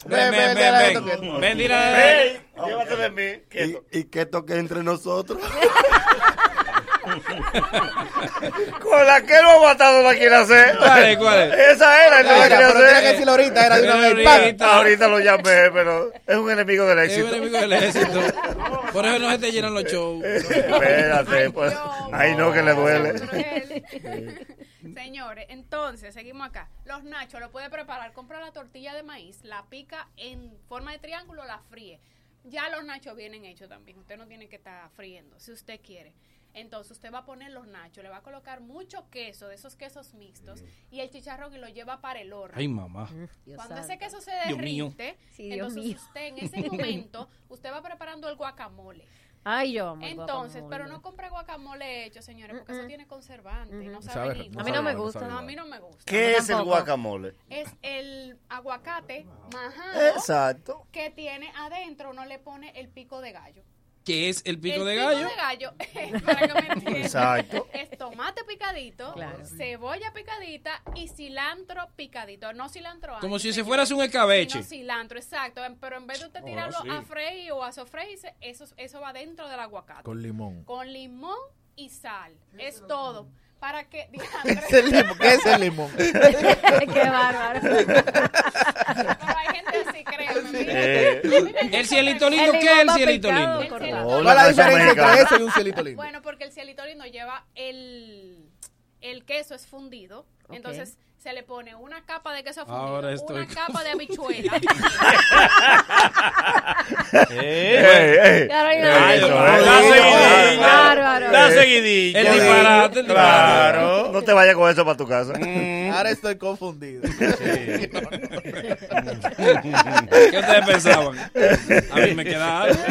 Speaker 3: Ven, ven, ven, ven. Ven, dile-
Speaker 6: Ven, llévate de mí.
Speaker 10: Y, y que esto que entre nosotros.
Speaker 6: Con la que lo ha matado la quiere hacer.
Speaker 3: ¿Cuál es, cuál es?
Speaker 6: Esa era, él no
Speaker 3: Era,
Speaker 6: la quiere
Speaker 3: pero
Speaker 6: hacer.
Speaker 3: tenía que decirlo ahorita, era de una
Speaker 6: Era
Speaker 3: vez, ¡pam!
Speaker 6: ahorita. Ahorita lo llamé, pero es un enemigo del éxito.
Speaker 3: Es un enemigo del éxito. Por eso no se te llenan los shows.
Speaker 6: Espérate, pues. Ay, no, que le duele.
Speaker 5: Eh.
Speaker 20: Señores, entonces, seguimos acá. Los nachos lo puede preparar, compra la tortilla de maíz, la pica en forma de triángulo, la fríe. Ya los nachos vienen hechos también, usted no tiene que estar friendo, si usted quiere. Entonces usted va a poner los nachos, le va a colocar mucho queso, de esos quesos mixtos, y el chicharrón y lo lleva para el horno.
Speaker 3: Ay, mamá.
Speaker 20: Cuando ese
Speaker 5: santo.
Speaker 20: queso se
Speaker 3: Dios mío.
Speaker 20: derrite,
Speaker 5: Sí, Dios
Speaker 20: entonces
Speaker 5: mío.
Speaker 20: usted en ese momento, usted va preparando el guacamole.
Speaker 5: Ay, yo amo el
Speaker 20: Entonces,
Speaker 5: guacamole.
Speaker 20: pero no compre guacamole hecho, señores, porque eso tiene conservante. No
Speaker 6: Mm-mm. Sabe-
Speaker 20: sabe, ni
Speaker 6: no
Speaker 20: igual.
Speaker 6: A mí no me sabe igual, no gusta. sabe
Speaker 20: No, a
Speaker 6: igual.
Speaker 20: mí no me gusta.
Speaker 6: ¿Qué A mí es el tampoco. guacamole?
Speaker 20: Es el aguacate majado.
Speaker 6: Exacto.
Speaker 20: Que tiene adentro, no le pone el pico de gallo.
Speaker 3: ¿Qué es el pico
Speaker 20: el
Speaker 3: de gallo?
Speaker 20: Pico de gallo, para que me entiendan,
Speaker 3: Exacto.
Speaker 20: Es tomate picadito, cebolla picadita y cilantro picadito. No cilantro
Speaker 3: Como
Speaker 20: ancho,
Speaker 3: si se
Speaker 20: señor,
Speaker 3: fuera a hacer un escabeche.
Speaker 20: sino cilantro, exacto. En- Pero en vez de usted
Speaker 3: Oh,
Speaker 20: tirarlo
Speaker 3: sí.
Speaker 20: a freír o a sofreír, se- eso, eso va dentro del aguacate.
Speaker 8: Con limón.
Speaker 20: Con limón y sal. Es todo. Para que... diantre.
Speaker 8: Es el limón, ¿qué es el limón?
Speaker 20: Qué bárbaro.
Speaker 5: Pero
Speaker 20: hay gente así, créeme.
Speaker 8: Eh.
Speaker 20: mira.
Speaker 3: El cielito lindo, ¿qué es el cielito lindo?
Speaker 20: El cielito-
Speaker 8: ¿Cuál es la diferencia entre eso y un cielito lindo?
Speaker 20: Bueno, porque el cielito lindo lleva el, el queso es fundido,
Speaker 5: Ok.
Speaker 20: entonces se le pone una capa de queso fundido,
Speaker 3: Ahora
Speaker 20: una
Speaker 3: estoy
Speaker 20: capa de habichuela.
Speaker 3: Eh,
Speaker 6: eh.
Speaker 3: Carolina.
Speaker 6: Eso,
Speaker 3: La
Speaker 6: eh.
Speaker 3: seguidilla.
Speaker 6: Bárbaro.
Speaker 3: La
Speaker 6: Eh.
Speaker 3: seguidilla. El
Speaker 6: Sí.
Speaker 3: disparate, Mm. el
Speaker 6: Claro. No te vayas con eso para tu casa.
Speaker 8: Ahora estoy confundido.
Speaker 3: ¿Qué ustedes pensaban? A mí me queda algo.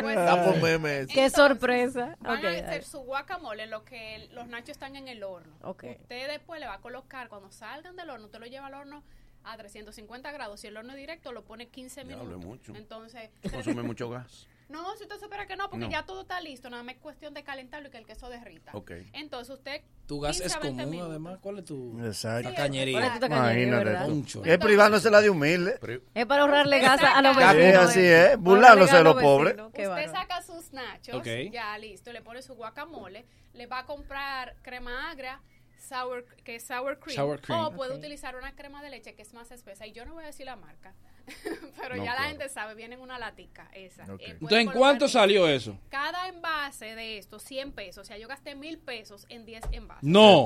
Speaker 6: Pues,
Speaker 8: Estamos memes.
Speaker 5: Qué sorpresa.
Speaker 20: Van
Speaker 5: Ok,
Speaker 20: a
Speaker 5: dale.
Speaker 20: hacer su guacamole, lo que el- los nachos están en el horno.
Speaker 5: Ok.
Speaker 20: Usted después le va a colocar, cuando salgan del horno, usted lo lleva al horno a 350 grados. Si el horno es directo, lo pone 15
Speaker 2: Diablo,
Speaker 20: minutos.
Speaker 2: es mucho.
Speaker 20: Entonces,
Speaker 2: Consume mucho gas.
Speaker 20: No, si usted supera que no, porque
Speaker 2: No.
Speaker 20: ya todo está listo, nada más es cuestión de calentarlo y que el queso derrita.
Speaker 2: Ok.
Speaker 20: Entonces usted...
Speaker 3: Tu gas
Speaker 20: 15
Speaker 3: es
Speaker 20: a 20
Speaker 3: común,
Speaker 20: minutos.
Speaker 3: además. ¿Cuál es tu
Speaker 6: Exacto.
Speaker 3: tacañería?
Speaker 5: ¿Cuál es tu tacañería, verdad?
Speaker 6: Imagínate.
Speaker 5: Poncho.
Speaker 6: tú. Es privándose la de humilde.
Speaker 5: Es para ahorrarle gas a los
Speaker 6: Sí,
Speaker 5: vecinos.
Speaker 6: así
Speaker 5: eh.
Speaker 6: es,
Speaker 5: Para
Speaker 6: burlándose
Speaker 5: ahorrarle
Speaker 6: de los
Speaker 5: gas a
Speaker 6: pobres.
Speaker 5: vecinos, qué
Speaker 20: Usted
Speaker 5: bárbaro.
Speaker 20: saca sus nachos,
Speaker 6: Ok.
Speaker 20: ya listo, le pone su guacamole, le va a comprar crema agria, sour, que es sour cream,
Speaker 3: Sour cream.
Speaker 20: o puede
Speaker 3: Ok.
Speaker 20: utilizar una crema de leche que es más espesa, y yo no voy a decir la marca, pero
Speaker 3: No,
Speaker 20: ya la
Speaker 3: claro.
Speaker 20: gente sabe, viene en una latica esa.
Speaker 3: Ok.
Speaker 20: Eh, puede
Speaker 3: Entonces, ¿en
Speaker 20: colocar-
Speaker 3: cuánto salió eso?
Speaker 20: Cada envase de esto, 100 pesos, o sea, yo gasté mil pesos en 10 envases.
Speaker 3: No.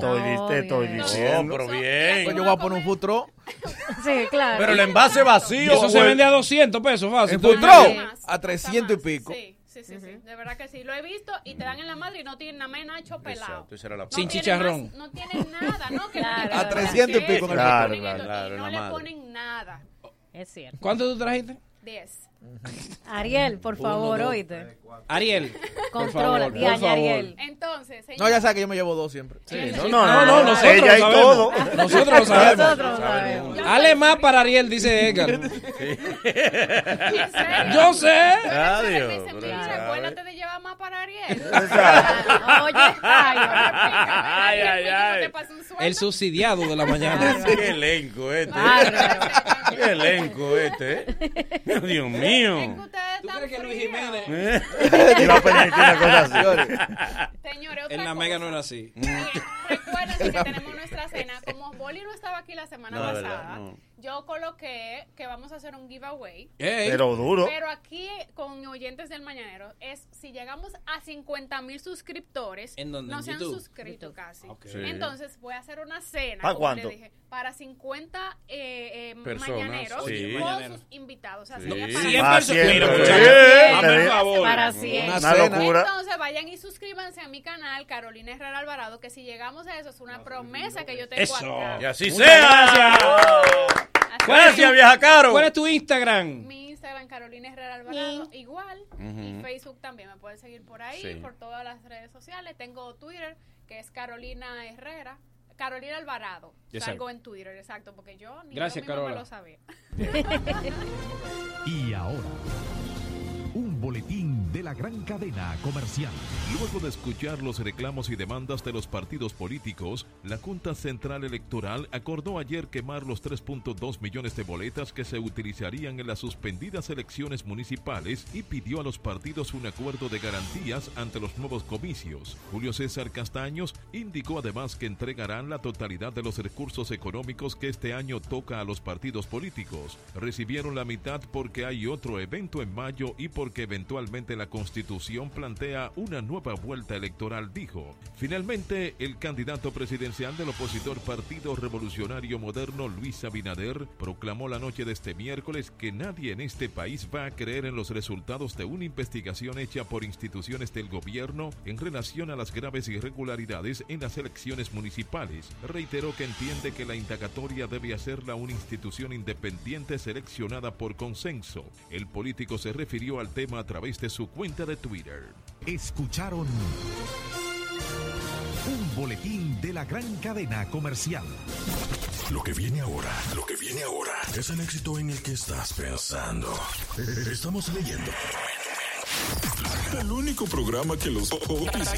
Speaker 6: Te estoy
Speaker 2: diciendo. pero bien.
Speaker 8: Pues yo voy a poner un futuro.
Speaker 5: Sí, claro.
Speaker 2: Pero el envase vacío.
Speaker 3: Eso se
Speaker 2: güey.
Speaker 3: vende a 200 pesos fácil.
Speaker 8: El
Speaker 3: Tú-
Speaker 8: futuro
Speaker 20: más,
Speaker 8: a 300 y pico.
Speaker 20: Sí, sí, sí, sí, de verdad que sí, lo he visto y te dan en la madre y no tienen nada más nacho pelado.
Speaker 2: Exacto, esa era la
Speaker 20: No
Speaker 2: Sin
Speaker 20: tienen
Speaker 2: chicharrón.
Speaker 20: más- no tienen nada, ¿no? Que no
Speaker 5: Claro,
Speaker 20: tienen
Speaker 5: A
Speaker 20: nada.
Speaker 5: 300 y pico en el
Speaker 2: Claro,
Speaker 5: futuro.
Speaker 2: claro, claro,
Speaker 20: Y no
Speaker 2: la
Speaker 20: le
Speaker 2: madre.
Speaker 20: ponen nada.
Speaker 5: Es cierto.
Speaker 3: ¿Cuánto tú trajiste?
Speaker 20: 10.
Speaker 5: Ariel, por
Speaker 3: Uno,
Speaker 5: favor,
Speaker 3: dos,
Speaker 5: oíste.
Speaker 3: Ariel. por
Speaker 5: Controla,
Speaker 3: favor,
Speaker 5: diaña,
Speaker 3: por favor.
Speaker 5: Ariel.
Speaker 20: Entonces, señor.
Speaker 8: No, ya sabe que yo me llevo dos siempre.
Speaker 3: No, no, no, nosotros
Speaker 8: Ella y
Speaker 3: lo sabemos.
Speaker 8: todo.
Speaker 3: Nosotros lo sabemos.
Speaker 8: Nosotros lo sabemos.
Speaker 3: Ale más para Ariel, dice Edgar. Yo sé.
Speaker 2: Adiós. pero
Speaker 20: Mira,
Speaker 2: sabe.
Speaker 20: acuérdate de llevar más para Ariel.
Speaker 2: Ay, ay, ay.
Speaker 3: El subsidiado de la mañana.
Speaker 2: Qué elenco este. Qué elenco este. eh. Dios mío.
Speaker 20: ¿Tú crees que Luis Jiménez
Speaker 2: ¿Eh?
Speaker 3: Iba a permitir una cosa así.
Speaker 20: Señores, otra
Speaker 3: En la mega no era así.
Speaker 20: Recuerden que tenemos nuestra cena. Como Boli no estaba aquí la semana
Speaker 3: No, de
Speaker 20: pasada,
Speaker 3: verdad, no.
Speaker 20: yo coloqué que vamos a hacer un giveaway.
Speaker 3: Ey.
Speaker 6: Pero duro.
Speaker 20: Pero aquí con oyentes del mañanero es si llegamos a 50 mil suscriptores,
Speaker 3: ¿En dónde?
Speaker 20: no
Speaker 3: ¿En
Speaker 20: se han
Speaker 3: YouTube?
Speaker 20: suscrito casi.
Speaker 3: Ok.
Speaker 20: Sí. Entonces voy a hacer una cena.
Speaker 6: ¿Para
Speaker 20: como
Speaker 6: cuánto?
Speaker 20: le dije, para 50 eh, eh,
Speaker 6: Personas,
Speaker 20: mañaneros
Speaker 6: sí.
Speaker 20: con
Speaker 6: Mañaneros.
Speaker 20: sus invitados. O sea,
Speaker 6: Sí.
Speaker 20: sería
Speaker 6: Cien
Speaker 20: para
Speaker 6: personas. Mira,
Speaker 20: Sí.
Speaker 6: muchachos,
Speaker 20: Sí.
Speaker 6: hazme el favor. Para cien. Una cena. locura.
Speaker 20: Entonces vayan y suscríbanse a mi canal, Carolina Herrera Alvarado, que si llegamos a eso es una promesa que yo tengo acá.
Speaker 2: Y así
Speaker 3: Muchas
Speaker 2: sea.
Speaker 3: ¿Cuál es tu-
Speaker 2: Gracias, vieja Caro.
Speaker 3: ¿Cuál es tu Instagram?
Speaker 20: Mi Instagram, Carolina Herrera Alvarado, igual. Y
Speaker 3: Ujú.
Speaker 20: Facebook también, me pueden seguir por ahí,
Speaker 3: Sí.
Speaker 20: por todas las redes sociales. Tengo Twitter, que es Carolina Herrera. Carolina Alvarado.
Speaker 12: Exacto.
Speaker 20: Salgo en Twitter, exacto, porque yo ni
Speaker 12: Gracias,
Speaker 20: yo misma me
Speaker 12: Carola.
Speaker 20: lo sabía.
Speaker 12: Y ahora, un boletín de la gran cadena comercial.
Speaker 21: Luego de escuchar los reclamos y demandas de los partidos políticos, la Junta Central Electoral acordó ayer quemar los 3.2 millones de boletas que se utilizarían en las suspendidas elecciones municipales y pidió a los partidos un acuerdo de garantías ante los nuevos comicios. Julio César Castaños indicó además que entregarán la totalidad de los recursos económicos que este año toca a los partidos políticos. Recibieron la mitad porque hay otro evento en mayo y porque eventualmente la Constitución plantea una nueva vuelta electoral, dijo. Finalmente, el candidato presidencial del opositor Partido Revolucionario Moderno, Luis Abinader, proclamó la noche de este miércoles que nadie en este país va a creer en los resultados de una investigación hecha por instituciones del gobierno en relación a las graves irregularidades en las elecciones municipales. Reiteró que entiende que la indagatoria debe hacerla una institución independiente seleccionada por consenso. El político se refirió al tema a través de su cuenta
Speaker 4: cuenta de Twitter.
Speaker 22: Escucharon un boletín de la gran cadena comercial.
Speaker 23: Lo que viene ahora, lo que viene ahora es el éxito en el que estás pensando. Estamos leyendo. El único programa que los popis,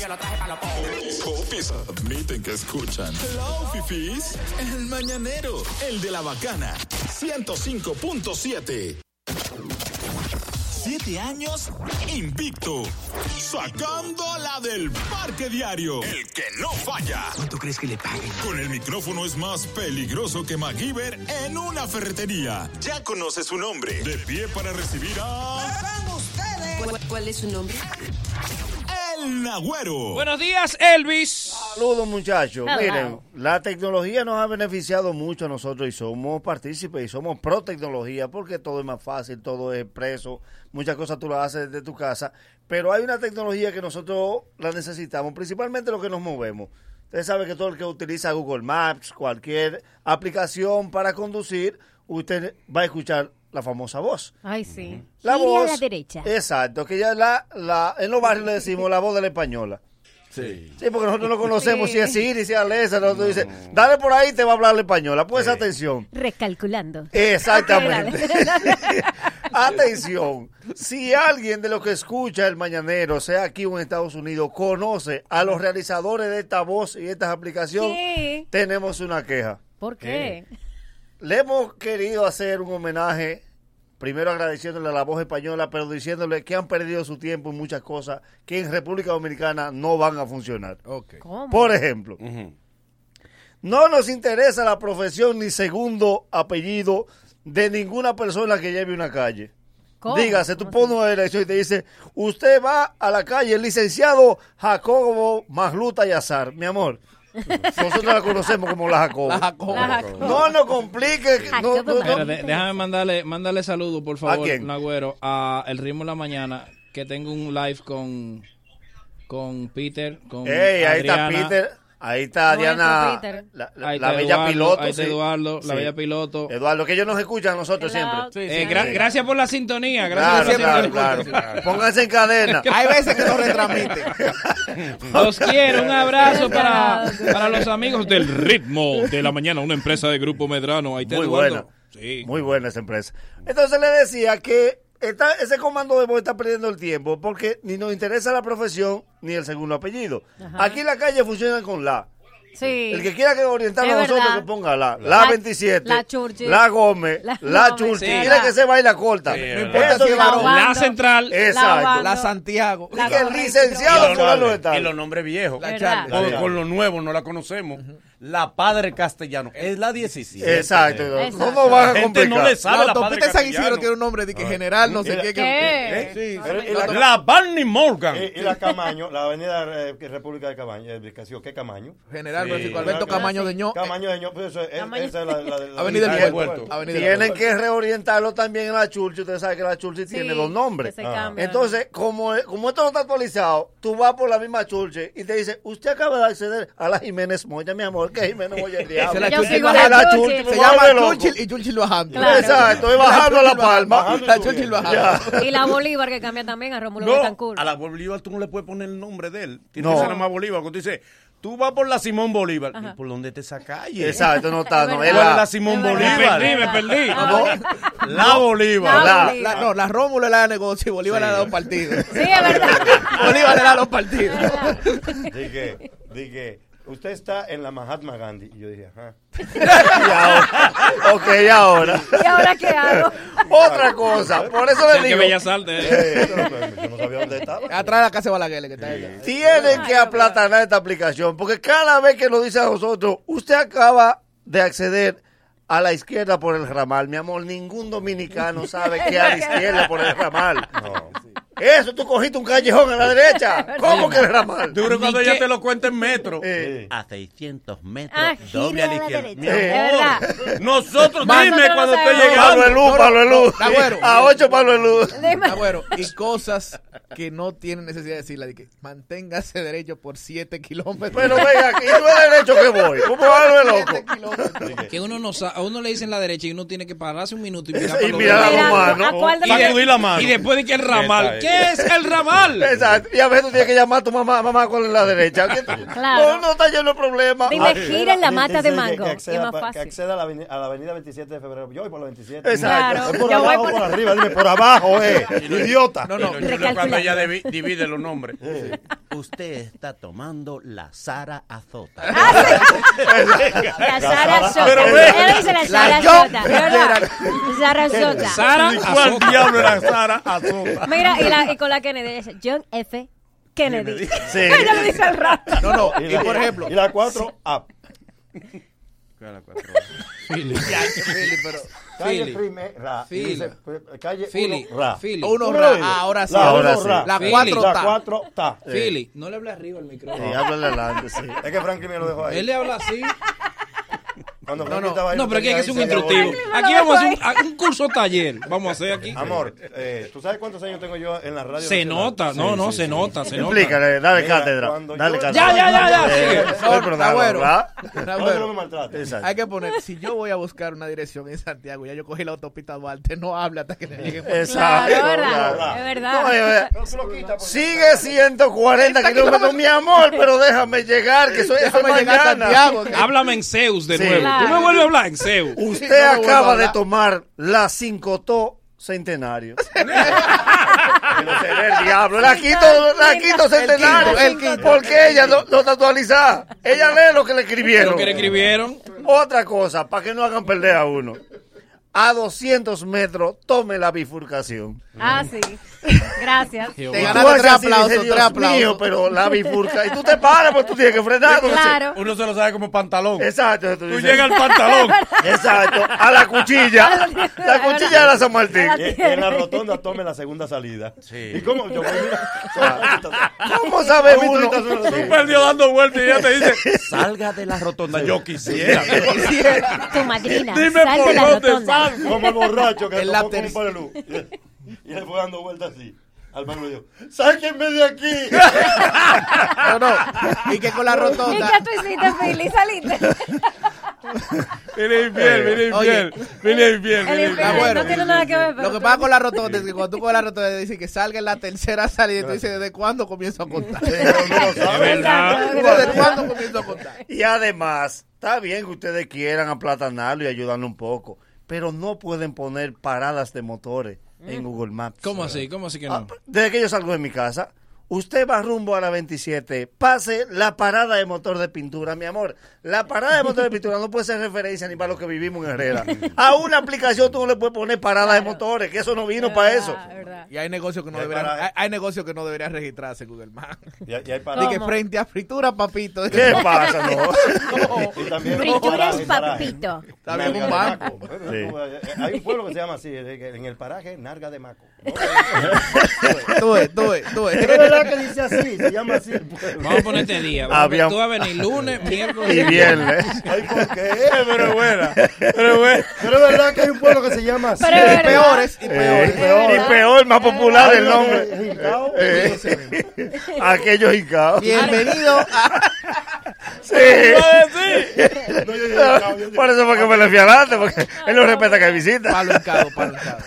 Speaker 23: popis admiten que escuchan.
Speaker 1: Hello, fifís. El mañanero, el de la bacana. 105.7. Siete años invicto. Sacando la del parque diario. El que no falla.
Speaker 22: ¿Cuánto crees que le paguen?
Speaker 1: Con el micrófono es más peligroso que MacGyver en una ferretería. Ya conoce su nombre. De pie para recibir a.
Speaker 14: ¿Cuál, cuál es su nombre?
Speaker 1: El Nagüero.
Speaker 3: Buenos días, Elvis.
Speaker 6: Saludos, muchachos.
Speaker 14: Hello.
Speaker 6: Miren, la tecnología nos ha beneficiado mucho a nosotros y somos partícipes y somos pro tecnología porque todo es más fácil, todo es expreso, muchas cosas tú las haces desde tu casa, pero hay una tecnología que nosotros la necesitamos, principalmente los que nos movemos. Usted sabe que todo el que utiliza Google Maps, cualquier aplicación para conducir, usted va a escuchar la famosa voz.
Speaker 5: Ay, sí.
Speaker 6: La
Speaker 5: Gire
Speaker 6: voz.
Speaker 5: a la derecha.
Speaker 6: Exacto, que ya la, la, en los barrios le decimos la voz de la española.
Speaker 2: Sí.
Speaker 6: Sí, porque nosotros no conocemos
Speaker 5: Sí.
Speaker 6: si es Siri, si es Alexa. Nosotros dice, dale por ahí te va a hablar la española. Pues atención.
Speaker 5: Recalculando.
Speaker 6: Exactamente.
Speaker 5: Ok, dale.
Speaker 6: Atención, si alguien de los que escucha el mañanero, sea aquí o en Estados Unidos, conoce a los realizadores de esta voz y esta aplicación,
Speaker 5: ¿Qué?
Speaker 6: tenemos una queja.
Speaker 5: ¿Por
Speaker 6: Eh.
Speaker 5: qué?
Speaker 6: Le hemos querido hacer un homenaje, primero agradeciéndole a la voz española, pero diciéndole que han perdido su tiempo en muchas cosas que en República Dominicana no van a funcionar.
Speaker 5: ¿Cómo?
Speaker 6: Por ejemplo, no nos interesa la profesión ni segundo apellido de ninguna persona que lleve una calle.
Speaker 5: ¿Cómo?
Speaker 6: Dígase, tú pones una dirección y te dice, usted va a la calle, el licenciado Jacobo Magluta y Azar, mi amor. Nosotros la conocemos como la Jacobo.
Speaker 3: La Jacobo. La Jacobo.
Speaker 6: No nos complique. no, no, no.
Speaker 3: Espérate, déjame mandarle, mandarle saludos, por favor,
Speaker 6: ¿A quién?
Speaker 3: Nagüero, a El Ritmo de la Mañana, que tengo un live con, con Peter, con
Speaker 6: Ey, ahí está
Speaker 3: Adriana.
Speaker 6: Peter. Ahí está
Speaker 3: Nuestro
Speaker 6: Diana,
Speaker 3: Peter.
Speaker 6: la, la-
Speaker 3: Ahí
Speaker 6: la
Speaker 3: está
Speaker 6: bella
Speaker 3: Eduardo,
Speaker 6: piloto.
Speaker 3: ahí está Eduardo, la bella piloto.
Speaker 6: Eduardo, que ellos nos escuchan a nosotros siempre.
Speaker 3: Eh, gra- gracias por la sintonía.
Speaker 6: Claro,
Speaker 3: Gracias por la
Speaker 6: claro,
Speaker 3: sintonía.
Speaker 6: claro. Pónganse en cadena.
Speaker 3: Hay veces que
Speaker 6: nos
Speaker 3: los
Speaker 6: retransmiten.
Speaker 3: Los quiero, un abrazo para, para los amigos del ritmo de la mañana, una empresa de Grupo Medrano. Ahí está
Speaker 6: Muy
Speaker 3: Eduardo.
Speaker 6: buena. Muy buena esa empresa. Entonces le decía que está, ese comando de voz está perdiendo el tiempo porque ni nos interesa la profesión ni el segundo apellido.
Speaker 5: Ajá.
Speaker 6: Aquí en la calle funciona con la.
Speaker 5: Sí.
Speaker 6: El que quiera que orientarnos
Speaker 5: Es
Speaker 6: a nosotros,
Speaker 5: verdad.
Speaker 6: que ponga la. La,
Speaker 5: La-
Speaker 6: 27.
Speaker 5: la Churchill.
Speaker 6: La Gómez.
Speaker 5: La
Speaker 6: La,
Speaker 5: Gómez,
Speaker 6: Churchill.
Speaker 5: sí.
Speaker 6: Mira que se baila corta.
Speaker 7: No importa
Speaker 6: Eso
Speaker 7: si es
Speaker 6: la-
Speaker 7: varón.
Speaker 6: la-
Speaker 3: central.
Speaker 6: Exacto.
Speaker 7: La Santiago.
Speaker 6: Y que el licenciado fulano de tal.
Speaker 2: Y los nombres viejos.
Speaker 6: La ¿Verdad? Charlie.
Speaker 2: O
Speaker 6: La
Speaker 2: con los nuevos no la conocemos. La Padre Castellano. Es la 17.
Speaker 6: Exacto.
Speaker 2: Sí.
Speaker 6: ¿Cómo van a
Speaker 2: La gente no
Speaker 6: complicar?
Speaker 2: le sabe
Speaker 7: La
Speaker 2: la,
Speaker 7: autopista
Speaker 2: Padre
Speaker 7: de San Isidro
Speaker 2: Castellano.
Speaker 7: tiene un nombre
Speaker 6: Ah.
Speaker 7: de que general, no sé
Speaker 10: Mira.
Speaker 7: qué. que-
Speaker 10: ¿Qué?
Speaker 7: ¿Eh?
Speaker 10: Pero- y
Speaker 7: La-
Speaker 10: la- Eh,
Speaker 2: La Barney Morgan.
Speaker 10: Y, y la Camaño, la avenida eh, que República de Camaño, eh, que sí, ¿qué Camaño?
Speaker 7: General Francisco Alberto Camaño de Ño.
Speaker 10: Camaño de Ño, pues eso es, es-
Speaker 7: Camaño.
Speaker 10: esa es la, la, la-
Speaker 7: Avenida
Speaker 10: la-
Speaker 7: del
Speaker 10: la-
Speaker 7: Puerto.
Speaker 10: la-
Speaker 7: Avenida del
Speaker 6: Tienen que reorientarlo también en la Churchill. Usted sabe que la Churchill tiene dos nombres. Ah.
Speaker 10: que se Ajá. cambian.
Speaker 6: Entonces, como, como esto no está actualizado, tú vas por la misma Churchill y te dice, usted acaba de acceder a la Jiménez Moya, mi amor, que Jiménez Moya es el diablo.
Speaker 7: Esa es la
Speaker 6: Yo
Speaker 7: Churchill
Speaker 6: sigo
Speaker 7: bajando.
Speaker 6: la Churchill,
Speaker 7: Se
Speaker 6: me
Speaker 7: llama
Speaker 6: vuelve loco.
Speaker 7: Churchill y Churchill bajando.
Speaker 5: Claro.
Speaker 6: Exacto, es bajando a La Palma.
Speaker 7: La Churchill bajando.
Speaker 5: Y la Bolívar que cambia también a Rómulo
Speaker 2: No,
Speaker 5: Betancourt.
Speaker 2: a la Bolívar tú no le puedes poner el nombre de él. Tiene
Speaker 6: No.
Speaker 2: que ser nada más Bolívar. Cuando tú dices, tú vas por la Simón Bolívar.
Speaker 5: Ajá.
Speaker 2: ¿Y por dónde te esa calle?
Speaker 6: Exacto, no está, no,
Speaker 2: ¿Cuál
Speaker 6: es
Speaker 2: es
Speaker 6: la-
Speaker 2: la, Simón
Speaker 6: es verdad.
Speaker 2: Bolívar?
Speaker 6: Me perdí, me perdí.
Speaker 2: No, la Bolívar.
Speaker 7: La, la- no, la Rómulo es la de negocio y Bolívar le da dos partidos.
Speaker 5: Sí, es verdad.
Speaker 7: Bolívar le da dos partidos.
Speaker 10: Dije, dije, usted está en la Mahatma Gandhi. Y yo dije, ajá.
Speaker 6: Y ahora- ok, y ahora.
Speaker 5: ¿Y ahora qué hago?
Speaker 6: Otra cosa, por eso
Speaker 3: O sea,
Speaker 6: le
Speaker 3: que
Speaker 6: digo.
Speaker 3: Bellas Artes, eh.
Speaker 10: Yo no sabía dónde estaba.
Speaker 7: Atrás de la casa de Balaguer que está ahí.
Speaker 6: Tienen que aplatanar esta aplicación, porque cada vez que nos dice a nosotros, usted acaba de acceder a la izquierda por el ramal. Mi amor, ningún dominicano sabe que a la izquierda por el ramal. Eso, tú cogiste un callejón a la derecha. ¿Cómo que el ramal?
Speaker 2: Tú creo que cuando
Speaker 6: Ni
Speaker 2: ella
Speaker 6: que-
Speaker 2: te lo cuenta en metro.
Speaker 6: Eh.
Speaker 2: A 600 metros.
Speaker 5: Ah, gira
Speaker 2: doble a la
Speaker 5: a la
Speaker 2: izquierda. Mi
Speaker 5: derecha. Es
Speaker 2: amor, nosotros,
Speaker 7: Más-
Speaker 2: dime
Speaker 7: nosotros
Speaker 2: cuando
Speaker 7: no
Speaker 2: esté
Speaker 7: sabemos.
Speaker 2: llegando.
Speaker 6: Pablo de luz, Pablo de luz.
Speaker 7: No, no, Nagüero.
Speaker 6: A ocho Pablo de luz.
Speaker 7: Agüero, y cosas que no tienen necesidad de decirla. De que manténgase derecho por 7 kilómetros.
Speaker 6: Pero venga, aquí yo voy derecho que voy. ¿Cómo va a volver loco?
Speaker 3: Que uno no sa- a uno le dicen la derecha y uno tiene que pararse un minuto y mirar
Speaker 6: Y
Speaker 3: para los
Speaker 6: mirar a
Speaker 3: lados.
Speaker 6: los
Speaker 5: ¿A
Speaker 6: manos.
Speaker 5: cuál de
Speaker 3: Y,
Speaker 5: los
Speaker 3: de-
Speaker 5: dos?
Speaker 2: la mano.
Speaker 3: y después de que el ramal,
Speaker 2: Esta
Speaker 3: ¿qué es el ramal.
Speaker 6: Exacto. Y a veces tú tienes que llamar a tu mamá, mamá, ¿cuál es la derecha?
Speaker 5: Claro.
Speaker 6: No, no está lleno de problemas.
Speaker 5: Dime, gira en la mata de
Speaker 10: Dice
Speaker 5: mango.
Speaker 10: Que
Speaker 5: Es
Speaker 10: acceda,
Speaker 5: más
Speaker 10: pa- que
Speaker 5: fácil.
Speaker 10: acceda a, la aveni- a la avenida 27 de febrero. Yo voy por la 27.
Speaker 2: Exacto.
Speaker 10: Es
Speaker 2: Claro.
Speaker 10: por
Speaker 2: Yo voy
Speaker 10: abajo o
Speaker 2: por-
Speaker 10: por arriba. Dime, por abajo, eh. Idiota.
Speaker 2: No, no. Cuando ella devi- divide los nombres.
Speaker 15: Usted está tomando la Sara Azota.
Speaker 5: La Sara Sota.
Speaker 15: Pero ve.
Speaker 5: Él dice la Sara
Speaker 15: yo-
Speaker 5: Sota. Yo no. Sara Sota.
Speaker 2: Sara ¿Cuál diablo era Sara Azota?
Speaker 5: Mira, y, la, y con la Kennedy, ella, John F. Kennedy. Ella lo dice al rato.
Speaker 10: No, no. Y,
Speaker 5: por ejemplo-
Speaker 10: Y la 4 up.
Speaker 2: Philly.
Speaker 10: Philly, pero. Calle
Speaker 7: Philly.
Speaker 10: primera.
Speaker 7: Philly.
Speaker 10: Dice, eh, Calle
Speaker 7: Philly.
Speaker 10: uno, ra.
Speaker 7: Philly.
Speaker 10: Uno
Speaker 7: Uno
Speaker 10: ra.
Speaker 7: ra. Ah, ahora sí,
Speaker 10: La
Speaker 7: ahora
Speaker 10: uno
Speaker 7: sí.
Speaker 10: ra.
Speaker 7: La
Speaker 10: Philly.
Speaker 7: cuatro
Speaker 10: La
Speaker 7: ta.
Speaker 10: cuatro ta.
Speaker 7: Philly, no le hables arriba al micrófono.
Speaker 10: No. Es que Franklin me lo dejó ahí.
Speaker 3: Él le habla así.
Speaker 10: Cuando
Speaker 3: No,
Speaker 10: Franklin
Speaker 3: no,
Speaker 10: estaba ahí,
Speaker 3: no, pero aquí hay que hacer un
Speaker 10: se acabó.
Speaker 3: instructivo. Aquí vamos a hacer un, un curso taller. Vamos a hacer aquí.
Speaker 10: Amor, eh, ¿tú sabes cuántos años tengo yo en la radio?
Speaker 3: Se
Speaker 10: nacional?
Speaker 3: nota, no, no, se nota, se nota.
Speaker 6: Explícale, dale
Speaker 10: Mira,
Speaker 6: cátedra.
Speaker 10: cuando
Speaker 6: Dale
Speaker 10: yo-
Speaker 6: cátedra.
Speaker 10: Ya, ya, ya, ya,
Speaker 6: Eh,
Speaker 10: sigue.
Speaker 6: no,
Speaker 10: Por favor,
Speaker 6: pero dale,
Speaker 7: Nagüero,
Speaker 6: ¿verdad?
Speaker 7: Nagüero,
Speaker 10: No me maltrates.
Speaker 6: Exacto.
Speaker 7: Hay que poner, si yo voy a buscar una dirección en Santiago, ya yo cogí la autopista Duarte, no habla hasta que le llegue.
Speaker 6: Exacto, Claro, es verdad, claro. es verdad. No, es verdad.
Speaker 10: No, tú lo quitas.
Speaker 6: Sigue 140 kilómetros, mi amor, pero déjame llegar, que soy eso es
Speaker 3: Déjame llegar a
Speaker 6: mañana.
Speaker 3: Santiago, que- Háblame en Zeus de
Speaker 6: Sí.
Speaker 3: nuevo. Tú me
Speaker 6: Claro.
Speaker 3: vuelves a hablar en Zeus.
Speaker 6: Usted acaba de tomar la cincotó centenario. el diablo, la quito, la quito centenario.
Speaker 7: El quinto, el quinto.
Speaker 6: Porque ella no, no está actualizada. Ella lee lo que le escribieron.
Speaker 3: Lo que le escribieron.
Speaker 6: Otra cosa, para que no hagan perder a uno. A 200 metros, tome la bifurcación.
Speaker 5: Ah, sí. Gracias.
Speaker 6: Y tú haces así, dices, "Dios mío, pero la bifurca. Y tú te paras, pues tú tienes que frenar.
Speaker 2: Uno se-
Speaker 5: Claro.
Speaker 2: Uno se lo sabe como pantalón.
Speaker 6: Exacto.
Speaker 2: Tú llegas al pantalón.
Speaker 6: Exacto. A la cuchilla. La cuchilla de la San Martín.
Speaker 10: Y- y Eh, en la rotonda tome la segunda salida. ¿Y cómo? Yo voy, mira,
Speaker 6: ¿Cómo sabe
Speaker 10: ¿Cómo
Speaker 6: uno?
Speaker 10: tú estás-
Speaker 2: Tú perdió dando vueltas y ella te dice, salga de la rotonda. Yo quisiera.
Speaker 5: Tu madrina.
Speaker 2: Dime
Speaker 5: sal de
Speaker 2: por
Speaker 5: la
Speaker 2: dónde
Speaker 5: rotonda.
Speaker 2: salgo.
Speaker 10: como el borracho que
Speaker 7: El
Speaker 10: se tomó con
Speaker 7: lápiz.
Speaker 10: un palelú. Y le fue dando vueltas así. Al palo le dijo, ¡sáquenme de aquí!
Speaker 7: No, no. Y que con la
Speaker 5: ¿Y
Speaker 7: rotonda.
Speaker 5: qué tú hiciste, Philly? Saliste.
Speaker 10: Eh,
Speaker 2: Mira infiel, mira
Speaker 7: Oye.
Speaker 2: infiel. Mira infiel,
Speaker 5: El
Speaker 2: mira
Speaker 7: Ah,
Speaker 5: infiel
Speaker 2: infiel.
Speaker 5: no tiene nada que ver. pero
Speaker 7: Lo que
Speaker 5: tú-
Speaker 7: pasa con la rotonda es que cuando tú coges la rotonda dice que salga en la tercera salida y tú dices, ¿desde cuándo comienzo a contar? ¿Desde cuándo comienzo a contar?
Speaker 6: Y además, está bien que ustedes quieran aplatanarlo y ayudarlo un poco, pero no pueden poner paradas de motores en Google Maps.
Speaker 3: Mm. ¿Cómo así? ¿Cómo así que
Speaker 6: Ah,
Speaker 3: no?
Speaker 6: Desde que yo salgo de mi casa, usted va rumbo a la 27, pase la parada de motor de pintura, mi amor. La parada de motor de pintura no puede ser referencia ni para lo que vivimos en Herrera. A una aplicación tú no le puedes poner parada de motores, que eso no vino para eso.
Speaker 7: Y hay negocios que no
Speaker 10: Y hay
Speaker 7: deberían,
Speaker 10: para-
Speaker 7: hay, hay negocios que no deberían registrarse en Google Maps.
Speaker 10: Y, hay- y
Speaker 7: De
Speaker 10: hay paradas.
Speaker 7: que frente a fritura, papito.
Speaker 6: ¿Qué pasa, no?
Speaker 10: Y también
Speaker 5: Frituras
Speaker 10: parajes, parajes.
Speaker 5: papito.
Speaker 7: Está bien,
Speaker 10: Narga
Speaker 7: un
Speaker 10: de
Speaker 7: banco.
Speaker 10: Maco. eh, Hay- Hay un pueblo que se llama así, en el paraje, Narga de Maco.
Speaker 7: Tú es, tú es, tú
Speaker 10: Es
Speaker 7: es.
Speaker 10: verdad que dice así, se llama así el pueblo.
Speaker 3: Vamos a ponerte día. Vamos a ver,
Speaker 6: Había-
Speaker 3: Tú vas a venir lunes, miércoles.
Speaker 6: Y ¿eh? viernes.
Speaker 10: Ay, ¿por qué?
Speaker 2: Pero es buena, pero es buena.
Speaker 10: Pero es verdad que hay un pueblo que se llama así.
Speaker 5: Pero es verdad.
Speaker 7: Peores y
Speaker 6: Eh,
Speaker 7: peores.
Speaker 6: y peor, más popular el nombre.
Speaker 10: Jincao,
Speaker 6: Eh, Aquellos hincados.
Speaker 7: Bienvenido a...
Speaker 6: Sí.
Speaker 10: No, yo dije Jincao, yo dije-
Speaker 6: Por eso fue que me le fui adelante, porque él no respeta que visita.
Speaker 7: Palo hincado, palo hincado.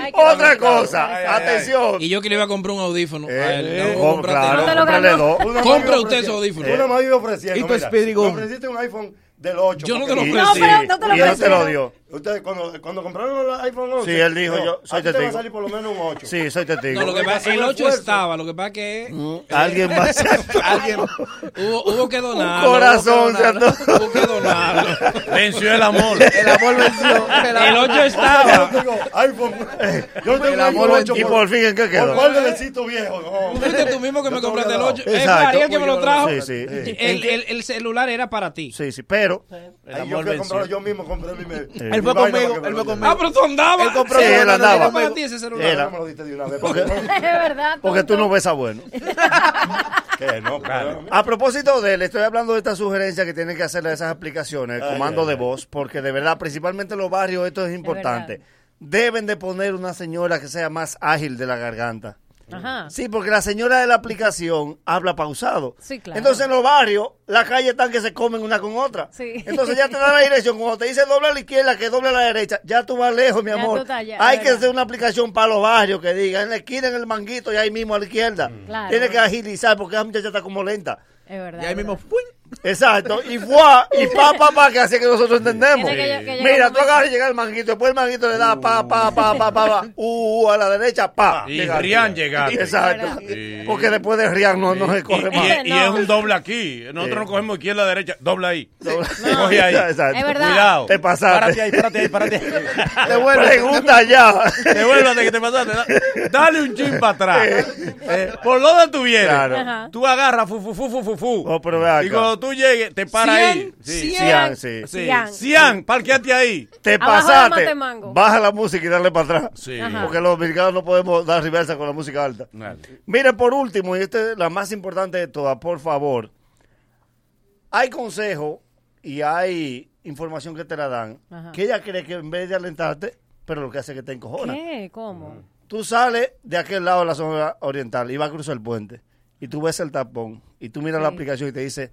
Speaker 5: Ay, qué
Speaker 6: Otra
Speaker 5: bonito.
Speaker 2: Ay,
Speaker 6: cosa,
Speaker 2: ay, ay.
Speaker 6: atención.
Speaker 3: Y yo que le iba a comprar un audífono. a él,
Speaker 6: Eh,
Speaker 3: no,
Speaker 6: oh,
Speaker 3: cómprate nada.
Speaker 6: claro,
Speaker 5: No te lo ganó.
Speaker 6: cómprale dos.
Speaker 10: Una
Speaker 3: Compre
Speaker 10: más me
Speaker 3: usted
Speaker 10: ofrecía-
Speaker 3: esos audífonos. pues,
Speaker 10: Una más iba ofreciendo.
Speaker 7: Y tu
Speaker 10: mira,
Speaker 7: Speedy
Speaker 10: me
Speaker 7: Gum.
Speaker 10: ofreciste un iPhone del 8.
Speaker 3: Yo no
Speaker 10: porque-
Speaker 3: te lo
Speaker 6: Y-
Speaker 3: ofrecí.
Speaker 5: pero no te lo
Speaker 6: y él te
Speaker 5: ofreció.
Speaker 6: lo dio.
Speaker 10: Ustedes, cuando, cuando compraron el iPhone 11.
Speaker 6: Sí, él dijo,
Speaker 10: no,
Speaker 6: yo soy
Speaker 10: a ti te va a
Speaker 6: testigo.
Speaker 10: salir por lo menos un 8.
Speaker 6: Sí, soy testigo.
Speaker 3: No, lo que pasa es que el
Speaker 10: Hacer
Speaker 3: 8
Speaker 10: esfuerzo.
Speaker 3: estaba. Lo que pasa es que
Speaker 6: Mm. Alguien más.
Speaker 7: Alguien...
Speaker 3: hubo, hubo que donar.
Speaker 6: corazón, se andó.
Speaker 3: Hubo que donarlo.
Speaker 2: Venció el amor.
Speaker 7: El amor venció. El
Speaker 3: El
Speaker 7: amor...
Speaker 3: 8 estaba.
Speaker 10: Yo tengo iPhone. Yo tengo
Speaker 7: El
Speaker 10: un
Speaker 7: amor
Speaker 10: iPhone 8.
Speaker 6: Y por fin, ¿en qué
Speaker 10: ¿Por
Speaker 6: quedó?
Speaker 10: cuál necesito viejo? No.
Speaker 3: Fuiste tú mismo que me
Speaker 10: Yo tengo
Speaker 3: compraste el
Speaker 10: que
Speaker 3: 8. Es
Speaker 6: Exacto.
Speaker 3: Ariel que me lo trajo.
Speaker 6: Sí, sí.
Speaker 3: El, el- el celular era para ti.
Speaker 6: Sí, sí, pero
Speaker 2: El amor
Speaker 10: Ay, yo fui a comprarlo
Speaker 2: venció.
Speaker 10: yo mismo, compré mi.
Speaker 6: Eh.
Speaker 7: Él fue conmigo, él fue conmigo.
Speaker 3: Ah, pero tú andabas.
Speaker 7: Él compró
Speaker 6: Sí,
Speaker 7: uno,
Speaker 6: él
Speaker 7: no, no,
Speaker 6: andaba.
Speaker 7: no, no,
Speaker 3: para
Speaker 7: no.
Speaker 3: ti ese celular.
Speaker 10: Era.
Speaker 6: Era.
Speaker 10: No me lo diste de una vez. Porque,
Speaker 5: Es verdad.
Speaker 6: porque tú no ves a bueno.
Speaker 10: que Eh, no, claro.
Speaker 6: A propósito de él, estoy hablando de esta sugerencia que tienen que hacerle a esas aplicaciones, el
Speaker 10: Ay,
Speaker 6: comando
Speaker 10: ay,
Speaker 6: de
Speaker 10: ay.
Speaker 6: voz, porque de verdad, principalmente en los barrios, esto es importante.
Speaker 5: verdad.
Speaker 6: Deben de poner una señora que sea más ágil de la garganta.
Speaker 5: Ajá.
Speaker 6: Sí, porque la señora de la aplicación habla pausado.
Speaker 5: Ah. Sí, claro.
Speaker 6: Entonces en los barrios, las calles están que se comen una con otra.
Speaker 5: Sí.
Speaker 6: Entonces ya te da la dirección. Cuando te dice doble a la izquierda, que doble a la derecha, ya tú vas lejos, mi
Speaker 5: Ya
Speaker 6: amor.
Speaker 5: tú estás allá,
Speaker 6: Hay
Speaker 5: es
Speaker 6: que
Speaker 5: verdad.
Speaker 6: hacer una aplicación para los barrios que diga, en la esquina, en el manguito y ahí mismo a la izquierda.
Speaker 2: Mm.
Speaker 5: Claro.
Speaker 6: Tienes que agilizar porque esa muchacha está como lenta.
Speaker 5: Es verdad.
Speaker 6: Y
Speaker 5: es
Speaker 6: ahí mismo,
Speaker 5: verdad.
Speaker 6: Exacto, y fuá, y pa, pa, pa, que así es que nosotros entendemos.
Speaker 5: Tiene que lle- que llegar
Speaker 6: Mira,
Speaker 5: un
Speaker 6: tú agarras y llega el manguito, después el manguito le da pa, pa, pa, pa, pa, pa, uh, uh, a la derecha, pa.
Speaker 2: Y
Speaker 6: Llegaste.
Speaker 2: Rian llegaste.
Speaker 6: Exacto.
Speaker 2: Sí.
Speaker 6: Porque después de Rian no, no se
Speaker 2: Y,
Speaker 6: corre más.
Speaker 2: y- y es un doble aquí. Nosotros
Speaker 6: Sí.
Speaker 2: no cogemos izquierda, derecha. Doble ahí. Coge ahí.
Speaker 6: Exacto. Es verdad.
Speaker 2: Cuidado.
Speaker 6: Te pasaste.
Speaker 2: Párate ahí, párate ahí, párate ahí.
Speaker 6: Pregunta ya.
Speaker 2: Devuélvate que te pasaste. Da- Dale un chin para atrás. Eh, por donde tú vienes.
Speaker 6: Claro. Ajá.
Speaker 2: Tú agarras fu, fu, fu, fu, fu, fu.
Speaker 6: pero ve acá.
Speaker 2: Y cuando tú llegues, te para
Speaker 6: Cian,
Speaker 2: ahí.
Speaker 6: Cian, sí.
Speaker 2: Cian, Cian, parqueate ahí.
Speaker 6: Te
Speaker 5: Abajo del
Speaker 6: pasaste.
Speaker 5: matemango.
Speaker 6: Baja la música y dale para atrás.
Speaker 2: Sí.
Speaker 5: Ajá.
Speaker 6: Porque los americanos no podemos dar reversa con la música alta. Mira, por último, y esta es la más importante de todas, por favor. Hay consejo y hay información que te la dan
Speaker 5: Ajá.
Speaker 6: que ella cree que en vez de alentarte, pero lo que hace es que te encojona.
Speaker 5: ¿Qué? ¿Cómo?
Speaker 6: Tú sales de aquel lado de la zona oriental y vas a cruzar el puente y tú ves el tapón y tú miras la aplicación y te dice,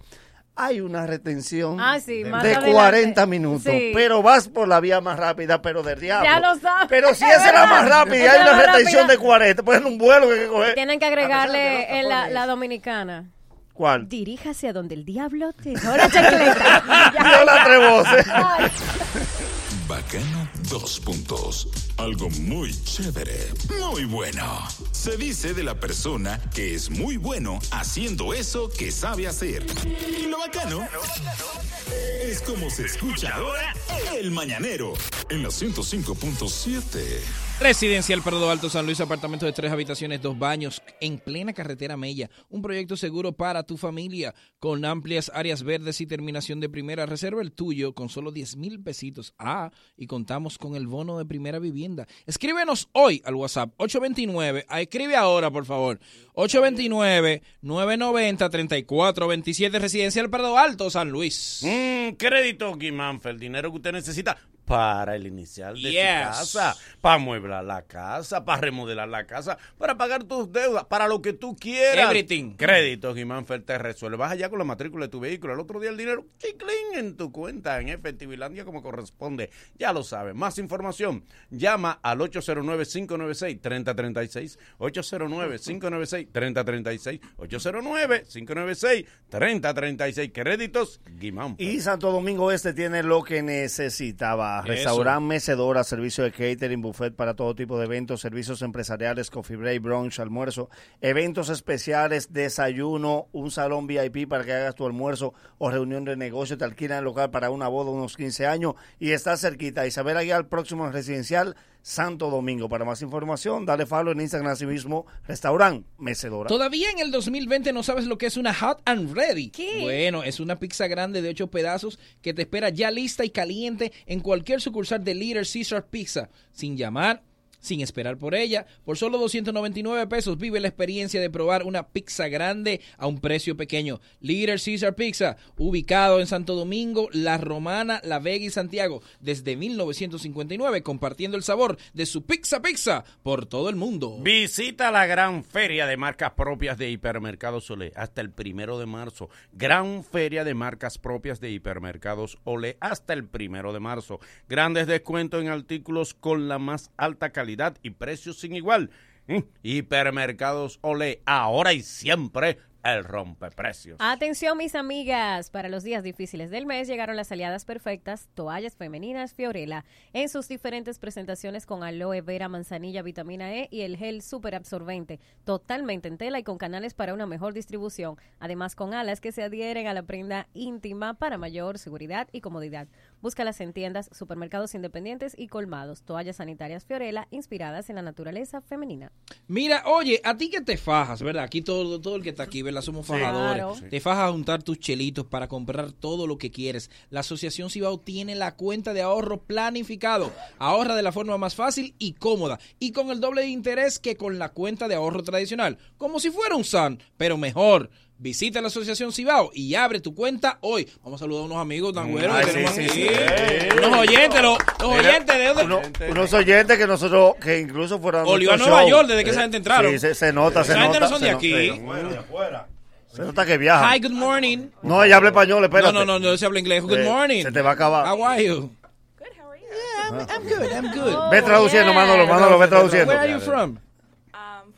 Speaker 6: hay una retención
Speaker 5: Ah, sí, más
Speaker 6: de
Speaker 5: adelante.
Speaker 6: 40 minutos,
Speaker 5: Sí.
Speaker 6: pero vas por la vía más rápida, pero de diablo.
Speaker 5: Ya lo sabes.
Speaker 6: Pero si
Speaker 5: es
Speaker 6: esa es la
Speaker 5: verdad.
Speaker 6: más rápida y
Speaker 5: Esa
Speaker 6: hay
Speaker 5: es la
Speaker 6: una
Speaker 5: más
Speaker 6: retención
Speaker 5: rápida.
Speaker 6: de 40, pues es un vuelo que hay que coger.
Speaker 5: Tienen que agregarle en la, la dominicana.
Speaker 6: ¿Cuál?
Speaker 5: Diríjase a donde el diablo te Ahora chancleta.
Speaker 6: Yo la trebose.
Speaker 23: Bacano, dos puntos. Algo muy chévere, muy bueno. Se dice de la persona que es muy bueno haciendo eso que sabe hacer. Y lo bacano es como se escucha ahora el mañanero en la 105.7.
Speaker 3: Residencial Prado Alto San Luis, apartamento de tres habitaciones, dos baños, en plena carretera Mella. Un proyecto seguro para tu familia, con amplias áreas verdes y terminación de primera. Reserva el tuyo con solo 10 mil pesitos. Ah, y contamos con el bono de primera vivienda. Escríbenos hoy al WhatsApp 829. ah, Escribe ahora, por favor. 829-990-3427, Residencial Prado Alto San Luis.
Speaker 2: crédito Guimánfer, el dinero que usted necesita para el inicial de su
Speaker 3: Yes.
Speaker 2: casa, para amueblar la casa, para remodelar la casa, para pagar tus deudas, para lo que tú quieras.
Speaker 3: Everything.
Speaker 2: Crédito Guimánfer te resuelve. Vas allá con la matrícula de tu vehículo, el otro día el dinero, chiclín en tu cuenta, en Efectivilandia como corresponde. Ya lo sabes. Más información, llama al 809-596-3036, 809-596-3036, 809-596-3036. Créditos Guimánfer.
Speaker 6: Y Santo Domingo Este tiene lo que necesitaba.
Speaker 2: Eso.
Speaker 6: Restaurante, mecedora, servicio de catering, buffet para todo tipo de eventos, servicios empresariales, coffee break, brunch, almuerzo, eventos especiales, desayuno, un salón VIP para que hagas tu almuerzo o reunión de negocio, te alquilan el local para una boda, unos 15 años y está cerquita. Isabel Aguilar, próximo residencial, Santo Domingo. Para más información, dale follow en Instagram así mismo, restaurante, mecedora.
Speaker 3: Todavía en el 2020 no sabes lo que es una hot and ready. Bueno, es una pizza grande de 8 pedazos que te espera ya lista y caliente en cualquier sucursal de Leader Caesar Pizza, sin llamar, sin esperar por ella. Por solo 299 pesos vive la experiencia de probar una pizza grande a un precio pequeño. Leader Caesar Pizza, ubicado en Santo Domingo, La Romana, La Vega y Santiago, desde 1959, compartiendo el sabor de su pizza pizza por todo el mundo.
Speaker 2: Visita la gran feria de marcas propias de Hipermercados Olé hasta el primero de marzo. Gran feria de marcas propias de Hipermercados Olé hasta el primero de marzo. Grandes descuentos en artículos con la más alta calidad y precios sin igual. Mm, Hipermercados Olé, ahora y siempre el rompeprecios.
Speaker 5: Atención mis amigas, para los días difíciles del mes llegaron las aliadas perfectas, toallas femeninas Fiorella, en sus diferentes presentaciones con aloe vera, manzanilla, vitamina E y el gel super absorbente, totalmente en tela y con canales para una mejor distribución, además con alas que se adhieren a la prenda íntima para mayor seguridad y comodidad. Búscalas en tiendas, supermercados independientes y colmados, toallas sanitarias Fiorella inspiradas en la naturaleza femenina.
Speaker 3: Mira, oye, a ti que te fajas, ¿verdad? Aquí todo, todo el que está aquí, ¿verdad? Somos
Speaker 5: Sí.
Speaker 3: fajadores.
Speaker 5: Claro. Sí.
Speaker 3: Te fajas a juntar tus chelitos para comprar todo lo que quieres. La Asociación Cibao tiene la cuenta de ahorro planificado. Ahorra de la forma más fácil y cómoda y con el doble de interés que con la cuenta de ahorro tradicional. Como si fuera un SAN, pero mejor. Visita la Asociación Cibao y abre tu cuenta hoy. Vamos a saludar a unos amigos tan buenos
Speaker 6: Mm, Ay,
Speaker 3: que
Speaker 6: sí,
Speaker 3: tenemos
Speaker 6: sí,
Speaker 3: aquí.
Speaker 6: sí.
Speaker 3: Unos oyentes, los, los
Speaker 6: Mira,
Speaker 3: oyentes de
Speaker 6: uno- unos oyentes que nosotros, que incluso fueron.
Speaker 3: Olió a
Speaker 6: nuestro
Speaker 3: Nueva
Speaker 6: show.
Speaker 3: York desde que esa gente entraron.
Speaker 6: Sí, se, se nota,
Speaker 3: Esa
Speaker 6: se
Speaker 3: gente
Speaker 6: nota.
Speaker 3: no son de
Speaker 6: se no-
Speaker 3: aquí.
Speaker 6: sí. Se nota que viaja.
Speaker 3: Hi, good morning.
Speaker 6: No, ella habla español, espérate.
Speaker 3: No, no, no, no se habla inglés. Good
Speaker 6: Eh,
Speaker 3: morning.
Speaker 6: Se te va a acabar.
Speaker 3: How are you? I'm good, I'm good.
Speaker 5: Oh,
Speaker 8: Oh,
Speaker 6: Ve traduciendo, Manolo, Manolo, ve traduciendo.
Speaker 3: Where are you from?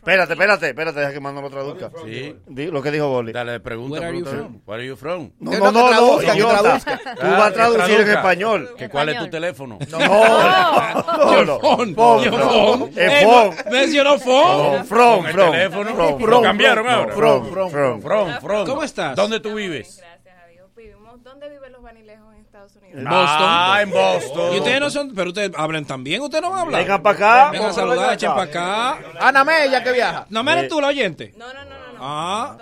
Speaker 6: Espérate, espérate, espérate, deja que Manolo traduzca.
Speaker 2: Sí.
Speaker 6: Ah. Di- Lo que dijo Boli.
Speaker 2: Dale, pregunta.
Speaker 6: Where are you
Speaker 2: pregunta.
Speaker 6: from?
Speaker 2: Where are you from?
Speaker 6: No, no, no, no, idiota. Tú vas a traducir en español.
Speaker 2: ¿Que ¿Cuál es tu teléfono?
Speaker 6: No, no, no.
Speaker 2: Phone,
Speaker 6: Phone,
Speaker 2: your
Speaker 6: no.
Speaker 2: phone.
Speaker 6: Eh,
Speaker 2: Eh,
Speaker 6: phone.
Speaker 3: mencionó phone.
Speaker 6: No, From,
Speaker 2: Con el
Speaker 6: from.
Speaker 2: teléfono.
Speaker 6: From,
Speaker 2: Lo
Speaker 6: from,
Speaker 2: cambiaron
Speaker 6: from,
Speaker 2: ahora.
Speaker 6: From, from,
Speaker 2: From, from, from.
Speaker 3: ¿Cómo estás?
Speaker 2: ¿Dónde tú vives?
Speaker 3: En
Speaker 2: Ah, en Boston.
Speaker 3: Y ustedes no son, pero ustedes hablan también, ustedes no hablan.
Speaker 6: Vengan pa' acá.
Speaker 3: Vengan a saludar, echen para acá.
Speaker 7: Ana Mella que viaja.
Speaker 3: No me eres
Speaker 7: Eh.
Speaker 3: tú la oyente. No, no, no, no. Ah.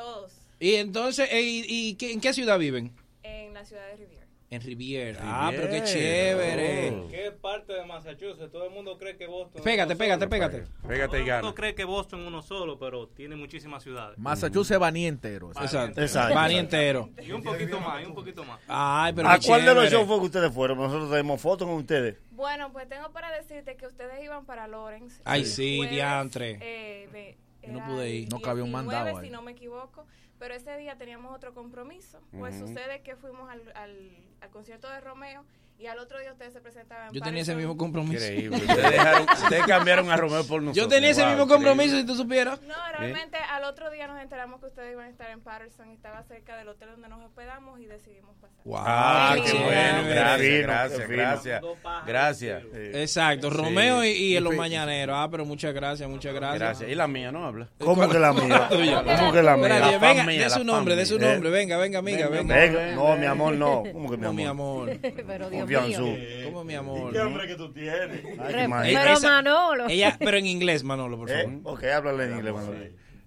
Speaker 3: Y entonces, eh, ¿y, y qué- en qué ciudad viven?
Speaker 16: En la ciudad de Riviera.
Speaker 3: En Riviera. Ah, pero
Speaker 16: Riviera.
Speaker 3: qué
Speaker 2: Oh.
Speaker 3: chévere.
Speaker 8: ¿Qué parte de Massachusetts? Todo el mundo cree que Boston.
Speaker 3: Pégate, pégate, pégate.
Speaker 2: Pégate
Speaker 8: Todo el mundo cree que Boston es uno solo, pero tiene muchísimas ciudades.
Speaker 7: Massachusetts va ni entero.
Speaker 3: Exacto. Exacto. Va ni entero.
Speaker 8: Y un poquito más, y un poquito más.
Speaker 3: Ay, pero
Speaker 6: ¿A
Speaker 3: qué
Speaker 6: cuál de los
Speaker 3: chévere.
Speaker 6: shows fue que ustedes fueron? Nosotros tenemos fotos con ustedes.
Speaker 16: Bueno, pues tengo para decirte que ustedes iban para Lawrence.
Speaker 3: Ay, sí,
Speaker 16: Jueves,
Speaker 3: diantre.
Speaker 16: eh, de-
Speaker 3: Yo no
Speaker 16: era
Speaker 3: pude ir.
Speaker 16: el
Speaker 3: No cabía un
Speaker 16: 19,
Speaker 3: mandado ahí.
Speaker 16: si no me equivoco. Pero ese día teníamos otro compromiso. Pues
Speaker 3: Ujú.
Speaker 16: sucede que fuimos al, al- al concierto de Romeo y al otro día ustedes se presentaban.
Speaker 3: Yo tenía ese mismo compromiso.
Speaker 2: Increíble. Ustedes, dejaron- ustedes cambiaron a Romeo por nosotros.
Speaker 3: Yo tenía ese
Speaker 2: Wow,
Speaker 3: mismo
Speaker 2: increíble.
Speaker 3: compromiso, si tú supieras. ¿Eh?
Speaker 16: No, realmente al otro día nos enteramos que ustedes iban a estar en Patterson y estaba cerca del hotel donde nos hospedamos y decidimos pasar.
Speaker 3: Wow.
Speaker 2: Ah,
Speaker 3: Qué
Speaker 2: qué
Speaker 3: lindo.
Speaker 2: bueno.
Speaker 3: Qué
Speaker 2: Gracias,
Speaker 3: fino,
Speaker 2: gracias,
Speaker 3: qué fino.
Speaker 2: gracias. Gracias.
Speaker 3: Exacto,
Speaker 2: Sí.
Speaker 3: Romeo y, y en los
Speaker 2: Sí.
Speaker 3: mañaneros. Ah, pero muchas gracias, muchas gracias.
Speaker 2: Gracias. Y la mía no habla.
Speaker 6: ¿Cómo que la mía?
Speaker 3: tuya?
Speaker 6: ¿Cómo que la mía?
Speaker 3: Espérate,
Speaker 6: La
Speaker 3: venga,
Speaker 6: fan mía,
Speaker 3: de su
Speaker 6: la
Speaker 3: nombre,
Speaker 6: fan
Speaker 3: de su
Speaker 6: mía.
Speaker 3: nombre. Venga, venga, amiga, venga.
Speaker 6: Venga, no, mi amor, no. ¿Cómo que mi
Speaker 3: No,
Speaker 6: amor?
Speaker 3: mi amor.
Speaker 16: Pero
Speaker 6: Dios Confianzú. mío.
Speaker 3: ¿Cómo mi amor?
Speaker 6: qué hombre que tú tienes? Ay,
Speaker 16: Re-
Speaker 6: imagínate.
Speaker 16: pero Manolo.
Speaker 3: Ella, pero en inglés, Manolo, por
Speaker 6: Eh,
Speaker 3: favor.
Speaker 6: ok, háblale en inglés, Manolo.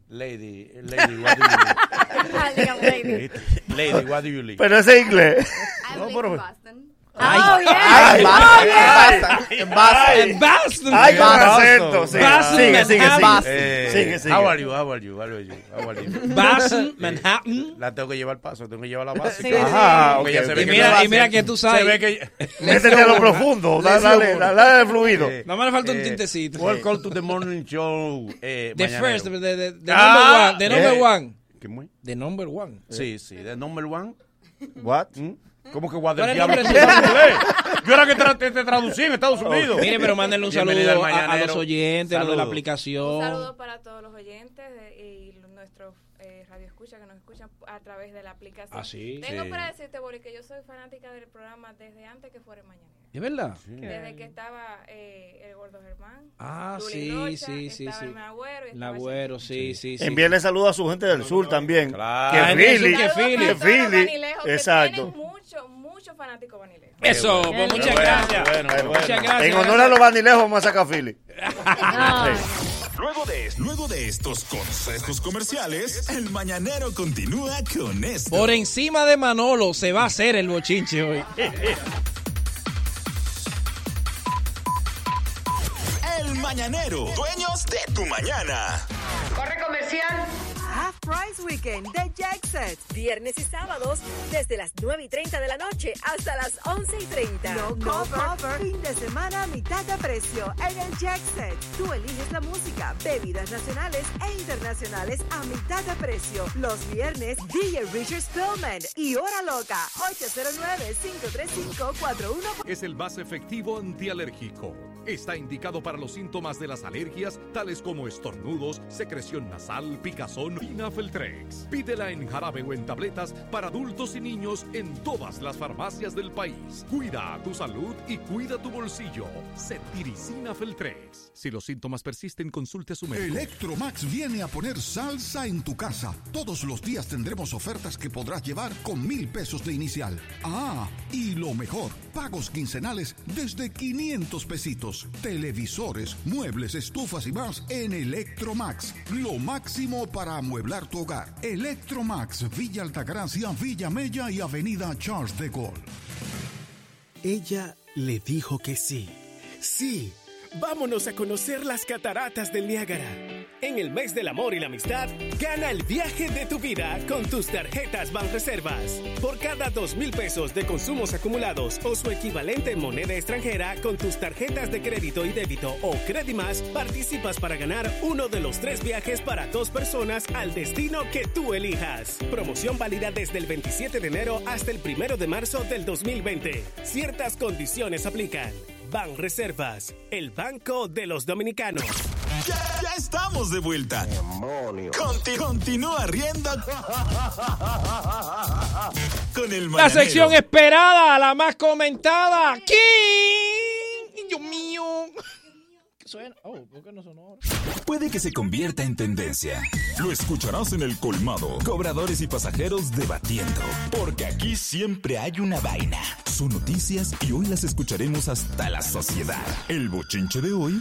Speaker 2: Lady, lady, what do you need? lady, what do you need?
Speaker 6: Pero ese inglés.
Speaker 2: No, pero-
Speaker 6: Ay,
Speaker 2: Oh, yeah.
Speaker 6: ay,
Speaker 2: Oh,
Speaker 6: ay,
Speaker 2: yeah.
Speaker 6: ay, en Boston.
Speaker 2: En Boston.
Speaker 6: Ay, con
Speaker 2: Boston.
Speaker 6: acento, sí.
Speaker 2: Boston,
Speaker 6: Sigue, sigue,
Speaker 2: Manhattan.
Speaker 6: sigue.
Speaker 2: Eh,
Speaker 6: Sigue, sigue.
Speaker 2: How are you? How are you? How are you? How are you?
Speaker 3: Boston,
Speaker 2: Eh,
Speaker 3: Manhattan.
Speaker 2: La tengo que llevar al paso, tengo que llevar la básica.
Speaker 3: Sí, sí. Ajá,
Speaker 2: Porque ya
Speaker 3: ok,
Speaker 2: se
Speaker 3: ok.
Speaker 2: ve
Speaker 3: Y mira-
Speaker 2: no la
Speaker 3: y mira
Speaker 2: hace.
Speaker 3: que tú sabes.
Speaker 2: Se ve que
Speaker 6: Métete a lo profundo, da- dale, dale, dale fluido.
Speaker 3: Nada más le falta un tintecito.
Speaker 2: Welcome Eh, to the morning show. Eh,
Speaker 3: The
Speaker 2: mañanero.
Speaker 3: first, the, the- the
Speaker 2: Ah,
Speaker 3: number one. The
Speaker 2: eh.
Speaker 3: number one.
Speaker 2: ¿Qué muy?
Speaker 3: The number one.
Speaker 2: Sí, sí, the number one. ¿Mm?
Speaker 6: What?
Speaker 2: ¿Cómo que what
Speaker 3: ¿Cuál
Speaker 2: del
Speaker 3: es el nombre
Speaker 2: diablo?
Speaker 3: de su nombre?
Speaker 2: Yo era que tra- te, te traducí en Estados Unidos.
Speaker 3: Mire, pero mándenle un
Speaker 2: Bienvenido
Speaker 3: saludo
Speaker 2: al
Speaker 3: a, a los
Speaker 2: Mañanero.
Speaker 3: oyentes, a los de la
Speaker 2: Saludos.
Speaker 16: Un
Speaker 3: aplicación.
Speaker 16: saludo para todos los oyentes de- y los- nuestros eh, radioescuchas que nos escuchan a través de la aplicación.
Speaker 3: Ah, sí.
Speaker 16: Tengo
Speaker 3: Sí.
Speaker 16: para decirte, Bori, que yo soy fanática del programa desde antes que fuera mañana.
Speaker 3: ¿Es verdad?
Speaker 16: Desde que estaba eh, el Gordo Germán.
Speaker 3: Ah,
Speaker 16: Luli
Speaker 3: sí,
Speaker 16: Rocha,
Speaker 3: sí, sí,
Speaker 16: estaba
Speaker 3: sí.
Speaker 16: el Nagüero y
Speaker 3: El Agüero, sí, sí, sí.
Speaker 6: Envíale saludos a su gente del sur también.
Speaker 3: La
Speaker 6: Que
Speaker 3: gente del
Speaker 6: Philly.
Speaker 3: sur, que Philly.
Speaker 6: Que
Speaker 3: Saludos para
Speaker 6: Philly.
Speaker 16: Vanilejo, que
Speaker 6: Exacto.
Speaker 16: mucho, mucho fanático Vanille.
Speaker 3: Eso,
Speaker 6: Qué
Speaker 3: pues
Speaker 6: bueno.
Speaker 3: muchas
Speaker 6: Qué bueno,
Speaker 3: gracias.
Speaker 6: qué bueno, qué
Speaker 3: Muchas
Speaker 6: bueno.
Speaker 3: gracias.
Speaker 6: En honor a los bandilejos vamos a sacar Philly.
Speaker 1: Luego de, luego de estos consejos comerciales, el mañanero continúa con esto.
Speaker 3: Por encima de Manolo se va a hacer el bochinche hoy.
Speaker 1: El mañanero, dueños de tu mañana.
Speaker 24: Corre comercial.
Speaker 17: Half Price Weekend de Jackset. Viernes y sábados desde las 9 y 30 de la noche hasta las 11 y 30. No cover. Fin de semana a mitad de precio en el Jackset. Tú eliges la música, bebidas nacionales e internacionales a mitad de precio. Los viernes, DJ Richard Spillman y Hora Loca. 809-535-41.
Speaker 12: Es el base efectivo antialérgico. Está indicado para los síntomas de las alergias, tales como estornudos, secreción nasal, picazón, Pinafeltrex. Pídela en jarabe o en tabletas para adultos y niños en todas las farmacias del país. Cuida tu salud y cuida tu bolsillo. Cetiricina Feltrex. Si los síntomas persisten, consulte a su médico.
Speaker 25: Electromax viene a poner salsa en tu casa. Todos los días tendremos ofertas que podrás llevar con mil pesos de inicial. Ah, y lo mejor, pagos quincenales desde 500 pesitos. Televisores, muebles, estufas y más en Electromax. Lo máximo para amueblar tu hogar. Electromax, Villa Altagracia, Villa Mella y Avenida Charles de Gaulle.
Speaker 26: Ella le dijo que sí. Sí, vámonos a conocer las cataratas del Niágara.
Speaker 13: En el mes del amor y la amistad, gana el viaje de tu vida con tus tarjetas Banreservas. Por cada dos mil pesos de consumos acumulados o su equivalente en moneda extranjera con tus tarjetas de crédito y débito o Credimas, participas para ganar uno de los tres viajes para dos personas al destino que tú elijas. Promoción válida desde el 27 de enero hasta el 1 de marzo del 2020. Ciertas condiciones aplican. Banreservas, el banco de los dominicanos.
Speaker 1: Ya, ya estamos de vuelta. Conti- continúa riendo con el
Speaker 3: La
Speaker 1: mañanero.
Speaker 3: sección esperada, la más comentada. ¿Quién? Dios mío. ¿Qué suena? Oh, ¿por qué no sonó ahora?
Speaker 1: Puede que se convierta en tendencia. Lo escucharás en el colmado. Cobradores y pasajeros debatiendo. Porque aquí siempre hay una vaina. Son noticias y hoy las escucharemos hasta la sociedad. El bochinche de hoy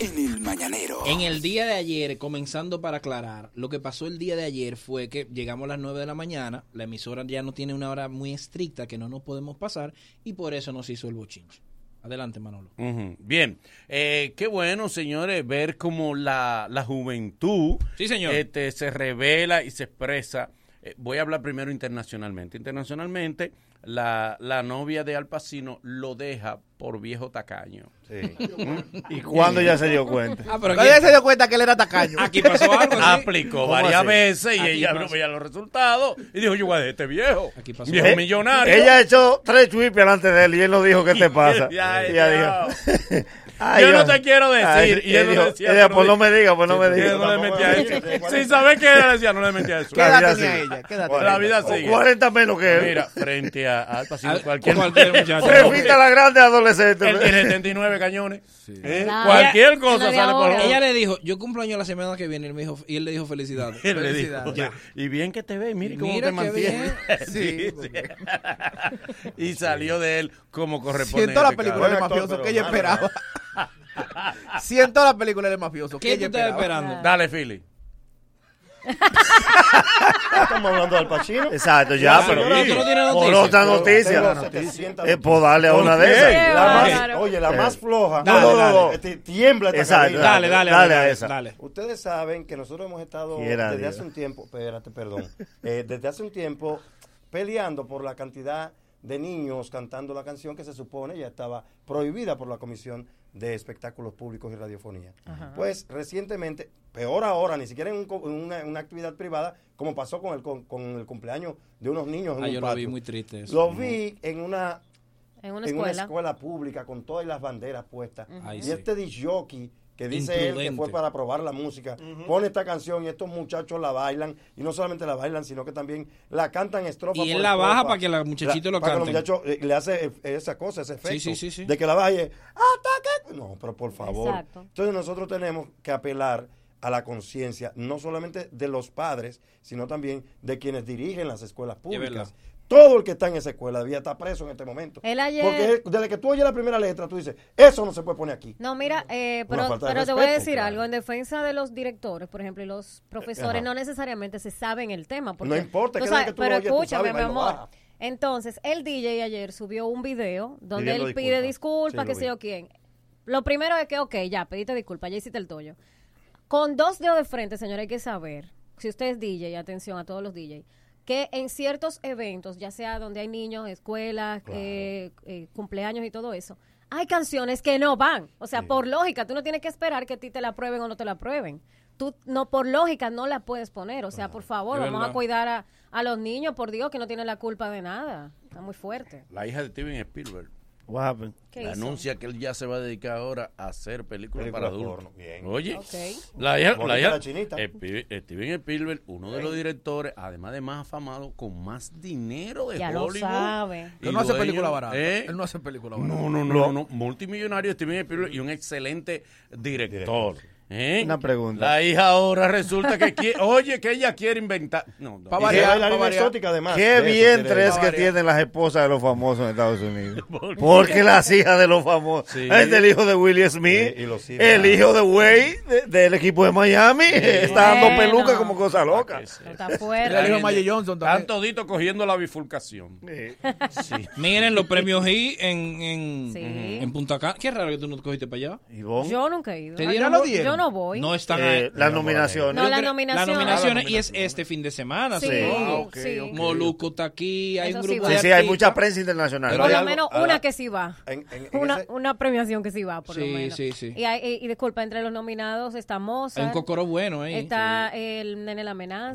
Speaker 1: en el mañanero.
Speaker 3: En el día de ayer, comenzando para aclarar, lo que pasó el día de ayer fue que llegamos a las 9 de la mañana, la emisora ya no tiene una hora muy estricta que no nos podemos pasar y por eso nos hizo el bochinche. Adelante, Manolo.
Speaker 2: Ujú. Bien, Eh, qué bueno, señores, ver cómo la, la juventud
Speaker 3: Sí, señor.
Speaker 2: este, se revela y se expresa. Eh, voy a hablar primero internacionalmente. Internacionalmente, la, la novia de Al Pacino lo deja por viejo tacaño. ¿Mm?
Speaker 6: ¿Y cuándo ya se dio cuenta?
Speaker 2: Ah, pero
Speaker 6: Cuando
Speaker 2: aquí-
Speaker 6: ya se dio cuenta que él era
Speaker 3: Ah,
Speaker 6: tacaño.
Speaker 2: Aquí pasó algo.
Speaker 6: ¿sí?
Speaker 2: Aplicó
Speaker 6: ¿Cómo
Speaker 2: varias
Speaker 6: así?
Speaker 2: veces y
Speaker 6: Aquí
Speaker 2: ella no
Speaker 6: pasó.
Speaker 2: veía los resultados. Y dijo, yo voy a dejar este viejo.
Speaker 6: pasó Eh,
Speaker 2: Viejo
Speaker 6: algo.
Speaker 2: millonario.
Speaker 6: Ella echó tres chuipes delante de él y él no dijo qué te pasa.
Speaker 2: Ya,
Speaker 6: Y
Speaker 2: ya.
Speaker 6: ella dijo, "Ay,
Speaker 2: yo no
Speaker 6: Dios".
Speaker 2: te quiero decir.
Speaker 6: Ay,
Speaker 2: y él no
Speaker 6: dijo-
Speaker 2: decía,
Speaker 6: ella,
Speaker 2: pero
Speaker 6: pues
Speaker 2: di-
Speaker 6: no me diga, pues no me
Speaker 2: Sí,
Speaker 6: diga.
Speaker 2: No le metía eso. Sin saber qué era, le decía, no le metía eso.
Speaker 6: ¿Qué edad La vida tenía sigue. ella? ¿Qué edad
Speaker 2: La
Speaker 6: tenía?
Speaker 2: vida
Speaker 6: O
Speaker 2: sigue.
Speaker 6: 40 menos que él.
Speaker 2: Mira, frente a Al Pacino,
Speaker 6: Al-
Speaker 2: cualquier,
Speaker 6: cualquier muchacho. Refita la grande adolescente.
Speaker 2: Él tiene 79 cañones. ¿Eh?
Speaker 3: Claro.
Speaker 2: Cualquier
Speaker 3: Ella-
Speaker 2: cosa sale por
Speaker 3: Ella le dijo, yo cumplo año la semana que viene, y él, me dijo, y él le dijo felicidades.
Speaker 2: Él le dijo,
Speaker 3: Felicidades.
Speaker 2: "Oye, y bien que te ve, mire cómo
Speaker 3: Mira
Speaker 2: te
Speaker 3: qué
Speaker 2: mantienes.
Speaker 3: bien.
Speaker 2: Sí, sí. y salió de él como corresponde.
Speaker 7: Siento la película de
Speaker 2: del
Speaker 7: mafioso que ella esperaba. Siento la película de mafioso que ella esperaba.
Speaker 2: Dale, Philly.
Speaker 10: Estamos hablando del Pacino.
Speaker 6: Exacto, ya,
Speaker 10: Sí,
Speaker 6: pero
Speaker 10: señora,
Speaker 6: sí.
Speaker 10: tú no tienes
Speaker 6: por
Speaker 10: noticias.
Speaker 6: otra
Speaker 10: Pero
Speaker 6: noticia
Speaker 10: tengo 700
Speaker 6: es por darle a
Speaker 10: noticias.
Speaker 6: una de
Speaker 10: Ok,
Speaker 6: esas.
Speaker 10: la más-
Speaker 6: Claro.
Speaker 10: oye, la
Speaker 6: Sí.
Speaker 10: más floja.
Speaker 6: Dale,
Speaker 10: No, no, no, este,
Speaker 6: dale.
Speaker 10: no, te tiembla esta
Speaker 6: Exacto,
Speaker 10: cadena.
Speaker 6: dale, dale, dale, dale a esa. dale.
Speaker 10: Ustedes saben que nosotros hemos estado
Speaker 6: Quiera
Speaker 10: desde
Speaker 6: Dios.
Speaker 10: hace un tiempo, espérate, perdón, eh, desde hace un tiempo peleando por la cantidad de niños cantando la canción que se supone ya estaba prohibida por la Comisión de Espectáculos Públicos y Radiofonía.
Speaker 9: Ajá.
Speaker 10: Pues recientemente, peor ahora, ni siquiera en, un co- en una, en una actividad privada, como pasó con el, con, con el cumpleaños de unos niños. En
Speaker 3: Ah,
Speaker 10: un
Speaker 3: yo lo vi
Speaker 10: patio.
Speaker 3: muy triste eso.
Speaker 10: Lo
Speaker 3: Ujú.
Speaker 10: vi en una
Speaker 5: En una
Speaker 10: en una
Speaker 5: escuela.
Speaker 10: escuela pública con todas las banderas puestas.
Speaker 5: Ujú. Ay,
Speaker 10: y
Speaker 5: sí.
Speaker 10: este disjockey que dice él que
Speaker 5: Imprudente.
Speaker 10: fue para probar la música, pone esta canción y estos muchachos la bailan, y no solamente la bailan, sino que también la cantan estrofa.
Speaker 3: Y él
Speaker 10: por
Speaker 3: la
Speaker 10: estrofa.
Speaker 3: baja para que los muchachitos lo
Speaker 10: para que
Speaker 3: canten.
Speaker 10: los muchachos eh, le hace eh, esa cosa, ese efecto.
Speaker 3: sí, sí, sí.
Speaker 10: De que la baje, ataque. No, pero por favor.
Speaker 9: Exacto.
Speaker 10: Entonces nosotros tenemos que apelar a la conciencia, no solamente de los padres, sino también de quienes dirigen las escuelas
Speaker 9: verdad.
Speaker 10: públicas. Todo el que está en esa escuela debía estar preso en este momento.
Speaker 5: Él ayer-
Speaker 10: Porque desde que tú oyes la primera letra, tú dices, eso no se puede poner aquí.
Speaker 5: No, mira, eh,
Speaker 10: Una
Speaker 5: pero,
Speaker 10: falta de
Speaker 5: pero te voy a
Speaker 10: respeto,
Speaker 5: decir
Speaker 10: claro. Eh,
Speaker 5: algo. En defensa de los directores, por ejemplo, y los profesores,
Speaker 10: ajá.
Speaker 5: no necesariamente se saben el tema. Porque,
Speaker 10: No importa,
Speaker 5: tú
Speaker 10: que
Speaker 5: sabes-
Speaker 10: desde que tú
Speaker 5: pero
Speaker 10: lo oyes, tú
Speaker 5: escúchame,
Speaker 10: sabes,
Speaker 5: mi
Speaker 10: bailo,
Speaker 5: amor.
Speaker 10: baja.
Speaker 5: Entonces, el DJ ayer subió un video donde
Speaker 18: Pidiendo
Speaker 5: él pide
Speaker 18: disculpas.
Speaker 5: disculpas,
Speaker 18: Sí,
Speaker 5: que
Speaker 18: lo
Speaker 5: sé
Speaker 18: vi.
Speaker 5: yo quién. Lo primero es que, ok, ya, pediste disculpas, ya hiciste el toyo. Con dos dedos de frente, señor, hay que saber, si usted es DJ, atención a todos los DJ, que en ciertos eventos, ya sea donde hay niños, escuelas, eh, eh, cumpleaños y todo eso, hay canciones que no van. O sea, por lógica, tú no tienes que esperar que a ti te la aprueben o no te la aprueben. Tú, no, por lógica, no la puedes poner. O sea, por favor,
Speaker 2: Es
Speaker 5: vamos
Speaker 2: verdad.
Speaker 5: a cuidar a, a los niños, por Dios, que no tienen la culpa de nada. Está muy fuerte.
Speaker 2: La hija de Steven Spielberg.
Speaker 6: What happened?
Speaker 5: ¿Qué
Speaker 2: Le
Speaker 5: hizo?
Speaker 2: anuncia que él ya se va a dedicar ahora a hacer películas
Speaker 10: Películas
Speaker 2: para adultos.
Speaker 10: porno, bien.
Speaker 2: Oye,
Speaker 10: Ok.
Speaker 2: la hija,
Speaker 10: Bonita
Speaker 2: la hija-
Speaker 10: la chinita.
Speaker 2: Spi- Steven Spielberg, uno de los directores, además de más afamado, con más dinero de
Speaker 3: Ya lo
Speaker 2: Hollywood.
Speaker 3: sabe.
Speaker 2: Y
Speaker 7: Él no hace
Speaker 2: dueño-
Speaker 7: película barata.
Speaker 2: ¿Eh?
Speaker 7: Él no hace película barata.
Speaker 2: No, no, no, no, no. Multimillonario Steven Spielberg y un excelente director. ¿Eh?
Speaker 6: Una pregunta.
Speaker 2: La hija ahora resulta que quiere, oye, que ella quiere inventar. No, no.
Speaker 6: Pa' variar, pa' variar. Qué vientre es que tienen las esposas de los famosos en Estados Unidos.
Speaker 2: ¿Por qué?
Speaker 6: Porque las hijas de los famosos.
Speaker 2: Sí.
Speaker 6: Ahí está el hijo de Willie Smith. el hijo de Wade de- del equipo de Miami. Está dando
Speaker 2: Bueno.
Speaker 6: peluca como cosa loca.
Speaker 5: Está
Speaker 7: fuerte. El hijo de Magic Johnson también.
Speaker 2: Están toditos cogiendo la bifurcación. Sí.
Speaker 3: Miren los premios G en, en,
Speaker 5: Sí.
Speaker 3: en Punta Cana. Qué raro que tú no te cogiste para allá.
Speaker 5: Yo nunca he ido.
Speaker 3: ¿Te
Speaker 5: Ay,
Speaker 3: dieron?
Speaker 5: yo no-
Speaker 3: ¿Lo dieron?
Speaker 5: Yo no voy.
Speaker 3: No están
Speaker 6: Eh,
Speaker 3: ahí.
Speaker 6: las nominaciones.
Speaker 5: No, las
Speaker 3: Yo creo-
Speaker 5: nominaciones.
Speaker 3: Las nominaciones
Speaker 5: Ah,
Speaker 3: y es este fin de semana.
Speaker 5: Sí,
Speaker 3: supongo.
Speaker 5: Ah, ok, sí. ok.
Speaker 3: Moluco está aquí, hay
Speaker 5: Eso
Speaker 3: un
Speaker 5: sí
Speaker 3: grupo
Speaker 5: va.
Speaker 3: de
Speaker 6: Sí, sí, hay
Speaker 3: artistas.
Speaker 6: mucha prensa internacional.
Speaker 3: Pero
Speaker 5: Por
Speaker 3: hay
Speaker 5: lo
Speaker 3: algo-
Speaker 5: menos
Speaker 3: ahora-
Speaker 5: una que sí va.
Speaker 10: en
Speaker 5: una,
Speaker 10: ese-
Speaker 5: una premiación que sí va, por lo
Speaker 3: Sí,
Speaker 5: menos.
Speaker 3: sí, sí.
Speaker 5: Y, hay- y- y disculpa, entre los nominados está Mozart.
Speaker 3: Hay un cocoro bueno ahí.
Speaker 5: Está el Nene La Amenaza.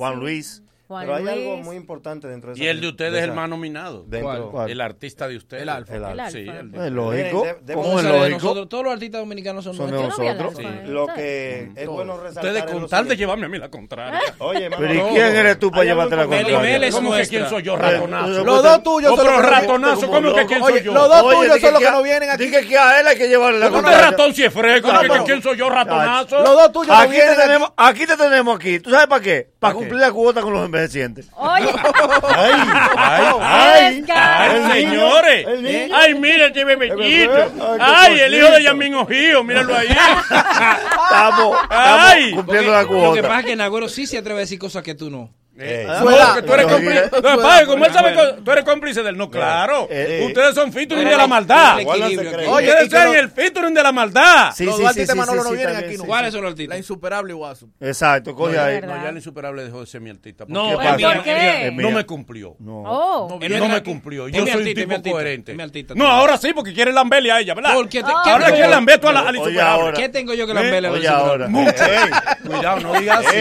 Speaker 5: Juan
Speaker 10: Pero hay algo
Speaker 5: Luis.
Speaker 10: muy importante dentro de
Speaker 2: Y el de ustedes es el más
Speaker 10: hermano
Speaker 2: nominado.
Speaker 10: Dentro-
Speaker 2: ¿Cuál? El artista de ustedes. El alfa.
Speaker 10: El Alfa.
Speaker 2: Sí, el
Speaker 10: Es lógico.
Speaker 2: Miren, de-
Speaker 10: ¿Cómo
Speaker 2: debemos
Speaker 10: es
Speaker 2: saber
Speaker 10: lógico?
Speaker 3: Nosotros, todos los artistas dominicanos son,
Speaker 10: Son de
Speaker 3: nuestros.
Speaker 10: nosotros.
Speaker 3: Sí.
Speaker 10: Lo que es
Speaker 2: Todos.
Speaker 10: bueno resaltar.
Speaker 2: Ustedes con tal de llevarme a mí la contraria.
Speaker 6: Ah.
Speaker 10: Oye, hermano,
Speaker 6: Pero ¿y
Speaker 10: no.
Speaker 6: quién eres tú para
Speaker 10: Hay algo
Speaker 6: llevarte la
Speaker 10: importante.
Speaker 6: contraria?
Speaker 10: Mel es
Speaker 2: ¿Cómo que
Speaker 10: nuestra.
Speaker 2: quién soy yo,
Speaker 10: Eh,
Speaker 2: ratonazo?
Speaker 10: Los dos tuyos
Speaker 2: Oh,
Speaker 10: son
Speaker 2: pero
Speaker 10: los que-
Speaker 2: ratonazo,
Speaker 10: como
Speaker 2: ¿cómo
Speaker 10: loco.
Speaker 2: que quién
Speaker 10: Oye,
Speaker 2: soy yo?
Speaker 10: los dos
Speaker 2: Oye,
Speaker 10: tuyos
Speaker 2: di
Speaker 10: son los que
Speaker 2: a-
Speaker 10: no vienen aquí.
Speaker 6: Dije que a él hay que llevarle la
Speaker 2: ¿Cómo que
Speaker 6: contraria.
Speaker 2: ratón si es fresco?
Speaker 8: Ah,
Speaker 6: No,
Speaker 2: ¿Que-
Speaker 6: pero-
Speaker 2: ¿Quién soy yo, ratonazo?
Speaker 6: Los dos
Speaker 2: ¿A
Speaker 6: Aquí
Speaker 2: quién
Speaker 6: te,
Speaker 2: era-
Speaker 6: tenemos, aquí te tenemos aquí. ¿Tú sabes para qué? Para
Speaker 2: ¿Pa
Speaker 6: cumplir la cuota con los envejecientes.
Speaker 5: Oye,
Speaker 6: ¡Ay!
Speaker 2: ¡Ay! ¡Ay,
Speaker 6: El niño,
Speaker 2: señores!
Speaker 6: el niño.
Speaker 2: ¡Ay, mira este bebellito! ¡Ay, el hijo de Yamín Ojío! ¡Míralo ahí!
Speaker 6: Estamos,
Speaker 2: ¡Ay!
Speaker 6: cumpliendo la
Speaker 3: Lo que
Speaker 6: cuota.
Speaker 3: pasa es que Nagoro sí se atreve a decir cosas que tú Eh, no.
Speaker 2: No, porque tú eres cómplice. No, padre, como él sabe que tú eres cómplice del no, claro.
Speaker 6: Eh, eh.
Speaker 2: Ustedes son featuring
Speaker 3: Pero
Speaker 2: de la
Speaker 3: hay-
Speaker 2: maldad.
Speaker 3: hay un equilibrio aquí.
Speaker 2: Oye,
Speaker 7: Oye, y
Speaker 2: ustedes
Speaker 7: que
Speaker 2: son
Speaker 7: no-
Speaker 2: el featuring de la maldad.
Speaker 6: Sí,
Speaker 7: Los
Speaker 6: sí,
Speaker 7: dos
Speaker 6: sí,
Speaker 7: artistas
Speaker 6: sí,
Speaker 7: Manolo
Speaker 6: sí,
Speaker 7: no vienen
Speaker 6: también,
Speaker 7: aquí.
Speaker 6: sí,
Speaker 7: no.
Speaker 6: sí.
Speaker 3: ¿Cuáles son los artistas?
Speaker 7: La insuperable Guasum.
Speaker 6: Exacto, coge
Speaker 5: No,
Speaker 6: ahí.
Speaker 5: ¿verdad?
Speaker 2: No, ya la insuperable dejó de ser mi artista. porque
Speaker 3: No,
Speaker 2: él-
Speaker 6: ¿Qué
Speaker 3: es
Speaker 6: pasa?
Speaker 3: mi- es
Speaker 5: ¿Por
Speaker 3: mi-
Speaker 5: qué?
Speaker 2: él no me cumplió.
Speaker 5: Oh.
Speaker 3: No,
Speaker 2: Él
Speaker 3: viene
Speaker 2: no
Speaker 3: de
Speaker 2: me
Speaker 3: aquí.
Speaker 2: cumplió.
Speaker 3: Es
Speaker 2: Yo
Speaker 3: mi
Speaker 2: soy
Speaker 3: artista, es mi
Speaker 2: un tipo
Speaker 3: artista,
Speaker 2: coherente.
Speaker 3: es mi artista.
Speaker 2: No, ahora sí, porque quiere lamberle a ella, ¿verdad?
Speaker 3: Porque te-
Speaker 5: Oh.
Speaker 3: ¿qué
Speaker 2: Ahora
Speaker 3: tengo
Speaker 2: quiere
Speaker 3: yo?
Speaker 2: lamber tú a la, a la
Speaker 6: Oye,
Speaker 2: insuperable.
Speaker 6: ahora.
Speaker 3: ¿Qué tengo yo que
Speaker 2: ¿Eh?
Speaker 3: lamberle a la
Speaker 6: Oye,
Speaker 3: insuperable?
Speaker 6: ahora.
Speaker 2: Mucho. Cuidado, no digas así.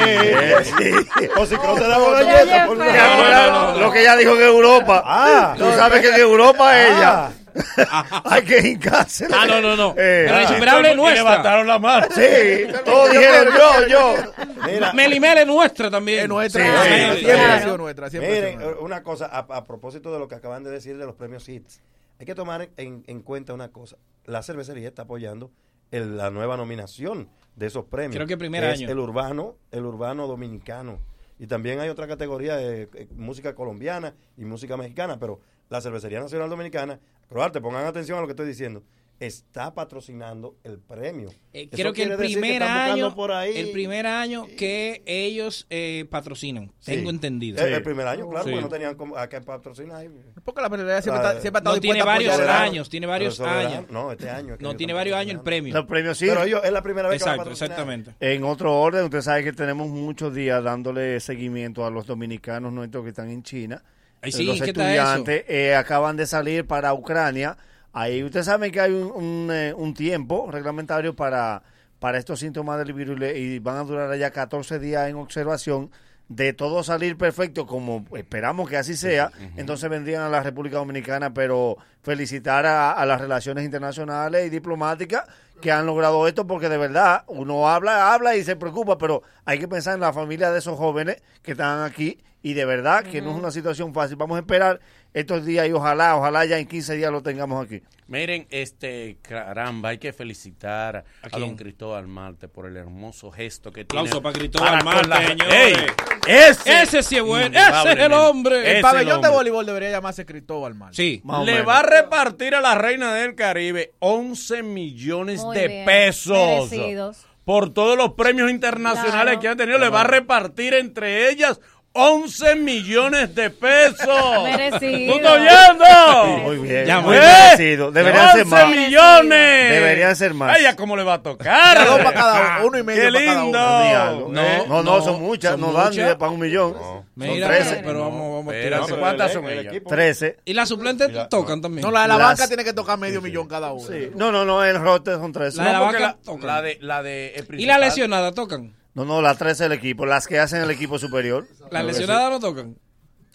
Speaker 10: O si no te da
Speaker 5: Oye,
Speaker 10: boloñesa, por
Speaker 5: Fer.
Speaker 10: favor.
Speaker 6: Ahora, Lo que ella dijo que en Europa.
Speaker 10: Ah.
Speaker 6: Tú sabes que en Europa ella. hay que hincarse.
Speaker 3: Ah, no, no, no.
Speaker 6: Eh,
Speaker 3: Pero la
Speaker 6: ah,
Speaker 3: insuperable es
Speaker 2: Y
Speaker 3: nuestra.
Speaker 2: levantaron la mano.
Speaker 8: eh,
Speaker 6: sí, todos dijeron yo, yo.
Speaker 10: Mira,
Speaker 3: Melimel es nuestra también.
Speaker 7: Es nuestra.
Speaker 6: Sí,
Speaker 7: siempre
Speaker 6: sí,
Speaker 7: siempre
Speaker 5: claro.
Speaker 7: ha sido nuestra. Siempre ha sido
Speaker 10: Miren,
Speaker 7: nuestra.
Speaker 10: una cosa, a, a propósito de lo que acaban de decir de los premios HITS, hay que tomar en, en cuenta una cosa. La cervecería está apoyando el- la nueva nominación de esos premios.
Speaker 3: Creo que primer
Speaker 10: es
Speaker 3: año.
Speaker 10: El urbano, el urbano dominicano. Y también hay otra categoría de eh, música colombiana y música mexicana, pero la Cervecería Nacional Dominicana, Croarte, pongan atención a lo que estoy diciendo, está patrocinando el premio.
Speaker 3: Eh,
Speaker 10: Eso
Speaker 3: creo que el
Speaker 10: quiere decir
Speaker 3: primer
Speaker 10: están buscando
Speaker 3: año,
Speaker 10: por ahí-
Speaker 3: el primer año que ellos eh, patrocinan,
Speaker 10: Sí.
Speaker 3: tengo entendido.
Speaker 10: Eh, El, el primer año, claro,
Speaker 3: Sí.
Speaker 10: porque no tenían como- a qué patrocinar.
Speaker 7: Porque la mayoría siempre,
Speaker 10: Ah,
Speaker 7: está, siempre ha estado
Speaker 3: No tiene
Speaker 7: dispuesta a
Speaker 3: varios
Speaker 7: apoyar.
Speaker 10: Soberano.
Speaker 3: años, tiene varios
Speaker 10: Pero Soberano-
Speaker 3: años.
Speaker 10: No, este año. es que
Speaker 3: No
Speaker 10: ellos
Speaker 3: tiene
Speaker 10: están
Speaker 3: varios años el
Speaker 10: patrocinando.
Speaker 3: premio.
Speaker 6: Los premios sí.
Speaker 10: Pero ellos, es la primera vez que van a
Speaker 3: Exacto,
Speaker 10: patrocinar.
Speaker 3: exactamente.
Speaker 6: En otro orden, usted sabe que tenemos muchos días dándole seguimiento a los dominicanos nuestros que están en China. Eh,
Speaker 3: Ay, sí,
Speaker 6: los
Speaker 3: ¿qué tal eso?
Speaker 6: estudiantes eh, acaban de salir para Ucrania. Ahí ustedes saben que hay un, un, eh, un tiempo reglamentario para, para estos síntomas del virus y le- y van a durar allá 14 días en observación. De todo salir perfecto, como esperamos que así sea, entonces vendrían a la República Dominicana, pero felicitar a, a las relaciones internacionales y diplomáticas que han logrado esto, porque de verdad uno habla, habla y se preocupa, pero hay que pensar en la familia de esos jóvenes que están aquí y de verdad que no es una situación fácil. Vamos a esperar estos días y ojalá, ojalá ya en 15 días lo tengamos aquí.
Speaker 2: Miren, este, caramba, hay que felicitar a,
Speaker 3: quién?
Speaker 2: don Cristóbal Marte por el hermoso gesto que tiene.
Speaker 3: Aplauso para Cristóbal
Speaker 2: con
Speaker 3: Marte, señores.
Speaker 2: ¡Ese!
Speaker 3: Ese sí es bueno, ese es el hombre.
Speaker 2: Indudablemente.
Speaker 7: El
Speaker 2: Ese
Speaker 7: pabellón
Speaker 2: hombre.
Speaker 7: de voleibol debería llamarse Cristóbal Mal.
Speaker 3: Sí.
Speaker 6: Más o
Speaker 2: Le
Speaker 6: menos.
Speaker 2: va a repartir a la reina del Caribe 11 millones
Speaker 5: Muy
Speaker 2: de
Speaker 5: bien,
Speaker 2: pesos.
Speaker 5: merecidos.
Speaker 2: Por todos los premios internacionales
Speaker 5: Claro.
Speaker 2: que han tenido, le va a repartir entre ellas 11 millones de pesos.
Speaker 5: Merecido.
Speaker 2: ¿Tú estás oyendo?
Speaker 6: Muy bien,
Speaker 3: Oh. Ya,
Speaker 6: muy
Speaker 2: ¿Eh?
Speaker 6: merecido. Deberían ser
Speaker 2: 11
Speaker 6: más.
Speaker 2: millones.
Speaker 6: Deberían ser más.
Speaker 2: Ella Ah, cómo le va a
Speaker 7: Ya dos para
Speaker 2: tocar.
Speaker 7: cada uno, uno y medio
Speaker 2: Qué
Speaker 7: para cada
Speaker 2: lindo.
Speaker 7: uno.
Speaker 6: Ni algo,
Speaker 3: No,
Speaker 6: ¿eh? no, no,
Speaker 3: no,
Speaker 6: son muchas,
Speaker 3: son
Speaker 6: no dan
Speaker 3: muchas.
Speaker 6: ni para un millón.
Speaker 3: Mira,
Speaker 6: Son 13.
Speaker 3: pero, pero vamos, vamos a
Speaker 2: Espérate,
Speaker 3: tirarse.
Speaker 2: ¿cuántas son
Speaker 10: El
Speaker 2: ellas?
Speaker 10: equipo-
Speaker 6: 13.
Speaker 3: Y las suplentes tocan también.
Speaker 7: No, la de la
Speaker 6: Las-
Speaker 7: banca tiene que tocar medio millón cada uno.
Speaker 6: No, no, no, el rote son 13.
Speaker 3: La de la
Speaker 2: No, porque
Speaker 3: vaca
Speaker 2: la,
Speaker 3: tocan.
Speaker 2: la de, la de el
Speaker 3: y las
Speaker 2: principal.
Speaker 3: lesionadas tocan.
Speaker 6: No, no, las 13 del equipo, las que hacen el equipo superior.
Speaker 3: Las lesionadas no tocan.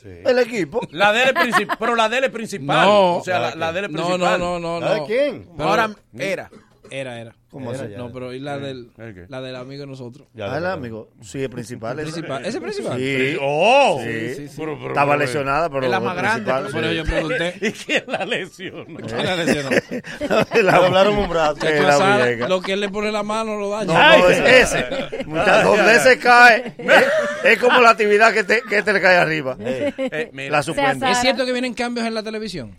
Speaker 6: El equipo.
Speaker 2: La de él principal, pero la de él principal.
Speaker 3: No.
Speaker 2: o sea, la, la de él
Speaker 3: No,
Speaker 2: principal.
Speaker 3: no, no, no.
Speaker 10: ¿La de
Speaker 3: no.
Speaker 10: quién?
Speaker 3: Pero-
Speaker 7: Ahora era.
Speaker 3: Era, era.
Speaker 10: Era ya.
Speaker 3: No, pero y la del,
Speaker 2: ¿El qué?
Speaker 3: la del amigo de nosotros.
Speaker 10: Ya
Speaker 6: Ah, el
Speaker 10: lo-
Speaker 6: amigo. Sí, el principal. es-
Speaker 3: Principal. ¿Ese principal?
Speaker 6: Sí.
Speaker 2: Oh,
Speaker 6: Sí,
Speaker 7: sí, sí.
Speaker 2: Pero- pero-
Speaker 6: Estaba
Speaker 2: pero-
Speaker 6: lesionada, pero
Speaker 7: Es la
Speaker 6: el
Speaker 7: más grande,
Speaker 6: principal,
Speaker 3: Por eso yo pregunté.
Speaker 2: pues. ¿Y quién la lesionó?
Speaker 3: ¿Quién la lesionó?
Speaker 6: Le
Speaker 10: Le doblaron un brazo.
Speaker 6: Eh,
Speaker 3: Tú
Speaker 6: la
Speaker 3: sabes,
Speaker 6: muñeca.
Speaker 3: lo que él le pone la mano lo daña.
Speaker 6: No, no, es ese. Muchas dobleces cae. Es, es como la actividad que te, que te le cae arriba.
Speaker 2: Eh, mira,
Speaker 6: La
Speaker 5: O
Speaker 6: suspende.
Speaker 5: sea,
Speaker 3: ¿Es cierto que vienen cambios en la televisión?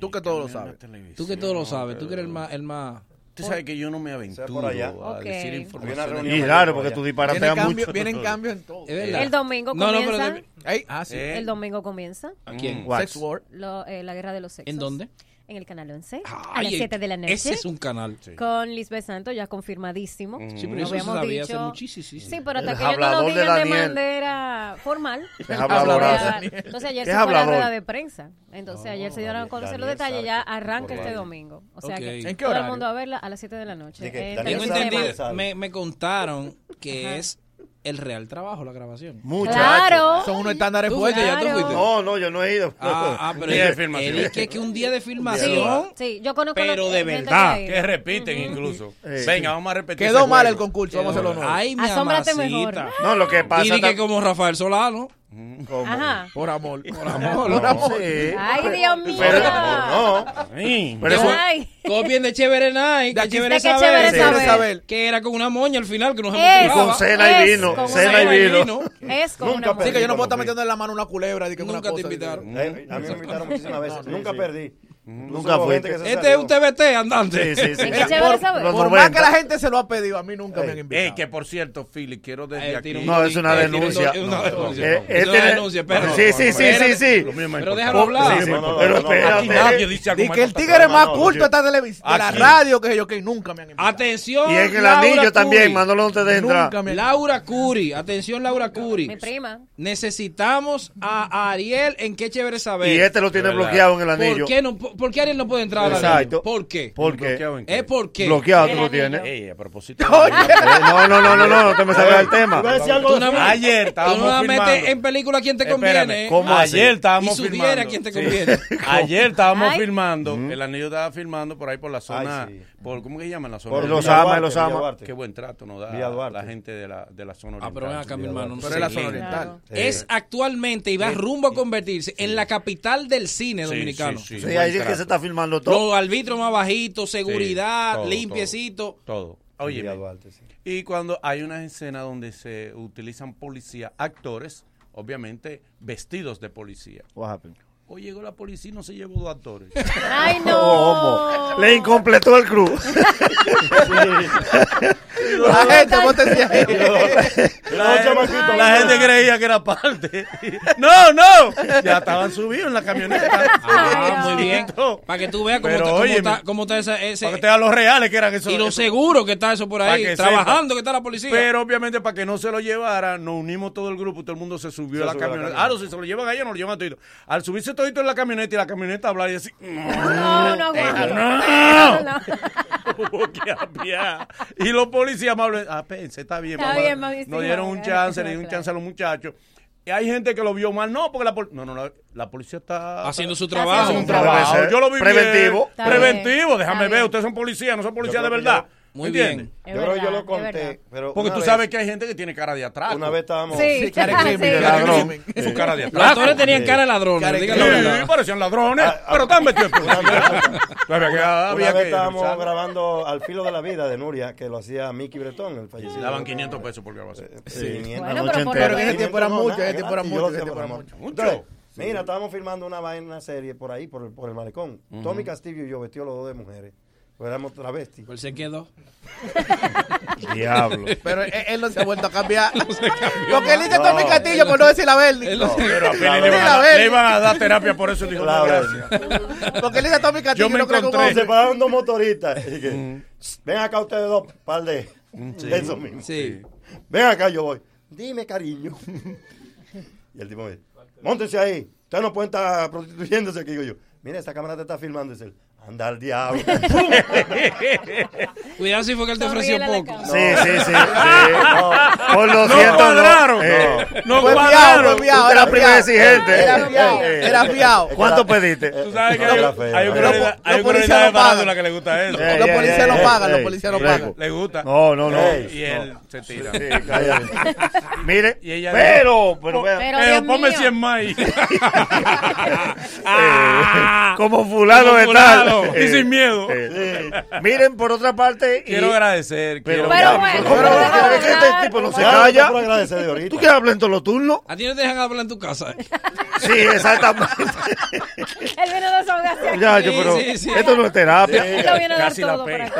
Speaker 7: Tú que todo lo sabes.
Speaker 3: Tú que todo lo sabes, tú que eres el más... El más...
Speaker 2: Usted sabe que yo no me aventuro
Speaker 10: por allá.
Speaker 2: a
Speaker 5: Ok.
Speaker 2: decir
Speaker 10: Hay una
Speaker 2: información.
Speaker 10: reunión
Speaker 6: Y
Speaker 10: en
Speaker 6: claro,
Speaker 10: Cuba
Speaker 6: porque
Speaker 10: ya.
Speaker 6: tú
Speaker 7: Vienen
Speaker 6: disparateas mucho.
Speaker 7: cambios vienen cambio en todo.
Speaker 3: Es verdad.
Speaker 5: El domingo
Speaker 3: No, no, pero
Speaker 5: comienza.
Speaker 3: de-
Speaker 7: Ey, ah, sí.
Speaker 2: Eh,
Speaker 5: el domingo comienza
Speaker 3: ¿A quién?
Speaker 6: Guau.
Speaker 7: Sex World.
Speaker 5: lo- eh, la guerra de los sexos.
Speaker 3: Mm. ¿En dónde?
Speaker 5: en el canal 11 a
Speaker 3: Ay,
Speaker 5: las 7 de la noche.
Speaker 3: Ese es un canal. Mm.
Speaker 5: Con Lisbeth Santos, ya confirmadísimo.
Speaker 3: Sí, pero eso se sabía hace muchísimo.
Speaker 5: Sí, pero hasta
Speaker 3: El
Speaker 5: que ellos no lo
Speaker 3: hablador de
Speaker 5: digan de,
Speaker 3: Daniel.
Speaker 5: manera formal.
Speaker 3: El habladorazo.
Speaker 5: no se va a dar. Entonces ayer
Speaker 3: Es
Speaker 5: se fue la
Speaker 3: hablador.
Speaker 5: rueda de prensa. Entonces ayer se dieron a conocer los
Speaker 3: Daniel
Speaker 5: detalles. Ya arranca
Speaker 3: por
Speaker 5: este
Speaker 3: ahí.
Speaker 5: domingo. O sea
Speaker 3: Ok.
Speaker 5: que
Speaker 3: ¿En qué
Speaker 5: todo el
Speaker 3: horario?
Speaker 5: mundo a verla a las 7 de la noche.
Speaker 3: Tengo
Speaker 5: Eh, Televisema.
Speaker 3: entendido, me, me contaron que
Speaker 5: Ajá.
Speaker 3: es el real trabajo la grabación.
Speaker 6: Muchachos.
Speaker 5: Claro.
Speaker 3: Son unos estándares fuertes, ya tú fuiste.
Speaker 6: No, no, yo no he ido.
Speaker 3: Ah, ah, pero
Speaker 6: Ni
Speaker 3: él-
Speaker 6: de filmación.
Speaker 3: él es que, que un día de
Speaker 5: Sí,
Speaker 3: filmación.
Speaker 5: sí, yo conozco
Speaker 2: Pero
Speaker 5: los-
Speaker 2: de
Speaker 5: gente que
Speaker 2: verdad,
Speaker 5: ha ido.
Speaker 2: que repiten incluso. Venga, vamos a repetir.
Speaker 3: Quedó
Speaker 2: ese
Speaker 3: mal
Speaker 2: juego.
Speaker 3: el concurso, vamos a hacerlo nuevo. Ay, mi
Speaker 5: Asómbrate
Speaker 3: amacita.
Speaker 5: mejor.
Speaker 6: No, lo que pasa
Speaker 3: Y di que
Speaker 6: tam- Mm,
Speaker 3: como Rafael Solano.
Speaker 5: Ajá.
Speaker 3: Por amor, por amor,
Speaker 6: No,
Speaker 3: por amor.
Speaker 6: sí.
Speaker 5: Ay, Dios mío.
Speaker 3: Pero-
Speaker 6: No. Pero eso-
Speaker 5: Ay.
Speaker 3: Copien de Chévere Night, de
Speaker 5: De
Speaker 3: Chévere
Speaker 5: que Chévere
Speaker 3: Saber,
Speaker 5: Saber. Saber.
Speaker 3: que era con una moña al final que nos
Speaker 5: Es-
Speaker 3: emocionaba.
Speaker 6: Con cena y es vino, con una cena y moña. vino.
Speaker 5: Es como una
Speaker 7: Sí, que yo no puedo
Speaker 5: mujer.
Speaker 7: estar metiendo en la mano una culebra. di que una
Speaker 3: Nunca te
Speaker 7: cosa, di que-
Speaker 3: invitaron.
Speaker 7: Eh,
Speaker 10: A mí me invitaron muchísimas veces.
Speaker 7: Sí,
Speaker 10: Nunca
Speaker 7: sí.
Speaker 10: perdí.
Speaker 6: Nunca
Speaker 10: fue
Speaker 6: fuiste.
Speaker 3: Este es un TBT andante.
Speaker 6: Sí, sí, sí.
Speaker 3: Es
Speaker 6: que
Speaker 7: Por,
Speaker 6: chévere saber.
Speaker 7: por
Speaker 6: Los
Speaker 7: más
Speaker 6: 90.
Speaker 7: que la gente se lo ha pedido, a mí nunca me han
Speaker 2: Ey,
Speaker 7: invitado.
Speaker 2: Eh, que por cierto, Philly, quiero desde aquí.
Speaker 6: No, es una denuncia.
Speaker 3: es una denuncia.
Speaker 6: Eh,
Speaker 3: Es
Speaker 6: eh,
Speaker 3: una
Speaker 6: tiene-
Speaker 3: denuncia, pero-
Speaker 6: Sí, sí, sí, sí,
Speaker 3: Espérate.
Speaker 6: sí.
Speaker 3: Lo mismo es Pero déjalo importante. hablar.
Speaker 6: Sí, sí,
Speaker 3: No, no, no,
Speaker 6: Pero
Speaker 3: no, no,
Speaker 6: espérate.
Speaker 3: aquí nadie dice a
Speaker 7: Di
Speaker 3: comer
Speaker 7: que el
Speaker 3: tanta
Speaker 7: tigre más
Speaker 6: Manolo,
Speaker 7: culto
Speaker 6: yo-
Speaker 7: está de la, de la
Speaker 6: Aquí.
Speaker 7: radio que yo que nunca me han invitado.
Speaker 3: Atención.
Speaker 6: Y en el
Speaker 3: Laura
Speaker 6: anillo también,
Speaker 3: Curi.
Speaker 6: Manolo, no te dejes entrar.
Speaker 3: Nunca me- Laura Curi, atención Laura Curi.
Speaker 5: Mi prima.
Speaker 3: Necesitamos a Ariel en qué chévere saber.
Speaker 6: Y este lo tiene
Speaker 3: De verdad.
Speaker 6: bloqueado en el anillo.
Speaker 3: ¿Por qué, no, por por qué Ariel no puede entrar al
Speaker 6: Exacto.
Speaker 3: anillo? ¿Por qué?
Speaker 6: ¿Por qué?
Speaker 2: Bloqueado en
Speaker 3: Es porque
Speaker 6: Bloqueado tú lo tienes.
Speaker 2: Ey, a propósito.
Speaker 6: Eh, No, no, no, no, no, no te me salgas del tema.
Speaker 10: Iba a decir
Speaker 3: Tú
Speaker 10: algo de
Speaker 3: nada más-
Speaker 2: Ayer estábamos
Speaker 3: tú nada más metes
Speaker 2: filmando.
Speaker 3: en película a quien te
Speaker 2: Espérame,
Speaker 3: conviene.
Speaker 6: ¿cómo así?
Speaker 2: Ayer estábamos
Speaker 3: Y subiera
Speaker 2: filmando.
Speaker 3: a quien te
Speaker 2: Sí.
Speaker 3: conviene.
Speaker 2: Ayer estábamos
Speaker 5: Ay.
Speaker 2: filmando. El anillo estaba filmando por ahí por la zona.
Speaker 10: Ay, sí.
Speaker 2: por, ¿Cómo que llaman la zona?
Speaker 10: Por
Speaker 2: oriental?
Speaker 6: Los ama, los
Speaker 10: Villa
Speaker 6: ama.
Speaker 10: Duarte.
Speaker 2: Qué buen trato nos da
Speaker 10: Villa Duarte.
Speaker 2: la gente de la, de la zona
Speaker 3: Ah,
Speaker 2: oriental.
Speaker 3: pero ven acá, mi hermano.
Speaker 2: Pero es la zona
Speaker 3: excelente.
Speaker 2: oriental.
Speaker 3: Sí. Es actualmente y va rumbo a convertirse en la capital del cine
Speaker 2: Sí,
Speaker 3: dominicano.
Speaker 2: sí, sí.
Speaker 6: Sí, ahí es que se está filmando todo.
Speaker 3: Los árbitros más bajitos, seguridad,
Speaker 2: Sí, todo,
Speaker 3: limpiecito.
Speaker 2: Todo. Oye,
Speaker 10: Villa Duarte, sí.
Speaker 2: Y cuando hay unas escenas donde se utilizan policías, actores, obviamente vestidos de policía.
Speaker 6: What happened?
Speaker 2: Hoy llegó la policía y no se llevó dos actores.
Speaker 5: Ay,
Speaker 6: Oh,
Speaker 5: no.
Speaker 6: homo. Le incompletó el crew.
Speaker 7: La gente, póntese ahí.
Speaker 10: No, chamaquito,
Speaker 2: La gente creía que era parte. No, no. Ya estaban subidos en la camioneta.
Speaker 3: Ah, muy bien.
Speaker 2: Chiquito.
Speaker 3: Para que tú veas cómo,
Speaker 2: Pero
Speaker 3: está, cómo
Speaker 2: óyeme.
Speaker 3: está, cómo está esa- ese...
Speaker 2: Para que te vean los reales que eran esos.
Speaker 3: y lo seguro que está eso por
Speaker 2: Para
Speaker 3: ahí,
Speaker 2: que
Speaker 3: trabajando
Speaker 2: sepa.
Speaker 3: que está la policía.
Speaker 2: Pero obviamente para que no se lo llevara, nos unimos todo el grupo, todo el mundo se subió
Speaker 10: Se
Speaker 2: a la
Speaker 10: subió a la
Speaker 2: camioneta.
Speaker 10: camioneta.
Speaker 2: Ahora si se lo llevan a ellos, nos lo llevan a todito. Al subirse todito en la camioneta y la camioneta hablar y decir,
Speaker 5: No, no aguanto. No.
Speaker 2: Hubo que apiar. y los policías amables, ah, pense, está bien,
Speaker 5: Está bien, mamá, sí,
Speaker 2: no dieron
Speaker 5: mamá,
Speaker 2: un chance, le
Speaker 5: claro.
Speaker 2: dieron un chance a los muchachos. Y hay gente que lo vio mal, no, porque la, pol- no, no, la, la policía está
Speaker 3: haciendo su
Speaker 5: Está
Speaker 3: trabajo.
Speaker 2: haciendo un
Speaker 6: Debe
Speaker 2: trabajo.
Speaker 6: ser
Speaker 2: Yo lo vi bien.
Speaker 6: preventivo.
Speaker 5: Está bien,
Speaker 2: Preventivo, déjame
Speaker 5: está
Speaker 2: ver,
Speaker 5: bien.
Speaker 2: ustedes son policías, no son policías de
Speaker 10: creo que
Speaker 2: verdad.
Speaker 10: yo-
Speaker 3: Muy
Speaker 2: ¿Entiendes?
Speaker 3: bien.
Speaker 5: Es
Speaker 10: Yo creo que yo
Speaker 5: verdad,
Speaker 10: lo
Speaker 5: es
Speaker 10: conté.
Speaker 5: verdad.
Speaker 10: Pero
Speaker 2: Porque
Speaker 10: una
Speaker 2: tú
Speaker 10: vez-
Speaker 2: sabes que hay gente que tiene cara de atraco.
Speaker 10: Una vez estábamos.
Speaker 5: Sí,
Speaker 6: Sí, cara de crimen, de ladrón.
Speaker 2: Su cara de
Speaker 3: Los
Speaker 2: atraco.
Speaker 3: actores tenían cara de ladrones,
Speaker 2: Sí,
Speaker 3: digan la verdad.
Speaker 2: parecían ladrones,
Speaker 10: Ah, ah,
Speaker 2: pero están vestidos de
Speaker 10: Una
Speaker 2: policía. Había que-
Speaker 10: Una
Speaker 2: había
Speaker 10: vez
Speaker 2: que
Speaker 10: estábamos
Speaker 2: revisar.
Speaker 10: grabando Al filo de la vida de Nuria, que lo hacía Mickey Bretón, el fallecido.
Speaker 2: Daban 500 pesos por grabación.
Speaker 10: Sí,
Speaker 6: noche
Speaker 5: Bueno, pero por
Speaker 6: entera.
Speaker 7: Pero
Speaker 5: lo
Speaker 7: que ese
Speaker 5: menos.
Speaker 7: tiempo era
Speaker 10: No,
Speaker 7: mucho,
Speaker 10: nada,
Speaker 7: ese tiempo era
Speaker 10: gratis,
Speaker 7: mucho,
Speaker 10: yo
Speaker 7: ese
Speaker 10: lo
Speaker 7: tiempo era
Speaker 10: hacía
Speaker 7: mucho.
Speaker 10: por amor. Entonces, Mira, estábamos filmando una vaina, una serie por ahí, por el, por el malecón. Tommy Castillo y yo vestidos los dos de mujeres. Pues éramos travestis.
Speaker 3: Pues se quedó.
Speaker 6: Diablo.
Speaker 7: Pero él, él no se ha vuelto a cambiar. Lo que él dice Tommy Castillo, por no decir la verdad.
Speaker 2: Pero a Pili
Speaker 7: Claro.
Speaker 2: le, iban a,
Speaker 7: Mira, a ver.
Speaker 2: le iban a dar terapia por eso. y Dijo, no,
Speaker 10: Claro.
Speaker 2: gracias.
Speaker 7: Porque él dice Tommy Castillo,
Speaker 2: me
Speaker 7: no creo que un
Speaker 10: Se
Speaker 2: encontré-
Speaker 7: hombre.
Speaker 10: separaron dos motoristas. Y que, Ven acá ustedes dos, par de, de esos mismos.
Speaker 3: Sí.
Speaker 10: Ven acá, yo voy. Dime, cariño. y el tipo me dice, montense ahí. Ustedes no pueden estar prostituyéndose aquí. Digo yo, mira, esta cámara te está filmando. Dice él, anda al diablo.
Speaker 3: Cuidado si fue que él te ofreció
Speaker 5: Sonríele a la
Speaker 3: poco.
Speaker 5: cámara.
Speaker 6: Sí, sí, sí. sí. Por lo
Speaker 2: No
Speaker 6: siento,
Speaker 2: cuadraron.
Speaker 6: eh,
Speaker 2: No
Speaker 7: Fue fiado,
Speaker 2: cuadraron.
Speaker 7: fue fiado.
Speaker 6: Usted
Speaker 7: era
Speaker 6: la primera
Speaker 7: fiado.
Speaker 6: exigente.
Speaker 7: Era fiado,
Speaker 6: Eh, eh.
Speaker 7: era fiado.
Speaker 6: ¿Cuánto pediste?
Speaker 2: Tú sabes que
Speaker 10: No,
Speaker 2: hay,
Speaker 10: era feo,
Speaker 2: hay un
Speaker 10: era
Speaker 2: cronista-
Speaker 7: feo.
Speaker 2: hay un
Speaker 7: Los
Speaker 2: cronista
Speaker 7: policías
Speaker 2: de
Speaker 7: lo pagan.
Speaker 2: farándula que le gusta eso.
Speaker 6: Eh,
Speaker 7: Los policías lo pagan, los policías lo
Speaker 6: luego.
Speaker 7: pagan.
Speaker 2: Le gusta.
Speaker 6: No, no, no.
Speaker 2: Y él se tira.
Speaker 6: Sí, cállate. Mire,
Speaker 2: Y ella "Oh,
Speaker 6: pero, pero, vea,
Speaker 5: Pero,
Speaker 2: Pero
Speaker 5: Dios
Speaker 2: ponme
Speaker 5: mío.
Speaker 2: 100 más ahí.
Speaker 6: eh, como fulano de
Speaker 2: Fulano,
Speaker 6: tal.
Speaker 2: y sin miedo.
Speaker 6: eh, miren, por otra parte, y-
Speaker 2: Quiero agradecer. quiero-
Speaker 6: Pero
Speaker 5: Pero bueno,
Speaker 6: Pero,
Speaker 5: pero
Speaker 6: pero, ¿qué te- tipo no se
Speaker 10: Claro,
Speaker 6: calla.
Speaker 10: por agradecer de ahorita.
Speaker 6: ¿Tú qué hablas en todos los turnos?
Speaker 3: A ti no te dejan hablar en tu casa.
Speaker 6: Sí, exactamente.
Speaker 5: Él viene de desahogarse aquí.
Speaker 6: Ya, yo, pero esto no es terapia. Eh.
Speaker 5: Él lo viene a dar todo por acá.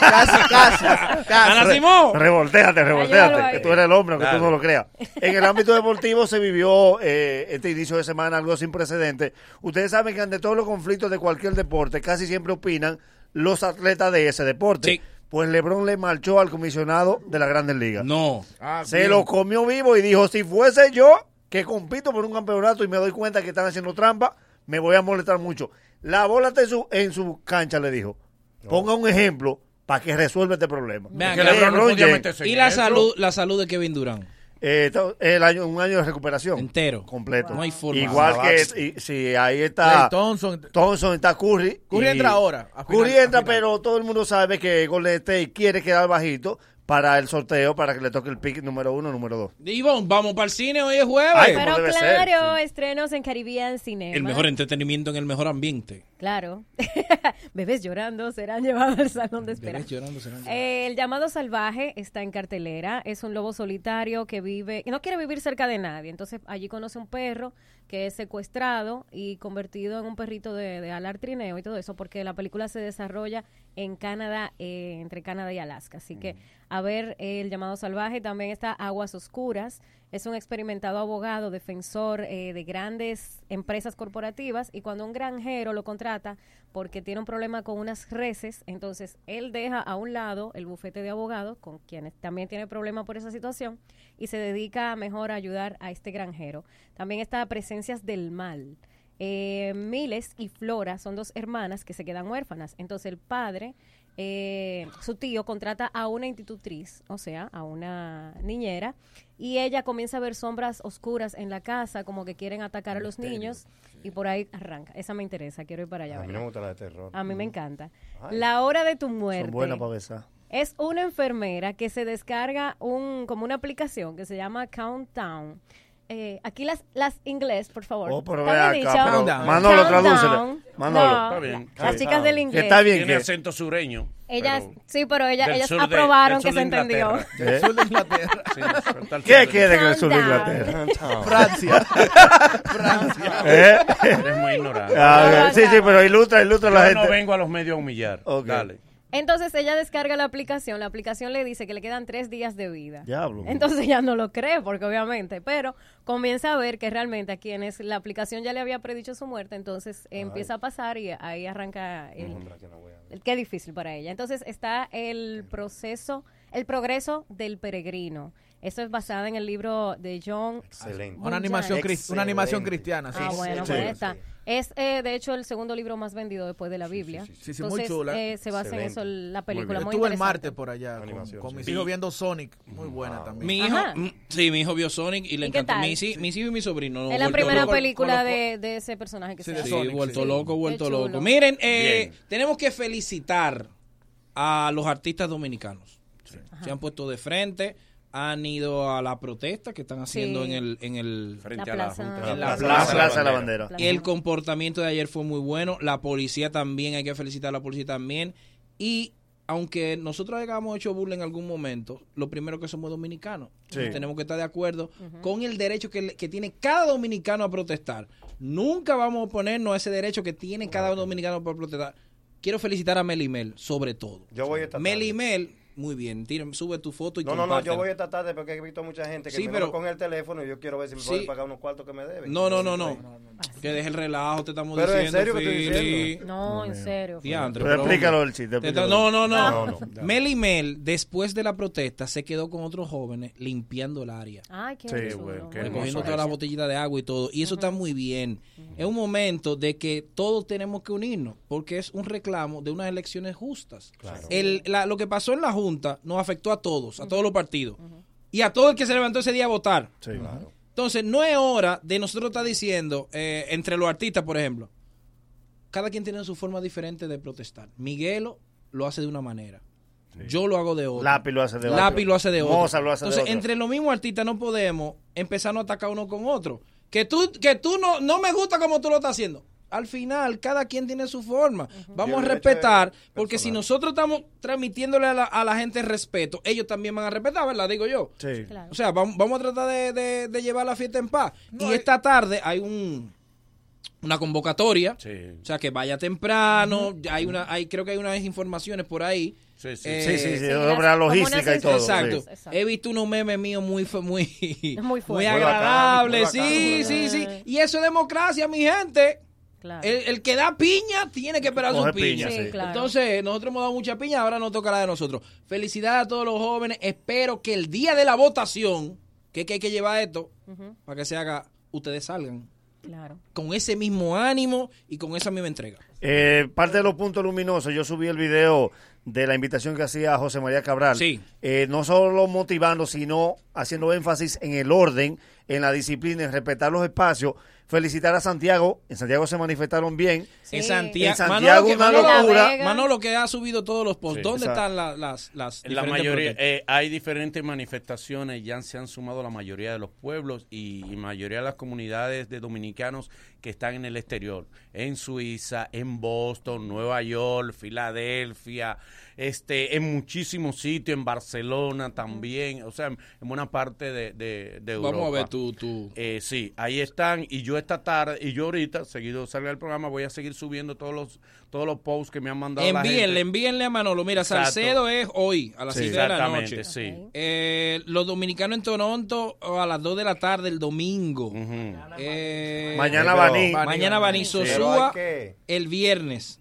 Speaker 6: casi, casi,
Speaker 5: casi.
Speaker 6: Re- Revoltéate,
Speaker 5: Ayúdalo
Speaker 6: revoltéate.
Speaker 5: ahí.
Speaker 6: Que tú eres el hombre, aunque
Speaker 2: Claro.
Speaker 6: tú no lo creas. En el ámbito deportivo se vivió eh, este inicio de semana algo sin precedente. Ustedes saben que ante todos los conflictos de cualquier deporte, casi siempre opinan los atletas de ese deporte. Pues LeBron le marchó al comisionado de la Grandes Ligas.
Speaker 3: No.
Speaker 18: Ah,
Speaker 6: se lo comió vivo y dijo, si fuese yo que compito por un campeonato y me doy cuenta que están haciendo trampa, me voy a molestar mucho. La bola está en su, en su cancha, le dijo. Ponga un ejemplo para que resuelva este problema.
Speaker 3: Vean
Speaker 6: Porque
Speaker 3: acá.
Speaker 6: LeBron James,
Speaker 3: y la salud, la salud de Kevin Durant.
Speaker 6: eh, to- el año, un año de recuperación.
Speaker 3: Entero.
Speaker 6: Completo.
Speaker 3: No hay forma.
Speaker 6: Igual
Speaker 3: Ah,
Speaker 6: que este.
Speaker 3: vas.
Speaker 6: y- sí, ahí está
Speaker 7: Clay
Speaker 6: Thompson. está Curry.
Speaker 7: Curry
Speaker 6: y-
Speaker 7: entra ahora, a
Speaker 6: Curry
Speaker 7: final- a
Speaker 6: entra,
Speaker 7: final.
Speaker 6: pero todo el mundo sabe que Golden State quiere quedar bajito para el sorteo, para que le toque el pick número uno, número dos.
Speaker 3: Ivonne, vamos para el cine, hoy es jueves.
Speaker 6: Ay,
Speaker 5: Pero claro, estrenos en Caribbean Cinema.
Speaker 3: El mejor entretenimiento en el mejor ambiente.
Speaker 5: Claro. Bebés llorando serán llevados al salón de espera.
Speaker 3: Bebés llorando serán
Speaker 5: Eh, el llamado salvaje está en cartelera. Es un lobo solitario que vive, no quiere vivir cerca de nadie. Entonces allí conoce un perro que es secuestrado y convertido en un perrito de, de alar trineo y todo eso, porque la película se desarrolla en Canadá, eh, entre Canadá y Alaska. Así que a ver eh, el llamado salvaje. También está Aguas Oscuras. Es un experimentado abogado, defensor eh, de grandes empresas corporativas y cuando un granjero lo contrata porque tiene un problema con unas reses, entonces él deja a un lado el bufete de abogados con quienes también tiene problema por esa situación y se dedica mejor a ayudar a este granjero. También está Presencias del Mal. Eh, Miles y Flora son dos hermanas que se quedan huérfanas. Entonces el padre, eh, su tío, contrata a una institutriz, o sea, a una niñera, y ella comienza a ver sombras oscuras en la casa, como que quieren atacar a los niños, y por ahí arranca. Esa me interesa, quiero ir para allá.
Speaker 10: A mí no
Speaker 5: verla.
Speaker 10: me gusta la de terror.
Speaker 5: A mí me encanta.
Speaker 10: Ah, Ay.
Speaker 5: La hora de tu muerte.
Speaker 6: Son buenas para besar.
Speaker 5: Es una enfermera que se descarga un, como una aplicación que se llama Countdown. Eh, aquí las, las inglés, por favor.
Speaker 6: Oh, pero
Speaker 5: Está
Speaker 6: ve
Speaker 5: bien
Speaker 6: acá,
Speaker 5: dicho.
Speaker 6: pero- Manolo,
Speaker 5: Countdown.
Speaker 6: tradúcele. Manolo. Ah,
Speaker 5: No,
Speaker 6: Está bien.
Speaker 5: la- las chicas del inglés.
Speaker 2: Tiene acento sureño.
Speaker 5: Ellas, sí, pero ellas,
Speaker 2: del
Speaker 5: ellas
Speaker 2: sur de-
Speaker 5: aprobaron
Speaker 2: del sur
Speaker 5: que se
Speaker 2: de
Speaker 5: entendió.
Speaker 2: Inglaterra. Del sur de
Speaker 7: Inglaterra.
Speaker 6: ¿Qué quiere que el sur de Inglaterra?
Speaker 7: Francia.
Speaker 2: Francia.
Speaker 6: ¿Eh?
Speaker 2: Eres muy ignorante.
Speaker 6: A ver, sí, sí, pero ilustra, ilustra a la
Speaker 2: Yo
Speaker 6: gente.
Speaker 2: no vengo a los medios a humillar. Dale.
Speaker 5: Entonces ella descarga la aplicación. La aplicación le dice que le quedan tres días de vida.
Speaker 6: Diablo.
Speaker 5: Entonces ella no lo cree, porque obviamente, pero comienza a ver que realmente a quienes la aplicación ya le había predicho su muerte, entonces empieza a pasar y ahí arranca el, el- Qué difícil para ella. Entonces está el proceso, el progreso del peregrino. Eso es basada en el libro de John.
Speaker 7: Excelente.
Speaker 5: Bunyan.
Speaker 7: Una animación cris- una animación cristiana, sí.
Speaker 5: Ah, bueno,
Speaker 7: Sí.
Speaker 5: pues está. Es, eh, de hecho, el segundo libro más vendido después de la Biblia.
Speaker 7: Sí, sí, muy
Speaker 5: Entonces,
Speaker 7: chula.
Speaker 5: eh, se basa en eso la película.
Speaker 7: Yo
Speaker 5: Muy
Speaker 7: Estuve el
Speaker 5: interesante.
Speaker 7: martes por allá con- con,
Speaker 3: sí.
Speaker 7: mis
Speaker 3: Sí.
Speaker 7: hijos viendo Sonic. Muy buena también.
Speaker 3: Mi hijo,
Speaker 5: Ajá.
Speaker 3: mm, sí, mi hijo vio Sonic y le
Speaker 5: ¿Y qué
Speaker 3: encantó.
Speaker 5: tal?
Speaker 3: Mi, sí, mis hijos y mi sobrino.
Speaker 5: Es la
Speaker 3: Vuelto
Speaker 5: primera
Speaker 3: loco.
Speaker 5: película de, de ese personaje que
Speaker 3: Sí,
Speaker 5: se hace.
Speaker 3: vuelto
Speaker 5: Sí.
Speaker 3: loco, vuelto
Speaker 5: Qué chulo.
Speaker 3: loco. Miren, eh, tenemos que felicitar a los artistas dominicanos. Se han puesto de frente, han ido a la protesta que están haciendo
Speaker 6: Sí.
Speaker 3: en el... En el
Speaker 6: Frente La a la plaza. Junta.
Speaker 3: En
Speaker 6: La
Speaker 3: la
Speaker 6: plaza.
Speaker 3: plaza,
Speaker 6: Plaza
Speaker 3: de la
Speaker 6: de la
Speaker 3: bandera.
Speaker 6: Bandera.
Speaker 3: El comportamiento de ayer fue muy bueno. La policía también, hay que felicitar a la policía también. Y aunque nosotros hayamos hecho burla en algún momento, lo primero que somos dominicanos.
Speaker 7: Sí.
Speaker 3: Entonces, Tenemos que estar de acuerdo con el derecho que, le- que tiene cada dominicano a protestar. Nunca vamos a oponernos a ese derecho que tiene cada dominicano para protestar. Quiero felicitar a Melimel, sobre todo. Yo voy a Melimel, muy bien, tira- sube tu foto y
Speaker 10: No, no, no, yo
Speaker 3: compártela.
Speaker 10: voy esta tarde porque he visto mucha gente que
Speaker 3: Sí,
Speaker 10: me
Speaker 3: pero-
Speaker 10: pero... con el teléfono y yo quiero ver si me
Speaker 3: Sí.
Speaker 10: pueden pagar unos cuartos que me deben.
Speaker 3: No, no, no, no. Que deje el relajo, te estamos
Speaker 10: Pero en
Speaker 3: diciendo.
Speaker 10: serio que estoy
Speaker 3: Fili.
Speaker 10: diciendo.
Speaker 5: No, en serio.
Speaker 3: Diantre,
Speaker 6: Pero
Speaker 3: pero
Speaker 6: explícalo
Speaker 3: hombre.
Speaker 6: el chiste,
Speaker 3: Te-
Speaker 6: explícalo.
Speaker 3: No, no, no.
Speaker 6: No,
Speaker 3: Mel y Mel, después de la protesta, se quedó con otros jóvenes limpiando el área.
Speaker 5: Ay, qué
Speaker 2: Sí, chulo. bueno, qué hermoso
Speaker 3: Recogiendo todas
Speaker 2: eso.
Speaker 3: las botellitas de agua y todo. Y eso está muy bien. Es un momento de que todos tenemos que unirnos, porque es un reclamo de unas elecciones justas. El- la- lo que pasó en la Junta nos afectó a todos, a todos los partidos. Y a todo el que se levantó ese día a votar. Entonces, no es hora de nosotros estar diciendo, eh, entre los artistas, por ejemplo, cada quien tiene su forma diferente de protestar. Miguelo lo hace de una manera. Yo lo hago de otra.
Speaker 6: Lápiz lo hace de
Speaker 3: Lápiz
Speaker 6: otro.
Speaker 3: lo hace de otra.
Speaker 6: Mozart lo hace de
Speaker 3: Entonces,
Speaker 6: otro.
Speaker 3: entre los mismos artistas no podemos empezar a atacar uno con otro. Que tú, que tú no, no me gusta como tú lo estás haciendo. al final cada quien tiene su forma. Vamos a respetar, porque si nosotros estamos transmitiéndole a la, a la gente respeto, ellos también van a respetar, ¿verdad? Digo yo.
Speaker 6: Sí.
Speaker 3: O sea, vam- vamos, a tratar de, de- de llevar la fiesta en paz. y esta tarde hay un una convocatoria, o sea que vaya temprano, ya hay una, hay creo que hay unas informaciones por ahí. Eh,
Speaker 2: Sí,
Speaker 6: sí. Sí, sí, sí, sobre la logística y todo, sí.
Speaker 3: Exacto.
Speaker 6: Exacto.
Speaker 3: He visto unos memes míos muy, fe- muy,
Speaker 5: Muy
Speaker 3: muy,
Speaker 5: fuerte.
Speaker 3: agradables,
Speaker 5: Muy bacano,
Speaker 3: sí,
Speaker 5: muy bacano.
Speaker 3: sí, sí. Y eso es democracia, mi gente.
Speaker 5: Claro.
Speaker 3: El, el que da piña tiene que esperar
Speaker 6: Coge
Speaker 3: su piña.
Speaker 6: piña, sí. Sí, claro.
Speaker 3: Entonces, nosotros hemos dado mucha piña, ahora nos toca la de nosotros. Felicidades a todos los jóvenes. Espero que el día de la votación, que es que hay que llevar esto,
Speaker 5: Ujú,
Speaker 3: para que se haga, ustedes salgan
Speaker 5: Claro.
Speaker 3: con ese mismo ánimo y con esa misma entrega.
Speaker 6: Eh, parte de los puntos luminosos, yo subí el video de la invitación que hacía José María Cabral.
Speaker 3: Sí.
Speaker 6: Eh, no solo motivando, sino haciendo énfasis en el orden, en la disciplina, en respetar los espacios. Felicitar a Santiago. En Santiago se manifestaron bien.
Speaker 3: En Santia-
Speaker 6: En Santiago
Speaker 3: que-
Speaker 6: una
Speaker 3: Manolo-
Speaker 6: locura.
Speaker 3: Manolo que ha subido todos los posts.
Speaker 2: Sí,
Speaker 3: ¿Dónde
Speaker 2: exacto.
Speaker 3: están la- las, las
Speaker 2: La
Speaker 3: diferentes
Speaker 2: mayoría,
Speaker 3: protestas?
Speaker 2: eh, hay diferentes manifestaciones, ya se han sumado la mayoría de los pueblos y, y mayoría de las comunidades de dominicanos que están en el exterior, en Suiza, en Boston, Nueva York, Filadelfia, este, en muchísimos sitios, en Barcelona también, o sea, en, en buena parte de, de- de Europa.
Speaker 3: Vamos a ver tú, tú.
Speaker 2: Eh, sí, ahí están. Y yo esta tarde, y yo ahorita, seguido salga el programa, voy a seguir subiendo todos los todos los posts que me han mandado. la gente.
Speaker 3: Envíenle, envíenle a Manolo. Mira,
Speaker 2: Exacto.
Speaker 3: Salcedo es hoy a las
Speaker 2: Sí.
Speaker 3: 6 de la
Speaker 2: Exactamente,
Speaker 3: noche.
Speaker 2: sí.
Speaker 3: Eh, los dominicanos en Toronto oh, a las 2 de la tarde el domingo. Eh,
Speaker 6: Mañana Baní.
Speaker 3: Mañana Baní
Speaker 2: Sí.
Speaker 3: Sosúa
Speaker 2: Pero hay
Speaker 3: el viernes.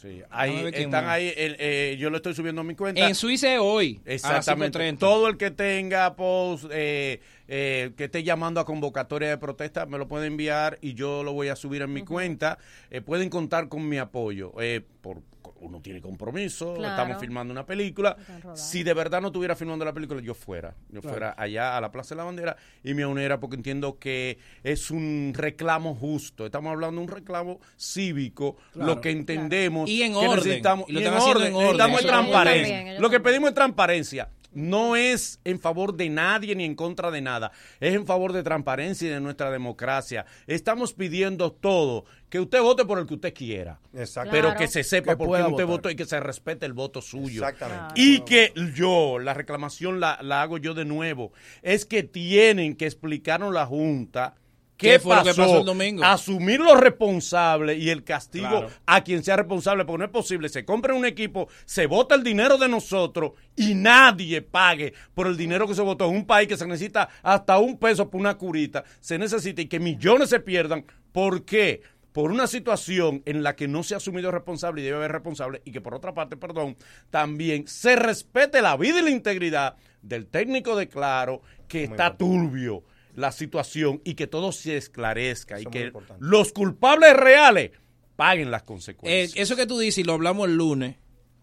Speaker 2: Sí, Ahí están ahí, el- eh, yo lo estoy subiendo a mi cuenta.
Speaker 3: En Suiza es hoy. a las
Speaker 2: Exactamente.
Speaker 3: 5:30.
Speaker 2: Todo el que tenga post, eh, eh, que esté llamando a convocatoria de protesta, me lo puede enviar y yo lo voy a subir en mi cuenta. Eh, pueden contar con mi apoyo. eh, por, uno tiene compromiso,
Speaker 12: Claro.
Speaker 2: estamos filmando una película. Si de verdad no estuviera filmando la película, yo fuera. Yo
Speaker 12: Claro.
Speaker 2: fuera allá a la Plaza de la Bandera y me uniera porque entiendo que es un reclamo justo. Estamos hablando de un reclamo cívico,
Speaker 3: Claro.
Speaker 2: lo que entendemos.
Speaker 3: Y en
Speaker 2: que
Speaker 3: orden.
Speaker 2: necesitamos-
Speaker 3: Y lo
Speaker 2: y
Speaker 3: están haciendo en orden.
Speaker 2: Necesitamos
Speaker 3: Eso también,
Speaker 2: transparencia.
Speaker 3: ellos
Speaker 2: Lo que pedimos es transparencia. No es en favor de nadie ni en contra de nada. Es en favor de transparencia y de nuestra democracia. Estamos pidiendo todo. Que usted vote por el que usted quiera. Pero
Speaker 12: Claro.
Speaker 2: que se sepa
Speaker 12: Que
Speaker 2: por
Speaker 12: pueda
Speaker 2: quién usted
Speaker 12: votar.
Speaker 2: votó y que se respete el voto suyo.
Speaker 12: Exactamente.
Speaker 2: Y que yo, la reclamación la, la hago yo de nuevo, es que tienen que explicarnos la Junta
Speaker 3: ¿Qué fue lo que pasó el domingo?
Speaker 2: Asumir los responsables y el castigo
Speaker 3: Claro.
Speaker 2: a quien sea responsable, porque no es posible. Se compra un equipo, se vota el dinero de nosotros y nadie pague por el dinero que se votó en un país que se necesita hasta un peso por una curita. Se necesita y que millones se pierdan. ¿Por qué? Por una situación en la que no se ha asumido responsable y debe haber responsable, y que por otra parte, perdón, también se respete la vida y la integridad del técnico de Claro que está turbio la situación y que todo se esclarezca y que los culpables reales paguen las
Speaker 3: Eh,
Speaker 2: consecuencias.
Speaker 3: eso que tú dices, y lo hablamos el lunes,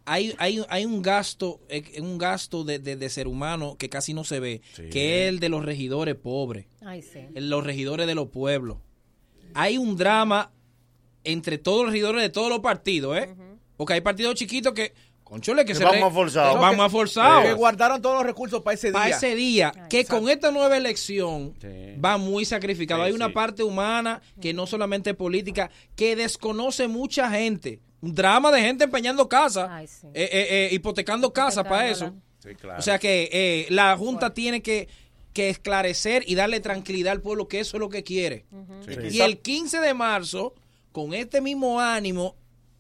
Speaker 3: hay, hay, hay un gasto, eh, un gasto de, de- de ser humano que casi no se ve, que es el de los regidores pobres,
Speaker 5: Ay, sí.
Speaker 3: los regidores de los pueblos. Hay un drama entre todos los regidores de todos los partidos, ¿eh? Porque hay partidos chiquitos que, conchole, que,
Speaker 6: Que
Speaker 3: se
Speaker 6: van
Speaker 3: re-
Speaker 6: más forzados.
Speaker 3: que van más forzados.
Speaker 7: Que guardaron todos los recursos para ese día.
Speaker 3: Para ese día, que con esta nueva elección va muy sacrificado.
Speaker 7: Sí,
Speaker 3: Hay una
Speaker 7: sí.
Speaker 3: parte humana que no solamente es política, que desconoce mucha gente. Un drama de gente empeñando casa, eh, eh, eh, hipotecando casa para eso.
Speaker 2: Sí, claro.
Speaker 3: O sea que eh, la Junta tiene que, que esclarecer y darle tranquilidad al pueblo que eso es lo que quiere.
Speaker 2: Sí.
Speaker 3: Y
Speaker 2: Quizá-
Speaker 3: el 15 de marzo, con este mismo ánimo,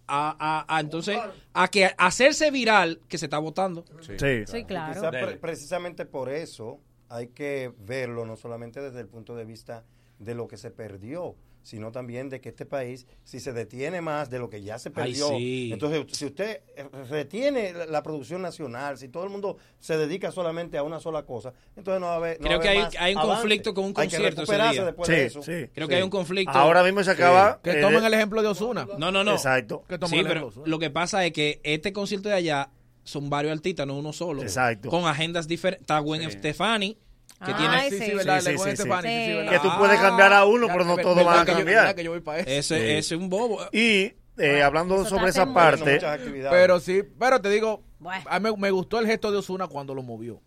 Speaker 3: a, a- a entonces a que a hacerse viral que se está votando.
Speaker 10: Y quizá pre- precisamente por eso hay que verlo no solamente desde el punto de vista de lo que se perdió, sino también de que este país, si se detiene más de lo que ya se
Speaker 12: Ay,
Speaker 10: perdió,
Speaker 12: sí.
Speaker 10: entonces si usted eh, retiene la, la producción nacional, si todo el mundo se dedica solamente a una sola cosa, entonces no va a haber... no
Speaker 3: Creo
Speaker 10: va a
Speaker 3: que
Speaker 10: haber
Speaker 3: hay,
Speaker 10: más
Speaker 3: hay un
Speaker 10: avance.
Speaker 3: conflicto con un
Speaker 10: Hay que
Speaker 3: concierto ese
Speaker 10: recuperarse
Speaker 3: día.
Speaker 10: después de eso.
Speaker 3: Creo que hay un conflicto.
Speaker 6: Ahora mismo se acaba,
Speaker 7: Que
Speaker 6: eh,
Speaker 7: tomen
Speaker 6: de-
Speaker 7: el ejemplo de Osuna.
Speaker 3: No, no, no.
Speaker 6: Exacto.
Speaker 7: Que tomen
Speaker 3: Sí,
Speaker 7: el ejemplo de
Speaker 3: pero lo que pasa es que este concierto de allá son varios artistas, no uno solo.
Speaker 6: Exacto.
Speaker 3: Con agendas diferentes. Está Gwen Stefani. Que tiene,
Speaker 6: Ay, sí, sí, ¿verdad? Sí, Le- sí, Gwen sí, Stefani, sí, sí, sí, ¿verdad? Que tú
Speaker 3: Ah,
Speaker 6: puedes cambiar a uno,
Speaker 3: ya,
Speaker 6: pero no
Speaker 3: ver-
Speaker 6: todos
Speaker 3: verdad
Speaker 6: van a
Speaker 3: que yo-
Speaker 6: cambiar.
Speaker 3: verdad que yo voy pa' eso. Ese,
Speaker 6: Sí.
Speaker 3: ese es un bobo.
Speaker 6: Y eh, hablando sobre esa parte,
Speaker 7: Pero sí, pero te digo, a mí me, me gustó el gesto de Osuna cuando lo movió.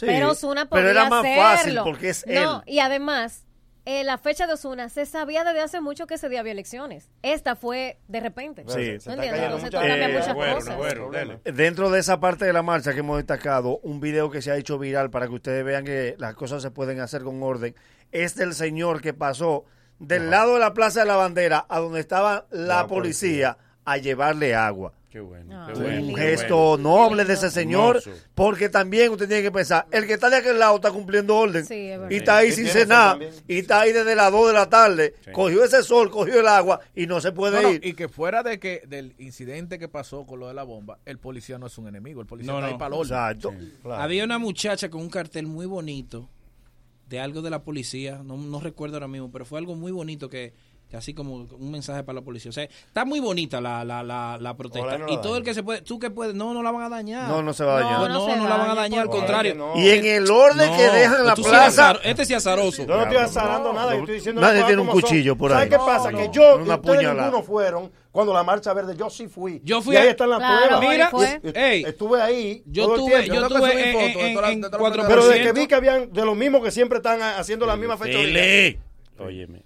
Speaker 5: Pero Osuna podía
Speaker 6: Pero era más
Speaker 5: hacerlo.
Speaker 6: fácil porque es
Speaker 5: No, y además, eh, la fecha de Osuna se sabía desde hace mucho que ese día había elecciones. Esta fue de repente.
Speaker 6: Sí. Se está
Speaker 5: ¿No
Speaker 6: cayendo Eh,
Speaker 5: entiendes? Entonces,
Speaker 6: mucha
Speaker 5: tú
Speaker 8: Eh,
Speaker 5: cambias
Speaker 6: gente.
Speaker 5: muchas
Speaker 6: Bueno,
Speaker 5: cosas.
Speaker 6: bueno, Dentro de esa parte de la marcha que hemos destacado, un video que se ha hecho viral para que ustedes vean que las cosas se pueden hacer con orden, es del señor que pasó del lado de la Plaza de la Bandera a donde estaba la,
Speaker 2: La
Speaker 6: policía, a llevarle agua.
Speaker 2: Qué bueno.
Speaker 6: Un
Speaker 5: Ah.
Speaker 2: qué bueno, qué
Speaker 6: gesto
Speaker 2: bueno.
Speaker 6: noble de ese señor,
Speaker 2: Hermoso.
Speaker 6: porque también usted tiene que pensar, el que está de aquel lado está cumpliendo orden
Speaker 5: Sí, es verdad.
Speaker 6: y está ahí
Speaker 5: Sí,
Speaker 6: sin
Speaker 5: tiene eso
Speaker 6: cenar,
Speaker 5: también.
Speaker 6: y está ahí desde las 2 de la tarde, cogió ese sol, cogió el agua y no se puede
Speaker 7: No, no,
Speaker 6: ir.
Speaker 7: y que fuera de que del incidente que pasó con lo de la bomba, el policía no es un enemigo, el policía
Speaker 3: No,
Speaker 7: está
Speaker 3: no.
Speaker 7: ahí para el orden.
Speaker 6: Exacto.
Speaker 3: Había una muchacha con un cartel muy bonito de algo de la policía, no, no recuerdo ahora mismo, pero fue algo muy bonito que, que así como un mensaje para la policía. O sea, está muy bonita la, la, la, la protesta.
Speaker 6: Ojalá no la
Speaker 3: y todo
Speaker 6: dañen.
Speaker 3: el que se puede, tú que puedes, no, no la van a dañar.
Speaker 6: No, no se va a dañar.
Speaker 3: No, no, no la van a dañar, al
Speaker 6: Ojalá
Speaker 3: contrario.
Speaker 6: que no. Y en el orden que dejan la
Speaker 3: tú sí eres
Speaker 6: plaza.
Speaker 3: azar- este sí es azaroso.
Speaker 6: Yo no estoy
Speaker 10: azarando nada, yo estoy diciendo
Speaker 6: Nadie
Speaker 10: las cosas
Speaker 6: tiene un
Speaker 10: como son.
Speaker 6: cuchillo por ahí.
Speaker 10: ¿Sabes qué pasa?
Speaker 6: No,
Speaker 10: que
Speaker 6: no.
Speaker 10: yo y
Speaker 6: Una
Speaker 10: ustedes
Speaker 6: puñalada.
Speaker 10: ninguno fueron cuando la marcha verde, yo sí fui.
Speaker 3: Yo fui
Speaker 10: Y ahí
Speaker 3: a-
Speaker 10: están las
Speaker 3: Claro,
Speaker 10: pruebas.
Speaker 3: Mira,
Speaker 10: Y-
Speaker 3: fue-
Speaker 10: y-
Speaker 3: Ey.
Speaker 10: estuve ahí.
Speaker 3: Yo
Speaker 10: todo el
Speaker 3: estuve-
Speaker 10: tiempo.
Speaker 3: yo
Speaker 10: Tengo que
Speaker 3: estuve
Speaker 10: subir
Speaker 3: en-
Speaker 10: fotos de
Speaker 3: en-
Speaker 10: todas las-
Speaker 3: en
Speaker 10: de todas las
Speaker 3: 4%.
Speaker 10: Pero desde que vi que habían de los mismos que siempre están ah, haciendo la misma fecha.
Speaker 2: Fele. Óyeme.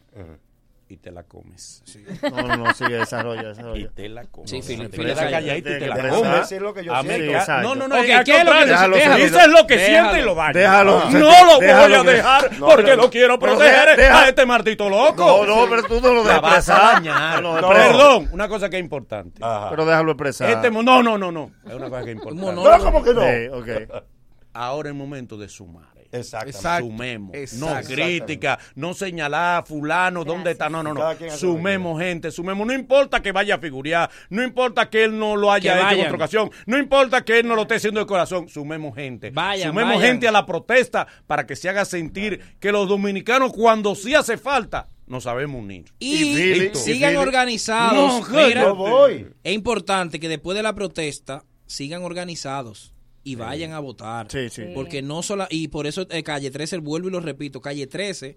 Speaker 2: Y te la comes.
Speaker 6: No, no, no, sigue, desarrolla, desarrolla.
Speaker 2: Y te la comes.
Speaker 6: Sí, Fili-
Speaker 2: Te
Speaker 6: Fili-
Speaker 2: quedas
Speaker 6: calla.
Speaker 2: calladito y
Speaker 6: Tiene
Speaker 2: te
Speaker 6: que
Speaker 2: la
Speaker 6: pensar.
Speaker 2: comes.
Speaker 6: Decir lo que yo
Speaker 2: A
Speaker 6: siento.
Speaker 2: mí,
Speaker 6: Exacto.
Speaker 2: No, no, no.
Speaker 6: Ok,
Speaker 2: al
Speaker 6: ¿qué es lo que
Speaker 2: contrario,
Speaker 6: Déjalo seguir.
Speaker 2: Dices lo que
Speaker 6: Déjalo.
Speaker 2: siente y lo dañas.
Speaker 6: Déjalo.
Speaker 2: No lo voy
Speaker 6: Déjalo
Speaker 2: a
Speaker 6: que-
Speaker 2: dejar
Speaker 6: No,
Speaker 2: porque
Speaker 6: pero-
Speaker 2: lo quiero
Speaker 6: pero
Speaker 2: proteger
Speaker 6: deja- deja-
Speaker 2: a este maldito loco.
Speaker 6: No, no, pero tú no lo
Speaker 2: La
Speaker 6: dejes
Speaker 2: vas a
Speaker 6: expresar.
Speaker 2: dañar.
Speaker 6: No, no,
Speaker 2: No,
Speaker 6: expresa.
Speaker 2: Perdón, una cosa que es importante.
Speaker 6: Pero déjalo expresar.
Speaker 2: Este mo- no, no, no, no. Es una cosa que es importante.
Speaker 6: monólogo. No, ¿cómo que no? Sí, ok.
Speaker 2: Ahora es momento de sumar. eh.
Speaker 6: Exactamente.
Speaker 2: Sumemos. No
Speaker 6: Exactamente.
Speaker 2: crítica, no señalar a fulano, dónde está. No, no,
Speaker 6: Cada quien
Speaker 2: no.
Speaker 6: hace lo que
Speaker 2: Sumemos gente, sumemos. No importa que vaya a figurear, no importa que él no lo haya
Speaker 3: Que
Speaker 2: hecho en
Speaker 3: vayan.
Speaker 2: otra ocasión, no importa que él no lo esté haciendo de corazón, sumemos gente.
Speaker 3: Vayan,
Speaker 2: sumemos
Speaker 3: vayan.
Speaker 2: gente a la protesta para que se haga sentir que los dominicanos, cuando sí hace falta, nos sabemos unir.
Speaker 3: y,
Speaker 2: Listo.
Speaker 3: sigan organizados.
Speaker 2: No,
Speaker 3: Mira,
Speaker 2: yo voy.
Speaker 3: Es importante que después de la protesta sigan organizados y vayan a votar.
Speaker 6: sí. Sí.
Speaker 3: Porque no sola y por eso eh, Calle 13 vuelvo y lo repito, Calle 13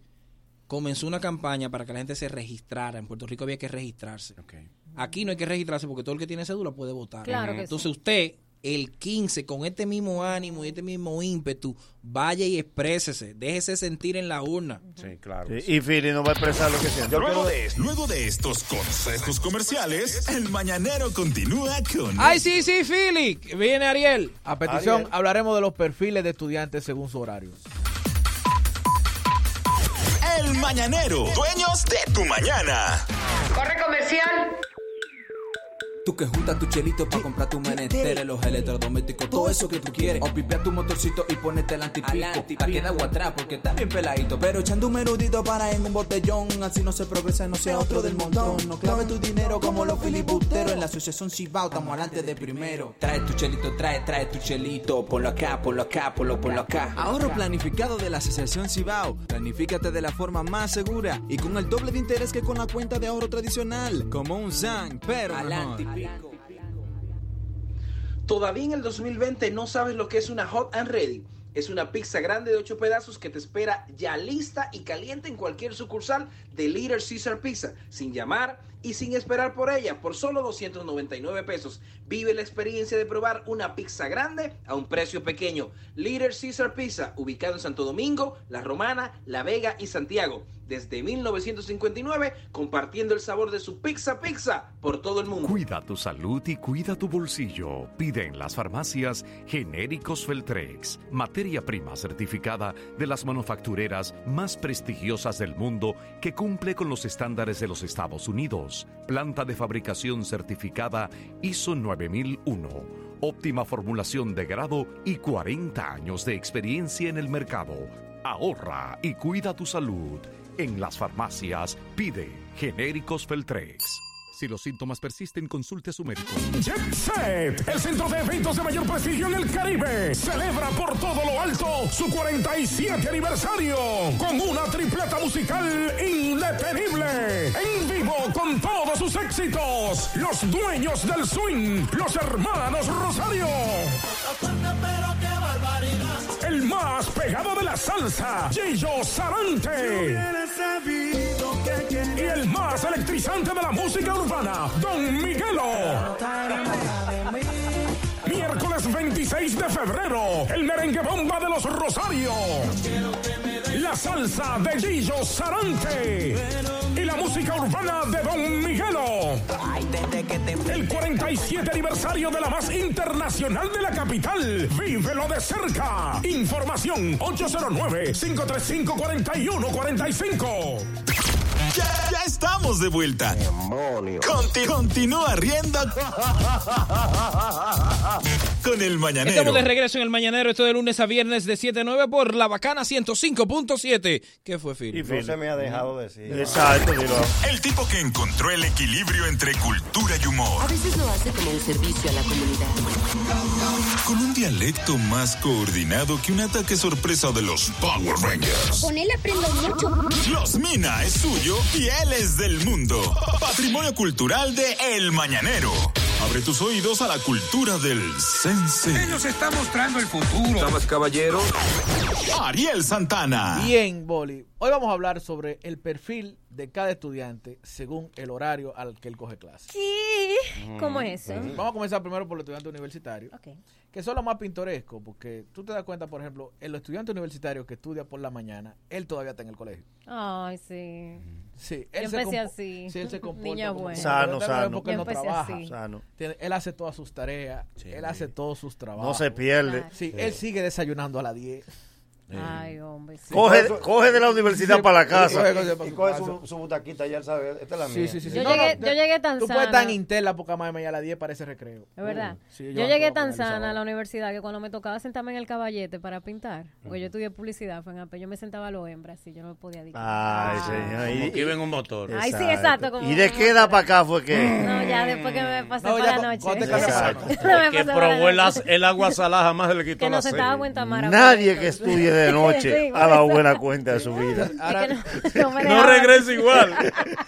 Speaker 3: comenzó una campaña para que la gente se registrara. En Puerto Rico había que registrarse. Aquí no hay que registrarse porque todo el que tiene cédula puede votar.
Speaker 5: Claro que sí.
Speaker 3: Entonces usted el 15 con este mismo ánimo y este mismo ímpetu, vaya y exprésese, déjese sentir en la urna.
Speaker 2: Sí, claro.
Speaker 6: Sí, Y Philly no va a expresar lo que siente.
Speaker 1: Luego de, luego de estos consejos comerciales, el mañanero continúa con.
Speaker 3: Ay, sí, sí, Philly. Viene Ariel.
Speaker 7: A petición,
Speaker 1: Ariel.
Speaker 7: hablaremos de los perfiles de estudiantes según su horario.
Speaker 1: El mañanero, dueños de tu mañana.
Speaker 27: Corre comercial.
Speaker 11: Tú que juntas tu chelito para comprar tu menester, los electrodomésticos, todo eso que tú quieres. O pipea tu motorcito y ponete el antipico. Te queda agua atrás porque está bien peladito. Pero echando un menudito para en un botellón. Así no se progresa, no sea otro del montón. No clave tu dinero como los filibusteros. En la asociación Cibao estamos adelante de primero. Trae tu chelito, trae, trae tu chelito. Ponlo acá, ponlo acá, ponlo, ponlo acá. Ahorro planificado de la Asociación Cibao. Planifícate de la forma más segura y con el doble de interés que con la cuenta de ahorro tradicional. Como un Zang, pero Adelante, mejor.
Speaker 8: ¿Todavía en el 2020 no sabes lo que es una hot and ready? Es una pizza grande de 8 pedazos que te espera ya lista y caliente en cualquier sucursal de Little Caesar Pizza, sin llamar y sin esperar por ella, por solo 299 pesos. Vive la experiencia de probar una pizza grande a un precio pequeño. Little Caesar Pizza, ubicado en Santo Domingo, La Romana, La Vega y Santiago. Desde 1959, compartiendo el sabor de su pizza pizza por todo el mundo.
Speaker 12: Cuida tu salud y cuida tu bolsillo. Pide en las farmacias genéricos Feltrex, materia prima certificada de las manufactureras más prestigiosas del mundo que cumple con los estándares de los Estados Unidos. Planta de fabricación certificada ISO 9001. Óptima formulación de grado y 40 años de experiencia en el mercado. Ahorra y cuida tu salud. En las farmacias pide genéricos Feltrex. Si los síntomas persisten, consulte a su médico.
Speaker 19: Jet Set, el centro de eventos de mayor prestigio en el Caribe, celebra por todo lo alto su 47 aniversario con una tripleta musical indetenible. En vivo con todos sus éxitos, los dueños del swing, los hermanos Rosario. El más pegado de la salsa, Gillo Sarante. Y el más electrizante de la música urbana, Don Miguelo. Miércoles 26 de febrero, el merengue bomba de los Rosario. la salsa de Gillo Sarante y la música urbana de Don Miguelo. El 47 aniversario de la más internacional de la capital. Vívelo de cerca. Información 809-535-4145.
Speaker 1: Ya, ya estamos de vuelta. Conti- continúa riendo con el mañanero.
Speaker 3: Estamos de regreso en el mañanero, esto de lunes a viernes de 7 a 9 por la bacana 105.7. ¿Qué fue, Phil?
Speaker 10: No se me ha dejado decir.
Speaker 1: El tipo que encontró el equilibrio entre cultura y humor.
Speaker 4: A veces lo hace como un servicio a la comunidad.
Speaker 1: Con un dialecto más coordinado que un ataque sorpresa de los Power Rangers.
Speaker 4: Con él aprendo mucho.
Speaker 1: Los Mina es suyo y él es del mundo. Patrimonio cultural de El Mañanero. Abre tus oídos a la cultura del sense. Él nos está mostrando el futuro. ¿Sabes, caballero? Ariel Santana.
Speaker 7: Bien, Boli. Hoy vamos a hablar sobre el perfil de cada estudiante según el horario al que él coge clases.
Speaker 5: ¿Qué? ¿Cómo es
Speaker 8: Mm.
Speaker 5: eso?
Speaker 7: Vamos a comenzar primero por los estudiantes universitarios, que son los más pintorescos, porque tú te das cuenta, por ejemplo, el estudiante universitario que estudia por la mañana, él todavía está en el colegio.
Speaker 5: Ay, sí.
Speaker 7: Sí,
Speaker 5: Yo
Speaker 7: él se
Speaker 5: empecé
Speaker 7: compo-
Speaker 5: así.
Speaker 7: sí, él se comporta
Speaker 5: Niña
Speaker 7: como-
Speaker 5: buena.
Speaker 6: Sano,
Speaker 7: Pero también
Speaker 6: sano.
Speaker 7: porque él
Speaker 5: Yo
Speaker 7: no
Speaker 5: empecé
Speaker 7: trabaja.
Speaker 5: así.
Speaker 6: Sano.
Speaker 7: Tiene- Él hace todas sus tareas, él hace todos sus trabajos.
Speaker 6: se pierde. Claro.
Speaker 7: Sí,
Speaker 6: Sí.
Speaker 7: él sigue desayunando a las 10.
Speaker 5: Ay, hombre. sí.
Speaker 6: Coge- coge de la universidad para la casa.
Speaker 7: coge- coge para
Speaker 10: Y
Speaker 7: su
Speaker 10: coge
Speaker 7: casa.
Speaker 10: su, su butaquita, ya él sabe. Esta es la
Speaker 7: Sí,
Speaker 10: mía.
Speaker 7: sí, sí, sí.
Speaker 5: Yo llegué- yo llegué tan
Speaker 7: Tú puedes estar en
Speaker 5: sana.
Speaker 7: Intel la poca madre y a las 10 parece recreo.
Speaker 5: Es verdad.
Speaker 7: Sí,
Speaker 5: yo
Speaker 7: van
Speaker 5: llegué
Speaker 7: todos para
Speaker 5: tan
Speaker 7: el
Speaker 5: sana a
Speaker 7: sábado.
Speaker 5: la universidad que cuando me tocaba sentarme en el caballete para pintar, porque yo estudié publicidad, fue en AP, yo me sentaba a los hembras, así yo no me podía dedicar.
Speaker 7: Ah,
Speaker 6: Ay, señor.
Speaker 2: Como
Speaker 6: Y-
Speaker 2: que iba en un motor.
Speaker 5: Ay, sí, exacto, como-
Speaker 6: ¿Y de qué edad para acá fue que?
Speaker 5: No, ya después que me pasé por la noche.
Speaker 2: Exacto.
Speaker 5: Me pasé
Speaker 2: Que
Speaker 5: por la
Speaker 2: probó el,
Speaker 5: noche.
Speaker 2: as- el agua salada jamás se le quitó
Speaker 5: Que
Speaker 2: la
Speaker 5: nos
Speaker 2: sed.
Speaker 5: sentaba cuenta Mara.
Speaker 6: Nadie que estudie de
Speaker 5: Sí,
Speaker 6: noche
Speaker 5: por
Speaker 6: ha dado
Speaker 5: eso.
Speaker 6: buena cuenta de su vida.
Speaker 5: No, me
Speaker 2: No
Speaker 5: dejaban.
Speaker 2: regresa igual.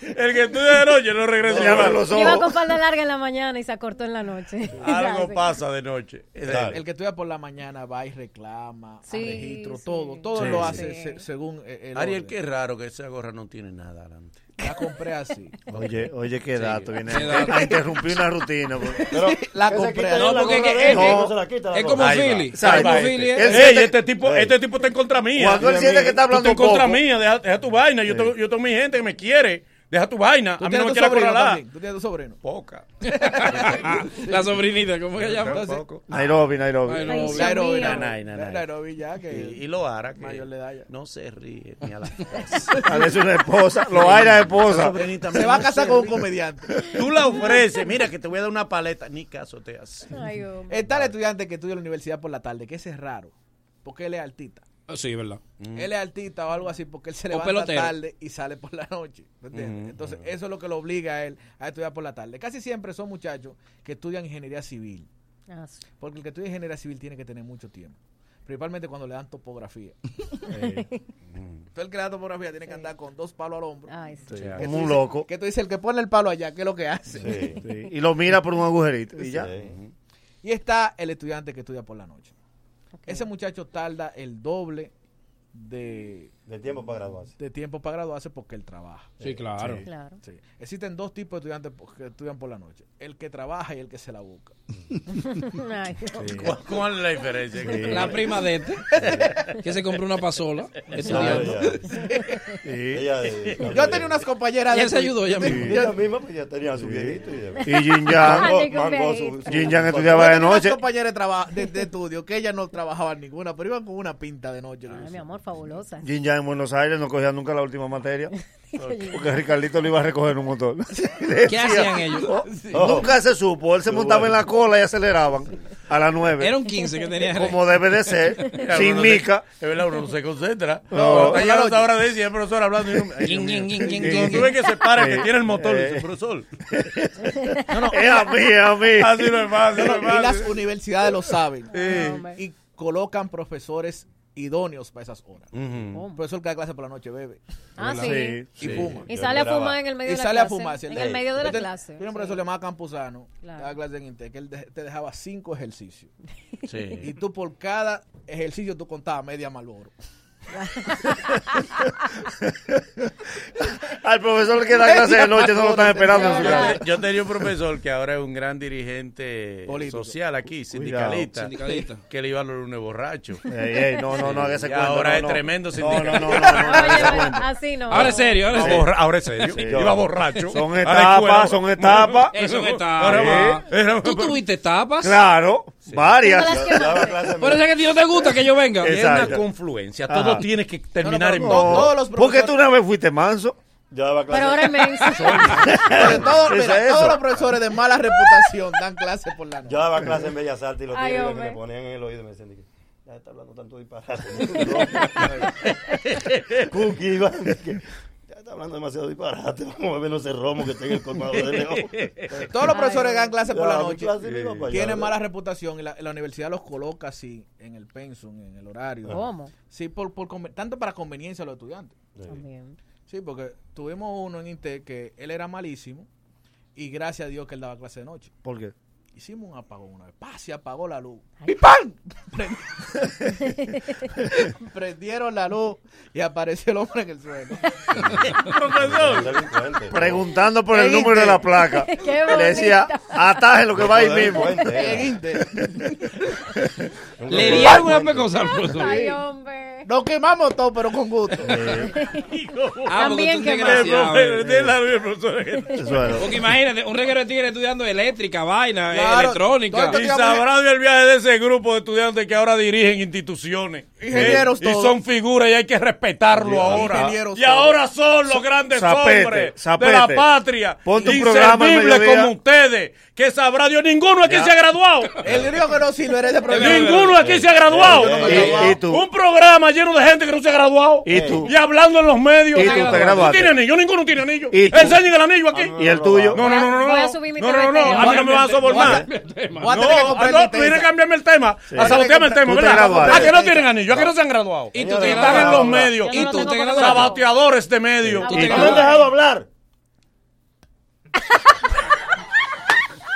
Speaker 2: El que estudia de noche no regresa
Speaker 6: Le abran
Speaker 2: igual.
Speaker 6: los
Speaker 5: Iba con falda larga en la mañana y se acortó en la noche.
Speaker 2: Algo pasa de noche.
Speaker 7: Es decir, Eh, El que estudia por la mañana va y reclama,
Speaker 5: Sí,
Speaker 7: a registro,
Speaker 5: sí.
Speaker 7: todo. Todo
Speaker 2: Sí,
Speaker 7: lo
Speaker 2: sí.
Speaker 7: hace se- según eh, el
Speaker 2: Ariel,
Speaker 7: orden.
Speaker 2: qué raro que esa gorra no tiene nada adelante.
Speaker 7: La compré así.
Speaker 6: Oye, oye, qué dato. Viene
Speaker 2: Qué
Speaker 6: a-
Speaker 2: dato.
Speaker 6: a interrumpir una rutina. pues.
Speaker 2: Pero
Speaker 7: la
Speaker 2: que se
Speaker 7: compré.
Speaker 2: quita ya No, la porque es gorra que- de
Speaker 7: es,
Speaker 2: él, es- no se la quita la es gorra. como Philly, es como Philly, es- Ey, este tipo- este tipo está en contra mía.
Speaker 6: Cuando él siente que está hablando
Speaker 2: Tú estás en contra
Speaker 6: poco.
Speaker 2: mía, deja, deja tu vaina. Yo, tengo, yo tengo mi gente que me quiere. Deja tu vaina.
Speaker 7: Tú
Speaker 2: A mí no
Speaker 7: tienes
Speaker 2: me
Speaker 7: tu
Speaker 2: quiere
Speaker 7: sobrino
Speaker 2: acorralar.
Speaker 7: también, Tú tienes tu sobrino.
Speaker 2: Poca.
Speaker 3: la sobrinita, ¿cómo que llama?
Speaker 2: Tampoco.
Speaker 6: Nairobi, Nairobi.
Speaker 2: Nairobi. Ay, Dios mío. Nanay, nanay.
Speaker 7: Nairobi ya que...
Speaker 2: Y, y lo hará que
Speaker 7: Mayor le da ya.
Speaker 2: no se ríe ni a la
Speaker 6: A veces una esposa, lo hay la esposa.
Speaker 2: Esa sobrinita
Speaker 6: Se
Speaker 2: mía
Speaker 6: va a
Speaker 2: no
Speaker 6: casar
Speaker 2: se
Speaker 6: con un
Speaker 2: ríe.
Speaker 7: comediante.
Speaker 2: Tú la ofreces, mira que te voy a dar una paleta, ni caso te hace.
Speaker 7: Está el estudiante que estudia en la universidad por la tarde, que ese es raro, porque él es artista.
Speaker 3: Ah, Sí, ¿verdad?
Speaker 7: Él es artista o algo así porque él se
Speaker 3: O
Speaker 7: levanta
Speaker 3: pelotero.
Speaker 7: tarde y sale por la noche. ¿me entiendes?
Speaker 3: Ujú,
Speaker 7: Entonces, eso es lo que lo obliga a él a estudiar por la tarde. Casi siempre son muchachos que estudian ingeniería civil. Porque el que estudia ingeniería civil tiene que tener mucho tiempo. Principalmente cuando le dan topografía. Tú el que le da topografía tiene que andar con dos palos al hombro.
Speaker 6: sí.
Speaker 7: Que tú
Speaker 6: Como un
Speaker 7: dices-
Speaker 6: loco.
Speaker 7: Que tú dices, el que pone el palo allá, ¿qué es lo que hace?
Speaker 6: Sí. Y lo mira por un agujerito. Y ya.
Speaker 7: Y está el estudiante que estudia por la noche. Ese muchacho tarda el doble de,
Speaker 10: De tiempo para graduarse.
Speaker 7: De tiempo para graduarse porque él trabaja.
Speaker 3: Sí, claro.
Speaker 7: Sí.
Speaker 3: Claro.
Speaker 7: Sí. Existen dos tipos de estudiantes po- que estudian por la noche. El que trabaja y el que se la busca.
Speaker 5: Ay, Dios.
Speaker 2: ¿Cuál, cuál es la diferencia?
Speaker 3: La prima de este, que se compró una pasola, estudiando.
Speaker 10: Ella de-
Speaker 7: Yo tenía unas compañeras de...
Speaker 3: Ella se ayudó ella misma.
Speaker 10: Ella misma, pues ya tenía su viejito.
Speaker 6: Y Jin Yang. Jin Yang estudiaba
Speaker 7: Yo
Speaker 6: de
Speaker 7: tenía unas
Speaker 6: noche.
Speaker 7: compañeras de, traba- de- de estudio que ellas no trabajaban ninguna, pero iban con una pinta de noche.
Speaker 5: Ay, mi amor, fabulosa.
Speaker 6: Jin Yang en Buenos Aires no cogía nunca la última materia. Porque Ricardito lo iba a recoger en un motor.
Speaker 3: ¿Qué hacían ellos?
Speaker 6: Oh, Nunca se supo. Él se montaba en la cola y aceleraban a las 9.
Speaker 3: Era un 15 que tenía.
Speaker 6: Como debe de ser.
Speaker 2: Mira,
Speaker 6: sin
Speaker 2: uno se-
Speaker 6: mica.
Speaker 2: Es verdad, uno no se concentra.
Speaker 6: No.
Speaker 2: No, está llegando hasta ahora de decir, profesor, hablando. y uno- Ay, Dios mío. Cuando tú ves que se para, que tiene el motor, dice, profesor.
Speaker 7: No, no.
Speaker 6: Es a mí, es a mí.
Speaker 2: Así no es fácil, no es
Speaker 7: Y las
Speaker 2: fácil.
Speaker 7: universidades lo saben.
Speaker 2: Sí.
Speaker 7: Y colocan profesores idóneos para esas horas.
Speaker 2: Ujú.
Speaker 7: Un profesor que da clase por la noche bebe.
Speaker 5: Oh. Ah, sí.
Speaker 7: Y
Speaker 5: Sí.
Speaker 7: fuma.
Speaker 5: Y Yo sale a esperaba. fumar en el medio
Speaker 7: Y
Speaker 5: de la
Speaker 7: sale a
Speaker 5: clase.
Speaker 7: fumar, sí,
Speaker 5: En el medio de la
Speaker 7: Yo te-
Speaker 5: clase,
Speaker 7: Yo tenía un profesor
Speaker 5: sí.
Speaker 7: llamado Campuzano,
Speaker 5: Claro.
Speaker 7: daba clase en Intec, que él de- te dejaba cinco ejercicios.
Speaker 2: Sí.
Speaker 7: Y tú por cada ejercicio tú contabas media malboro.
Speaker 6: Al profesor que da clase de noche no lo están esperando. en su casa.
Speaker 2: Yo tenía un profesor que ahora es un gran dirigente
Speaker 6: Político.
Speaker 2: social aquí,
Speaker 6: Cuidado.
Speaker 2: sindicalista,
Speaker 6: Sindicalista.
Speaker 2: que le iba a los lunes borracho.
Speaker 6: Ey, ey, no, no, no haga ese
Speaker 2: Y
Speaker 6: cuento,
Speaker 2: Ahora
Speaker 6: no,
Speaker 2: es
Speaker 6: no.
Speaker 2: tremendo
Speaker 6: No, no, no,
Speaker 2: sindicalista.
Speaker 6: no, no, no haga ese cuento.
Speaker 5: Así no.
Speaker 2: Ahora es serio, ahora es serio.
Speaker 6: Sí.
Speaker 2: Ahora es serio.
Speaker 6: Sí.
Speaker 2: Iba borracho.
Speaker 6: Son
Speaker 2: A la
Speaker 6: etapas,
Speaker 2: escuela.
Speaker 6: son etapas.
Speaker 8: Eh, son
Speaker 2: Ahora
Speaker 8: etapas. ¿Tú tuviste etapas?
Speaker 6: Claro, varias.
Speaker 8: Una de las que Por eso es que a ti no te gusta que yo venga.
Speaker 2: Es
Speaker 6: Exacto.
Speaker 2: una confluencia. Todo
Speaker 6: Ajá.
Speaker 2: tiene que terminar en
Speaker 6: No,
Speaker 2: bien.
Speaker 6: Porque tú una vez fuiste manso.
Speaker 10: Yo daba
Speaker 6: clase.
Speaker 5: Pero ahora es menso.
Speaker 7: Pero todos,
Speaker 6: Es
Speaker 7: mira,
Speaker 6: eso.
Speaker 7: todos los profesores de mala reputación dan clases por la noche.
Speaker 10: Yo daba clase en Bellas Artes y los
Speaker 7: Ay,
Speaker 10: tigres que
Speaker 7: hombre.
Speaker 10: me ponían en el oído me decían, ya está hablando tanto disparate. Cookie, iba, dije, ya está hablando demasiado disparate, vamos a ver ese romo que está en el colmado de León.
Speaker 7: Todos los profesores dan clases por la
Speaker 10: Ya, mi
Speaker 7: noche.
Speaker 10: clase me iba para allá,
Speaker 7: Tienen
Speaker 10: ¿verdad?
Speaker 7: mala reputación y la, la universidad los coloca así en el pensum, en el horario.
Speaker 5: ¿Cómo?
Speaker 7: Sí, por, por conven- tanto para conveniencia de los estudiantes.
Speaker 5: También.
Speaker 7: Sí, porque tuvimos uno en Intec que él era malísimo y gracias a Dios que él daba clase de noche.
Speaker 6: ¿Por qué?
Speaker 7: Hicimos un apagón una vez. ¡Pah! Se apagó la luz. ¡Y ¡pam! Prend- Prendieron la luz y apareció el hombre en el suelo.
Speaker 10: Delincuente.
Speaker 6: Preguntando por el
Speaker 7: Qué
Speaker 6: número de la
Speaker 7: inte.
Speaker 6: placa.
Speaker 7: Qué
Speaker 6: Le decía,
Speaker 7: bonito.
Speaker 6: ataje lo que va ahí mismo.
Speaker 7: Qué inte.
Speaker 8: Le dieron una pecosa al profesor.
Speaker 7: Ay, hombre. Nos quemamos todo, pero con gusto.
Speaker 8: Ah, porque tú
Speaker 7: que
Speaker 8: eres desgraciado, eh.
Speaker 6: Eso
Speaker 8: Porque imagínate, un reguero de tigre estudiando eléctrica, vaina, eh,
Speaker 2: Claro.
Speaker 8: electrónica.
Speaker 2: Y sabrá de el viaje de ese grupo de estudiantes que ahora dirigen instituciones.
Speaker 7: Ingenieros
Speaker 2: ¿eh? Y
Speaker 7: todos.
Speaker 2: son figuras y hay que respetarlo
Speaker 6: Dios.
Speaker 2: ahora.
Speaker 6: Ingenieros
Speaker 2: y
Speaker 6: todos.
Speaker 2: ahora son los grandes
Speaker 6: Zapete,
Speaker 2: hombres
Speaker 6: zapete.
Speaker 2: de la patria.
Speaker 6: Ponte un programa al
Speaker 2: inservibles
Speaker 6: mediodía.
Speaker 2: como ustedes. Que sabrá Dios, ninguno aquí
Speaker 6: Ya.
Speaker 2: se ha graduado.
Speaker 7: El griego que no sirve eres de problema.
Speaker 2: Ninguno aquí se ha graduado.
Speaker 6: ¿Y, y tú?
Speaker 2: Un programa lleno de gente que no se ha graduado.
Speaker 6: ¿Y tú?
Speaker 2: Y hablando en los medios.
Speaker 6: ¿Y tú te
Speaker 2: No
Speaker 6: graduaste?
Speaker 2: tiene anillo, ninguno tiene anillo.
Speaker 6: ¿Y tú?
Speaker 2: Enseñen el anillo aquí.
Speaker 6: ¿Y el tuyo?
Speaker 2: No, no, no, no. no.
Speaker 5: Voy a subir mi
Speaker 2: no, no, no,
Speaker 5: TBT.
Speaker 2: no, a mí no me vas a sobornar. No,
Speaker 5: a tener que comprar
Speaker 2: ah, no,
Speaker 5: mi
Speaker 2: tú vienes
Speaker 5: tesis.
Speaker 2: a cambiarme el tema,
Speaker 6: Sí.
Speaker 2: a sabotearme el tema,
Speaker 6: Tú te
Speaker 2: ¿verdad?
Speaker 6: graduaste.
Speaker 2: ¿A que no tienen anillo? ¿A que no se han graduado?
Speaker 8: Y tú
Speaker 2: Y están
Speaker 8: te
Speaker 2: en
Speaker 8: graduaste.
Speaker 2: los medios.
Speaker 8: Y tú te graduaste.
Speaker 2: Saboteadores de medios.
Speaker 8: Tú te
Speaker 10: No me han
Speaker 8: graduaste.
Speaker 10: dejado hablar.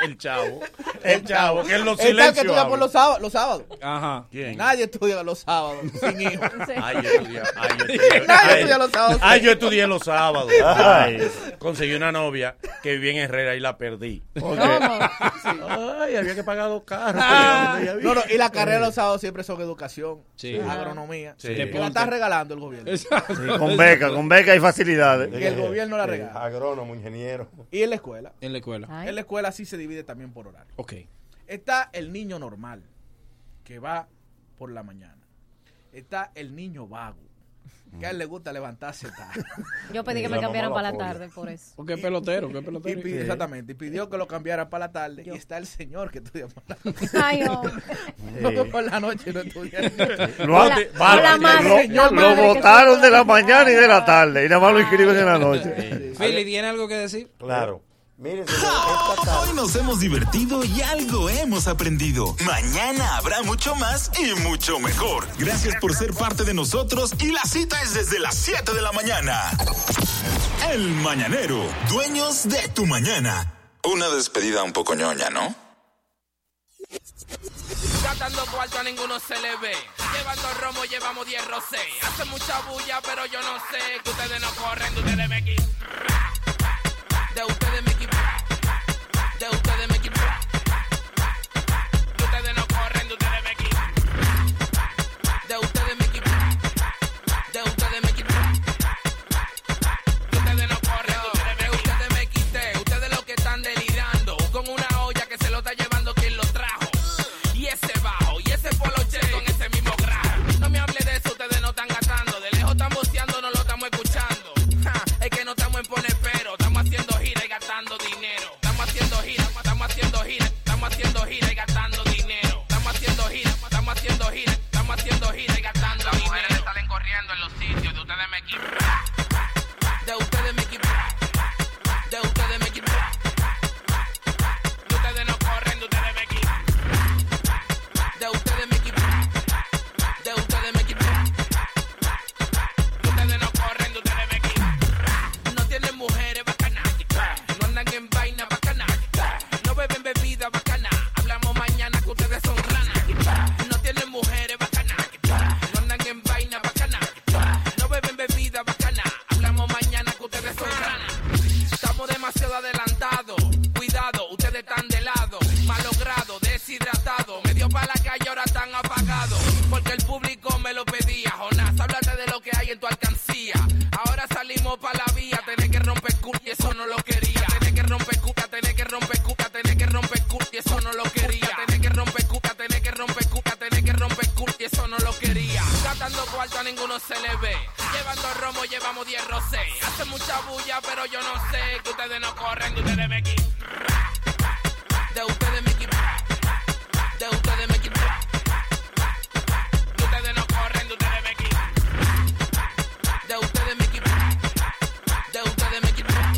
Speaker 2: El chavo. El chavo, que es los
Speaker 7: El tal que
Speaker 2: silencios.
Speaker 7: estudia por
Speaker 2: habla.
Speaker 7: los sábados. Los sábados.
Speaker 8: Ajá.
Speaker 2: ¿Quién?
Speaker 7: Nadie estudia los sábados sin hijos.
Speaker 2: Ay, yo estudié, ay, yo estudié-
Speaker 7: Nadie
Speaker 2: ay,
Speaker 7: estudia los sábados.
Speaker 2: Ay, yo estudié los sábados.
Speaker 6: Ay.
Speaker 2: Conseguí una novia que vivía en Herrera y la perdí. Ay, había que pagar dos carros. pero
Speaker 7: No, no, y las carreras de los sábados siempre son educación,
Speaker 8: Sí.
Speaker 7: agronomía.
Speaker 2: Sí.
Speaker 7: Que la está regalando el gobierno.
Speaker 6: Sí, con beca, con beca y facilidades.
Speaker 7: Que el gobierno la regala.
Speaker 10: Agrónomo, ingeniero.
Speaker 7: Y en la escuela.
Speaker 8: En la escuela.
Speaker 7: En la escuela sí se divide también por horario.
Speaker 8: Ok.
Speaker 7: Está el niño normal, que va por la mañana. Está el niño vago, que a él le gusta levantarse tarde.
Speaker 5: Yo pedí que me cambiaran para la tarde por eso.
Speaker 8: Porque es pelotero, que es
Speaker 7: Y
Speaker 8: pelotero.
Speaker 7: pi- Exactamente, y pidió que lo cambiara para la tarde. Y está el señor que estudia por la
Speaker 5: Ay, hombre.
Speaker 7: noche. por la noche no estudia.
Speaker 6: Lo,
Speaker 7: Hola,
Speaker 6: han-
Speaker 7: hola,
Speaker 6: Bárbaro.
Speaker 7: madre,
Speaker 6: Lo-
Speaker 7: señor,
Speaker 6: lo
Speaker 7: madre, que
Speaker 6: votaron de la mañana y de la tarde. Y nada más lo inscriben en la noche.
Speaker 8: Philly, ¿tiene algo que decir?
Speaker 10: Claro. Miren,
Speaker 1: Ah, Hoy nos hemos divertido y algo hemos aprendido. Mañana habrá mucho más y mucho mejor. Gracias por ser parte de nosotros y la cita es desde las 7 de la mañana. El Mañanero, dueños de tu mañana. Una despedida un poco ñoña, ¿no?
Speaker 23: Gastando cuarto a ninguno se le ve. Llevando romo, llevamos 10 rosé. Hace mucha bulla, pero yo no sé. Que ustedes no corren, de ustedes me quip. De ustedes me quip. De ustedes me quip. Que ustedes no corren, de ustedes me quip. De ustedes me quip. De ustedes me quip. Que ustedes no corren, de ustedes me quip. Ustedes me quité. Ustedes los que están delirando. Con una olla que se lo está llevando quien lo trajo. Y ese bajo, y ese poloche con ese mismo grano. No me hable de eso, ustedes no están gastando. De lejos están boceando, no lo estamos escuchando. Ja, es que no estamos en poner pero. Estamos haciendo gira y gastando dinero. Estamos haciendo gira, estamos haciendo gira. Estamos haciendo gira y gastando dinero. Estamos haciendo gira, estamos haciendo gira. Estamos haciendo gira y gastando dinero. Las mujeres salen corriendo en los sitios de ustedes me quitan. De ustedes me quitan. De ustedes me quitan. De ustedes no corren, de ustedes me quitan. De ustedes me equipo. De ustedes me equipo. Ustedes no corren, de ustedes me equipo. No tienen mujeres bacanas. No andan en vaina bacana. No beben bebida bacana. Hablamos mañana que ustedes son ranas. No tienen mujeres bacanas. No andan en vaina bacana. No beben bebida bacana. se le ve. Llevando romo, llevamos 10 rosé. Hace mucha bulla, pero yo no sé. Que ustedes no corren, que ustedes me quitan. De ustedes me quitan. De ustedes me quitan. Que ustedes no corren, que ustedes me quitan. De ustedes me quitan. De ustedes me quitan.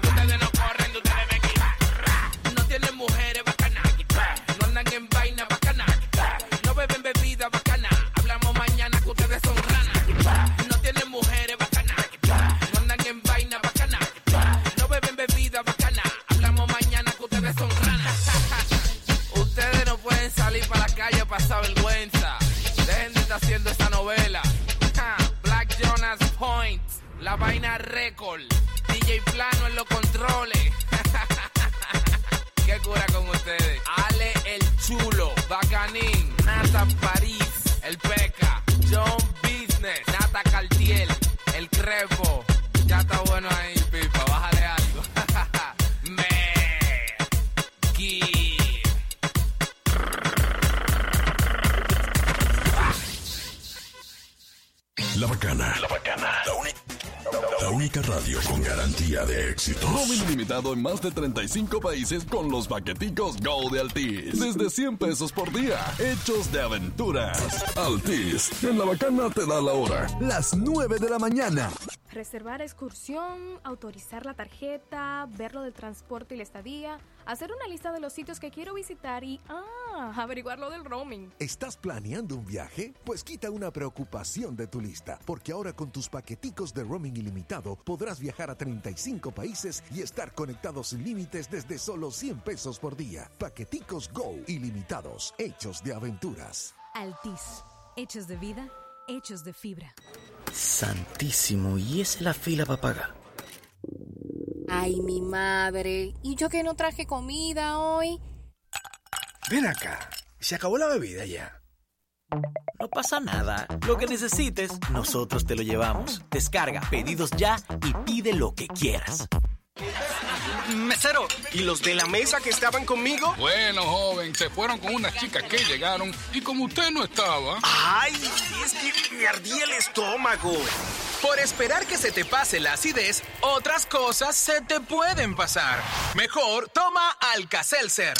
Speaker 23: Que ustedes no corren, que ustedes me quitan. No tienen mujeres bacanas. No andan en vaina bacana. No beben bebida bacana. Hablamos mañana que ustedes son ranas. No tienen mujeres bacanas. No andan en vaina bacana. No beben bebida bacana. Hablamos mañana que ustedes son ranas. Ustedes no pueden salir para la calle a pasar vergüenza. Dejen de estar haciendo esa novela. Ja, Black Jonas Point. La vaina récord. DJ Plano en los controles. ¿Qué cura con ustedes? Ale el Chulo, Bacanín, Nata París, el Peca, John Business, Nata Cartiel, el Crepo. Ya está bueno ahí, Pipa, bájale algo. Me. Gui.
Speaker 19: La Bacana. La Bacana. La, uni- la única radio con garantía de éxito.
Speaker 28: Roaming limitado en más de 35 países con los paqueticos Go de Altis. Desde 100 pesos por día, hechos de aventuras. Altis, en la bacana te da la hora. Las 9 de la mañana.
Speaker 16: Reservar excursión, autorizar la tarjeta, ver lo del transporte y la estadía, hacer una lista de los sitios que quiero visitar y, ah, averiguar lo del roaming.
Speaker 22: ¿Estás planeando un viaje? Pues quita una preocupación de tu lista, porque ahora con tus paqueticos de roaming ilimitado podrás viajar a 35 países y estar conectados sin límites desde solo 100 pesos por día. Paqueticos Go ilimitados, hechos de aventuras.
Speaker 29: Altis. Hechos de vida, hechos de fibra.
Speaker 8: Santísimo, y esa es la fila para pagar.
Speaker 5: Ay, mi madre. ¿Y yo que no traje comida hoy?
Speaker 8: Ven acá, se acabó la bebida ya. No pasa nada, lo que necesites, nosotros te lo llevamos. Descarga, pedidos ya y pide lo que quieras.
Speaker 7: Mesero, ¿y los de la mesa que estaban conmigo?
Speaker 11: Bueno, joven, se fueron con unas chicas que llegaron y como usted no estaba.
Speaker 7: ¡Ay! Es que me ardía el estómago.
Speaker 11: Por esperar que se te pase la acidez, otras cosas se te pueden pasar. Mejor toma Alka-Seltzer.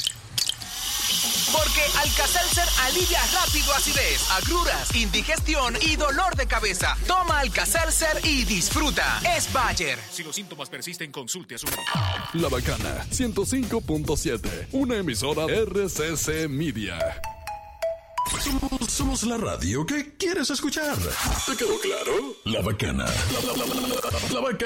Speaker 11: Porque Alka-Seltzer alivia rápido acidez, agruras, indigestión y dolor de cabeza. Toma Alka-Seltzer y disfruta. Es Bayer.
Speaker 12: Si los síntomas persisten, consulte a su
Speaker 28: La Bacana 105.7, una emisora RCC Media. Somos, somos la radio que quieres escuchar. ¿Te quedó claro? La Bacana. La, la, la, la, la, la Bacana.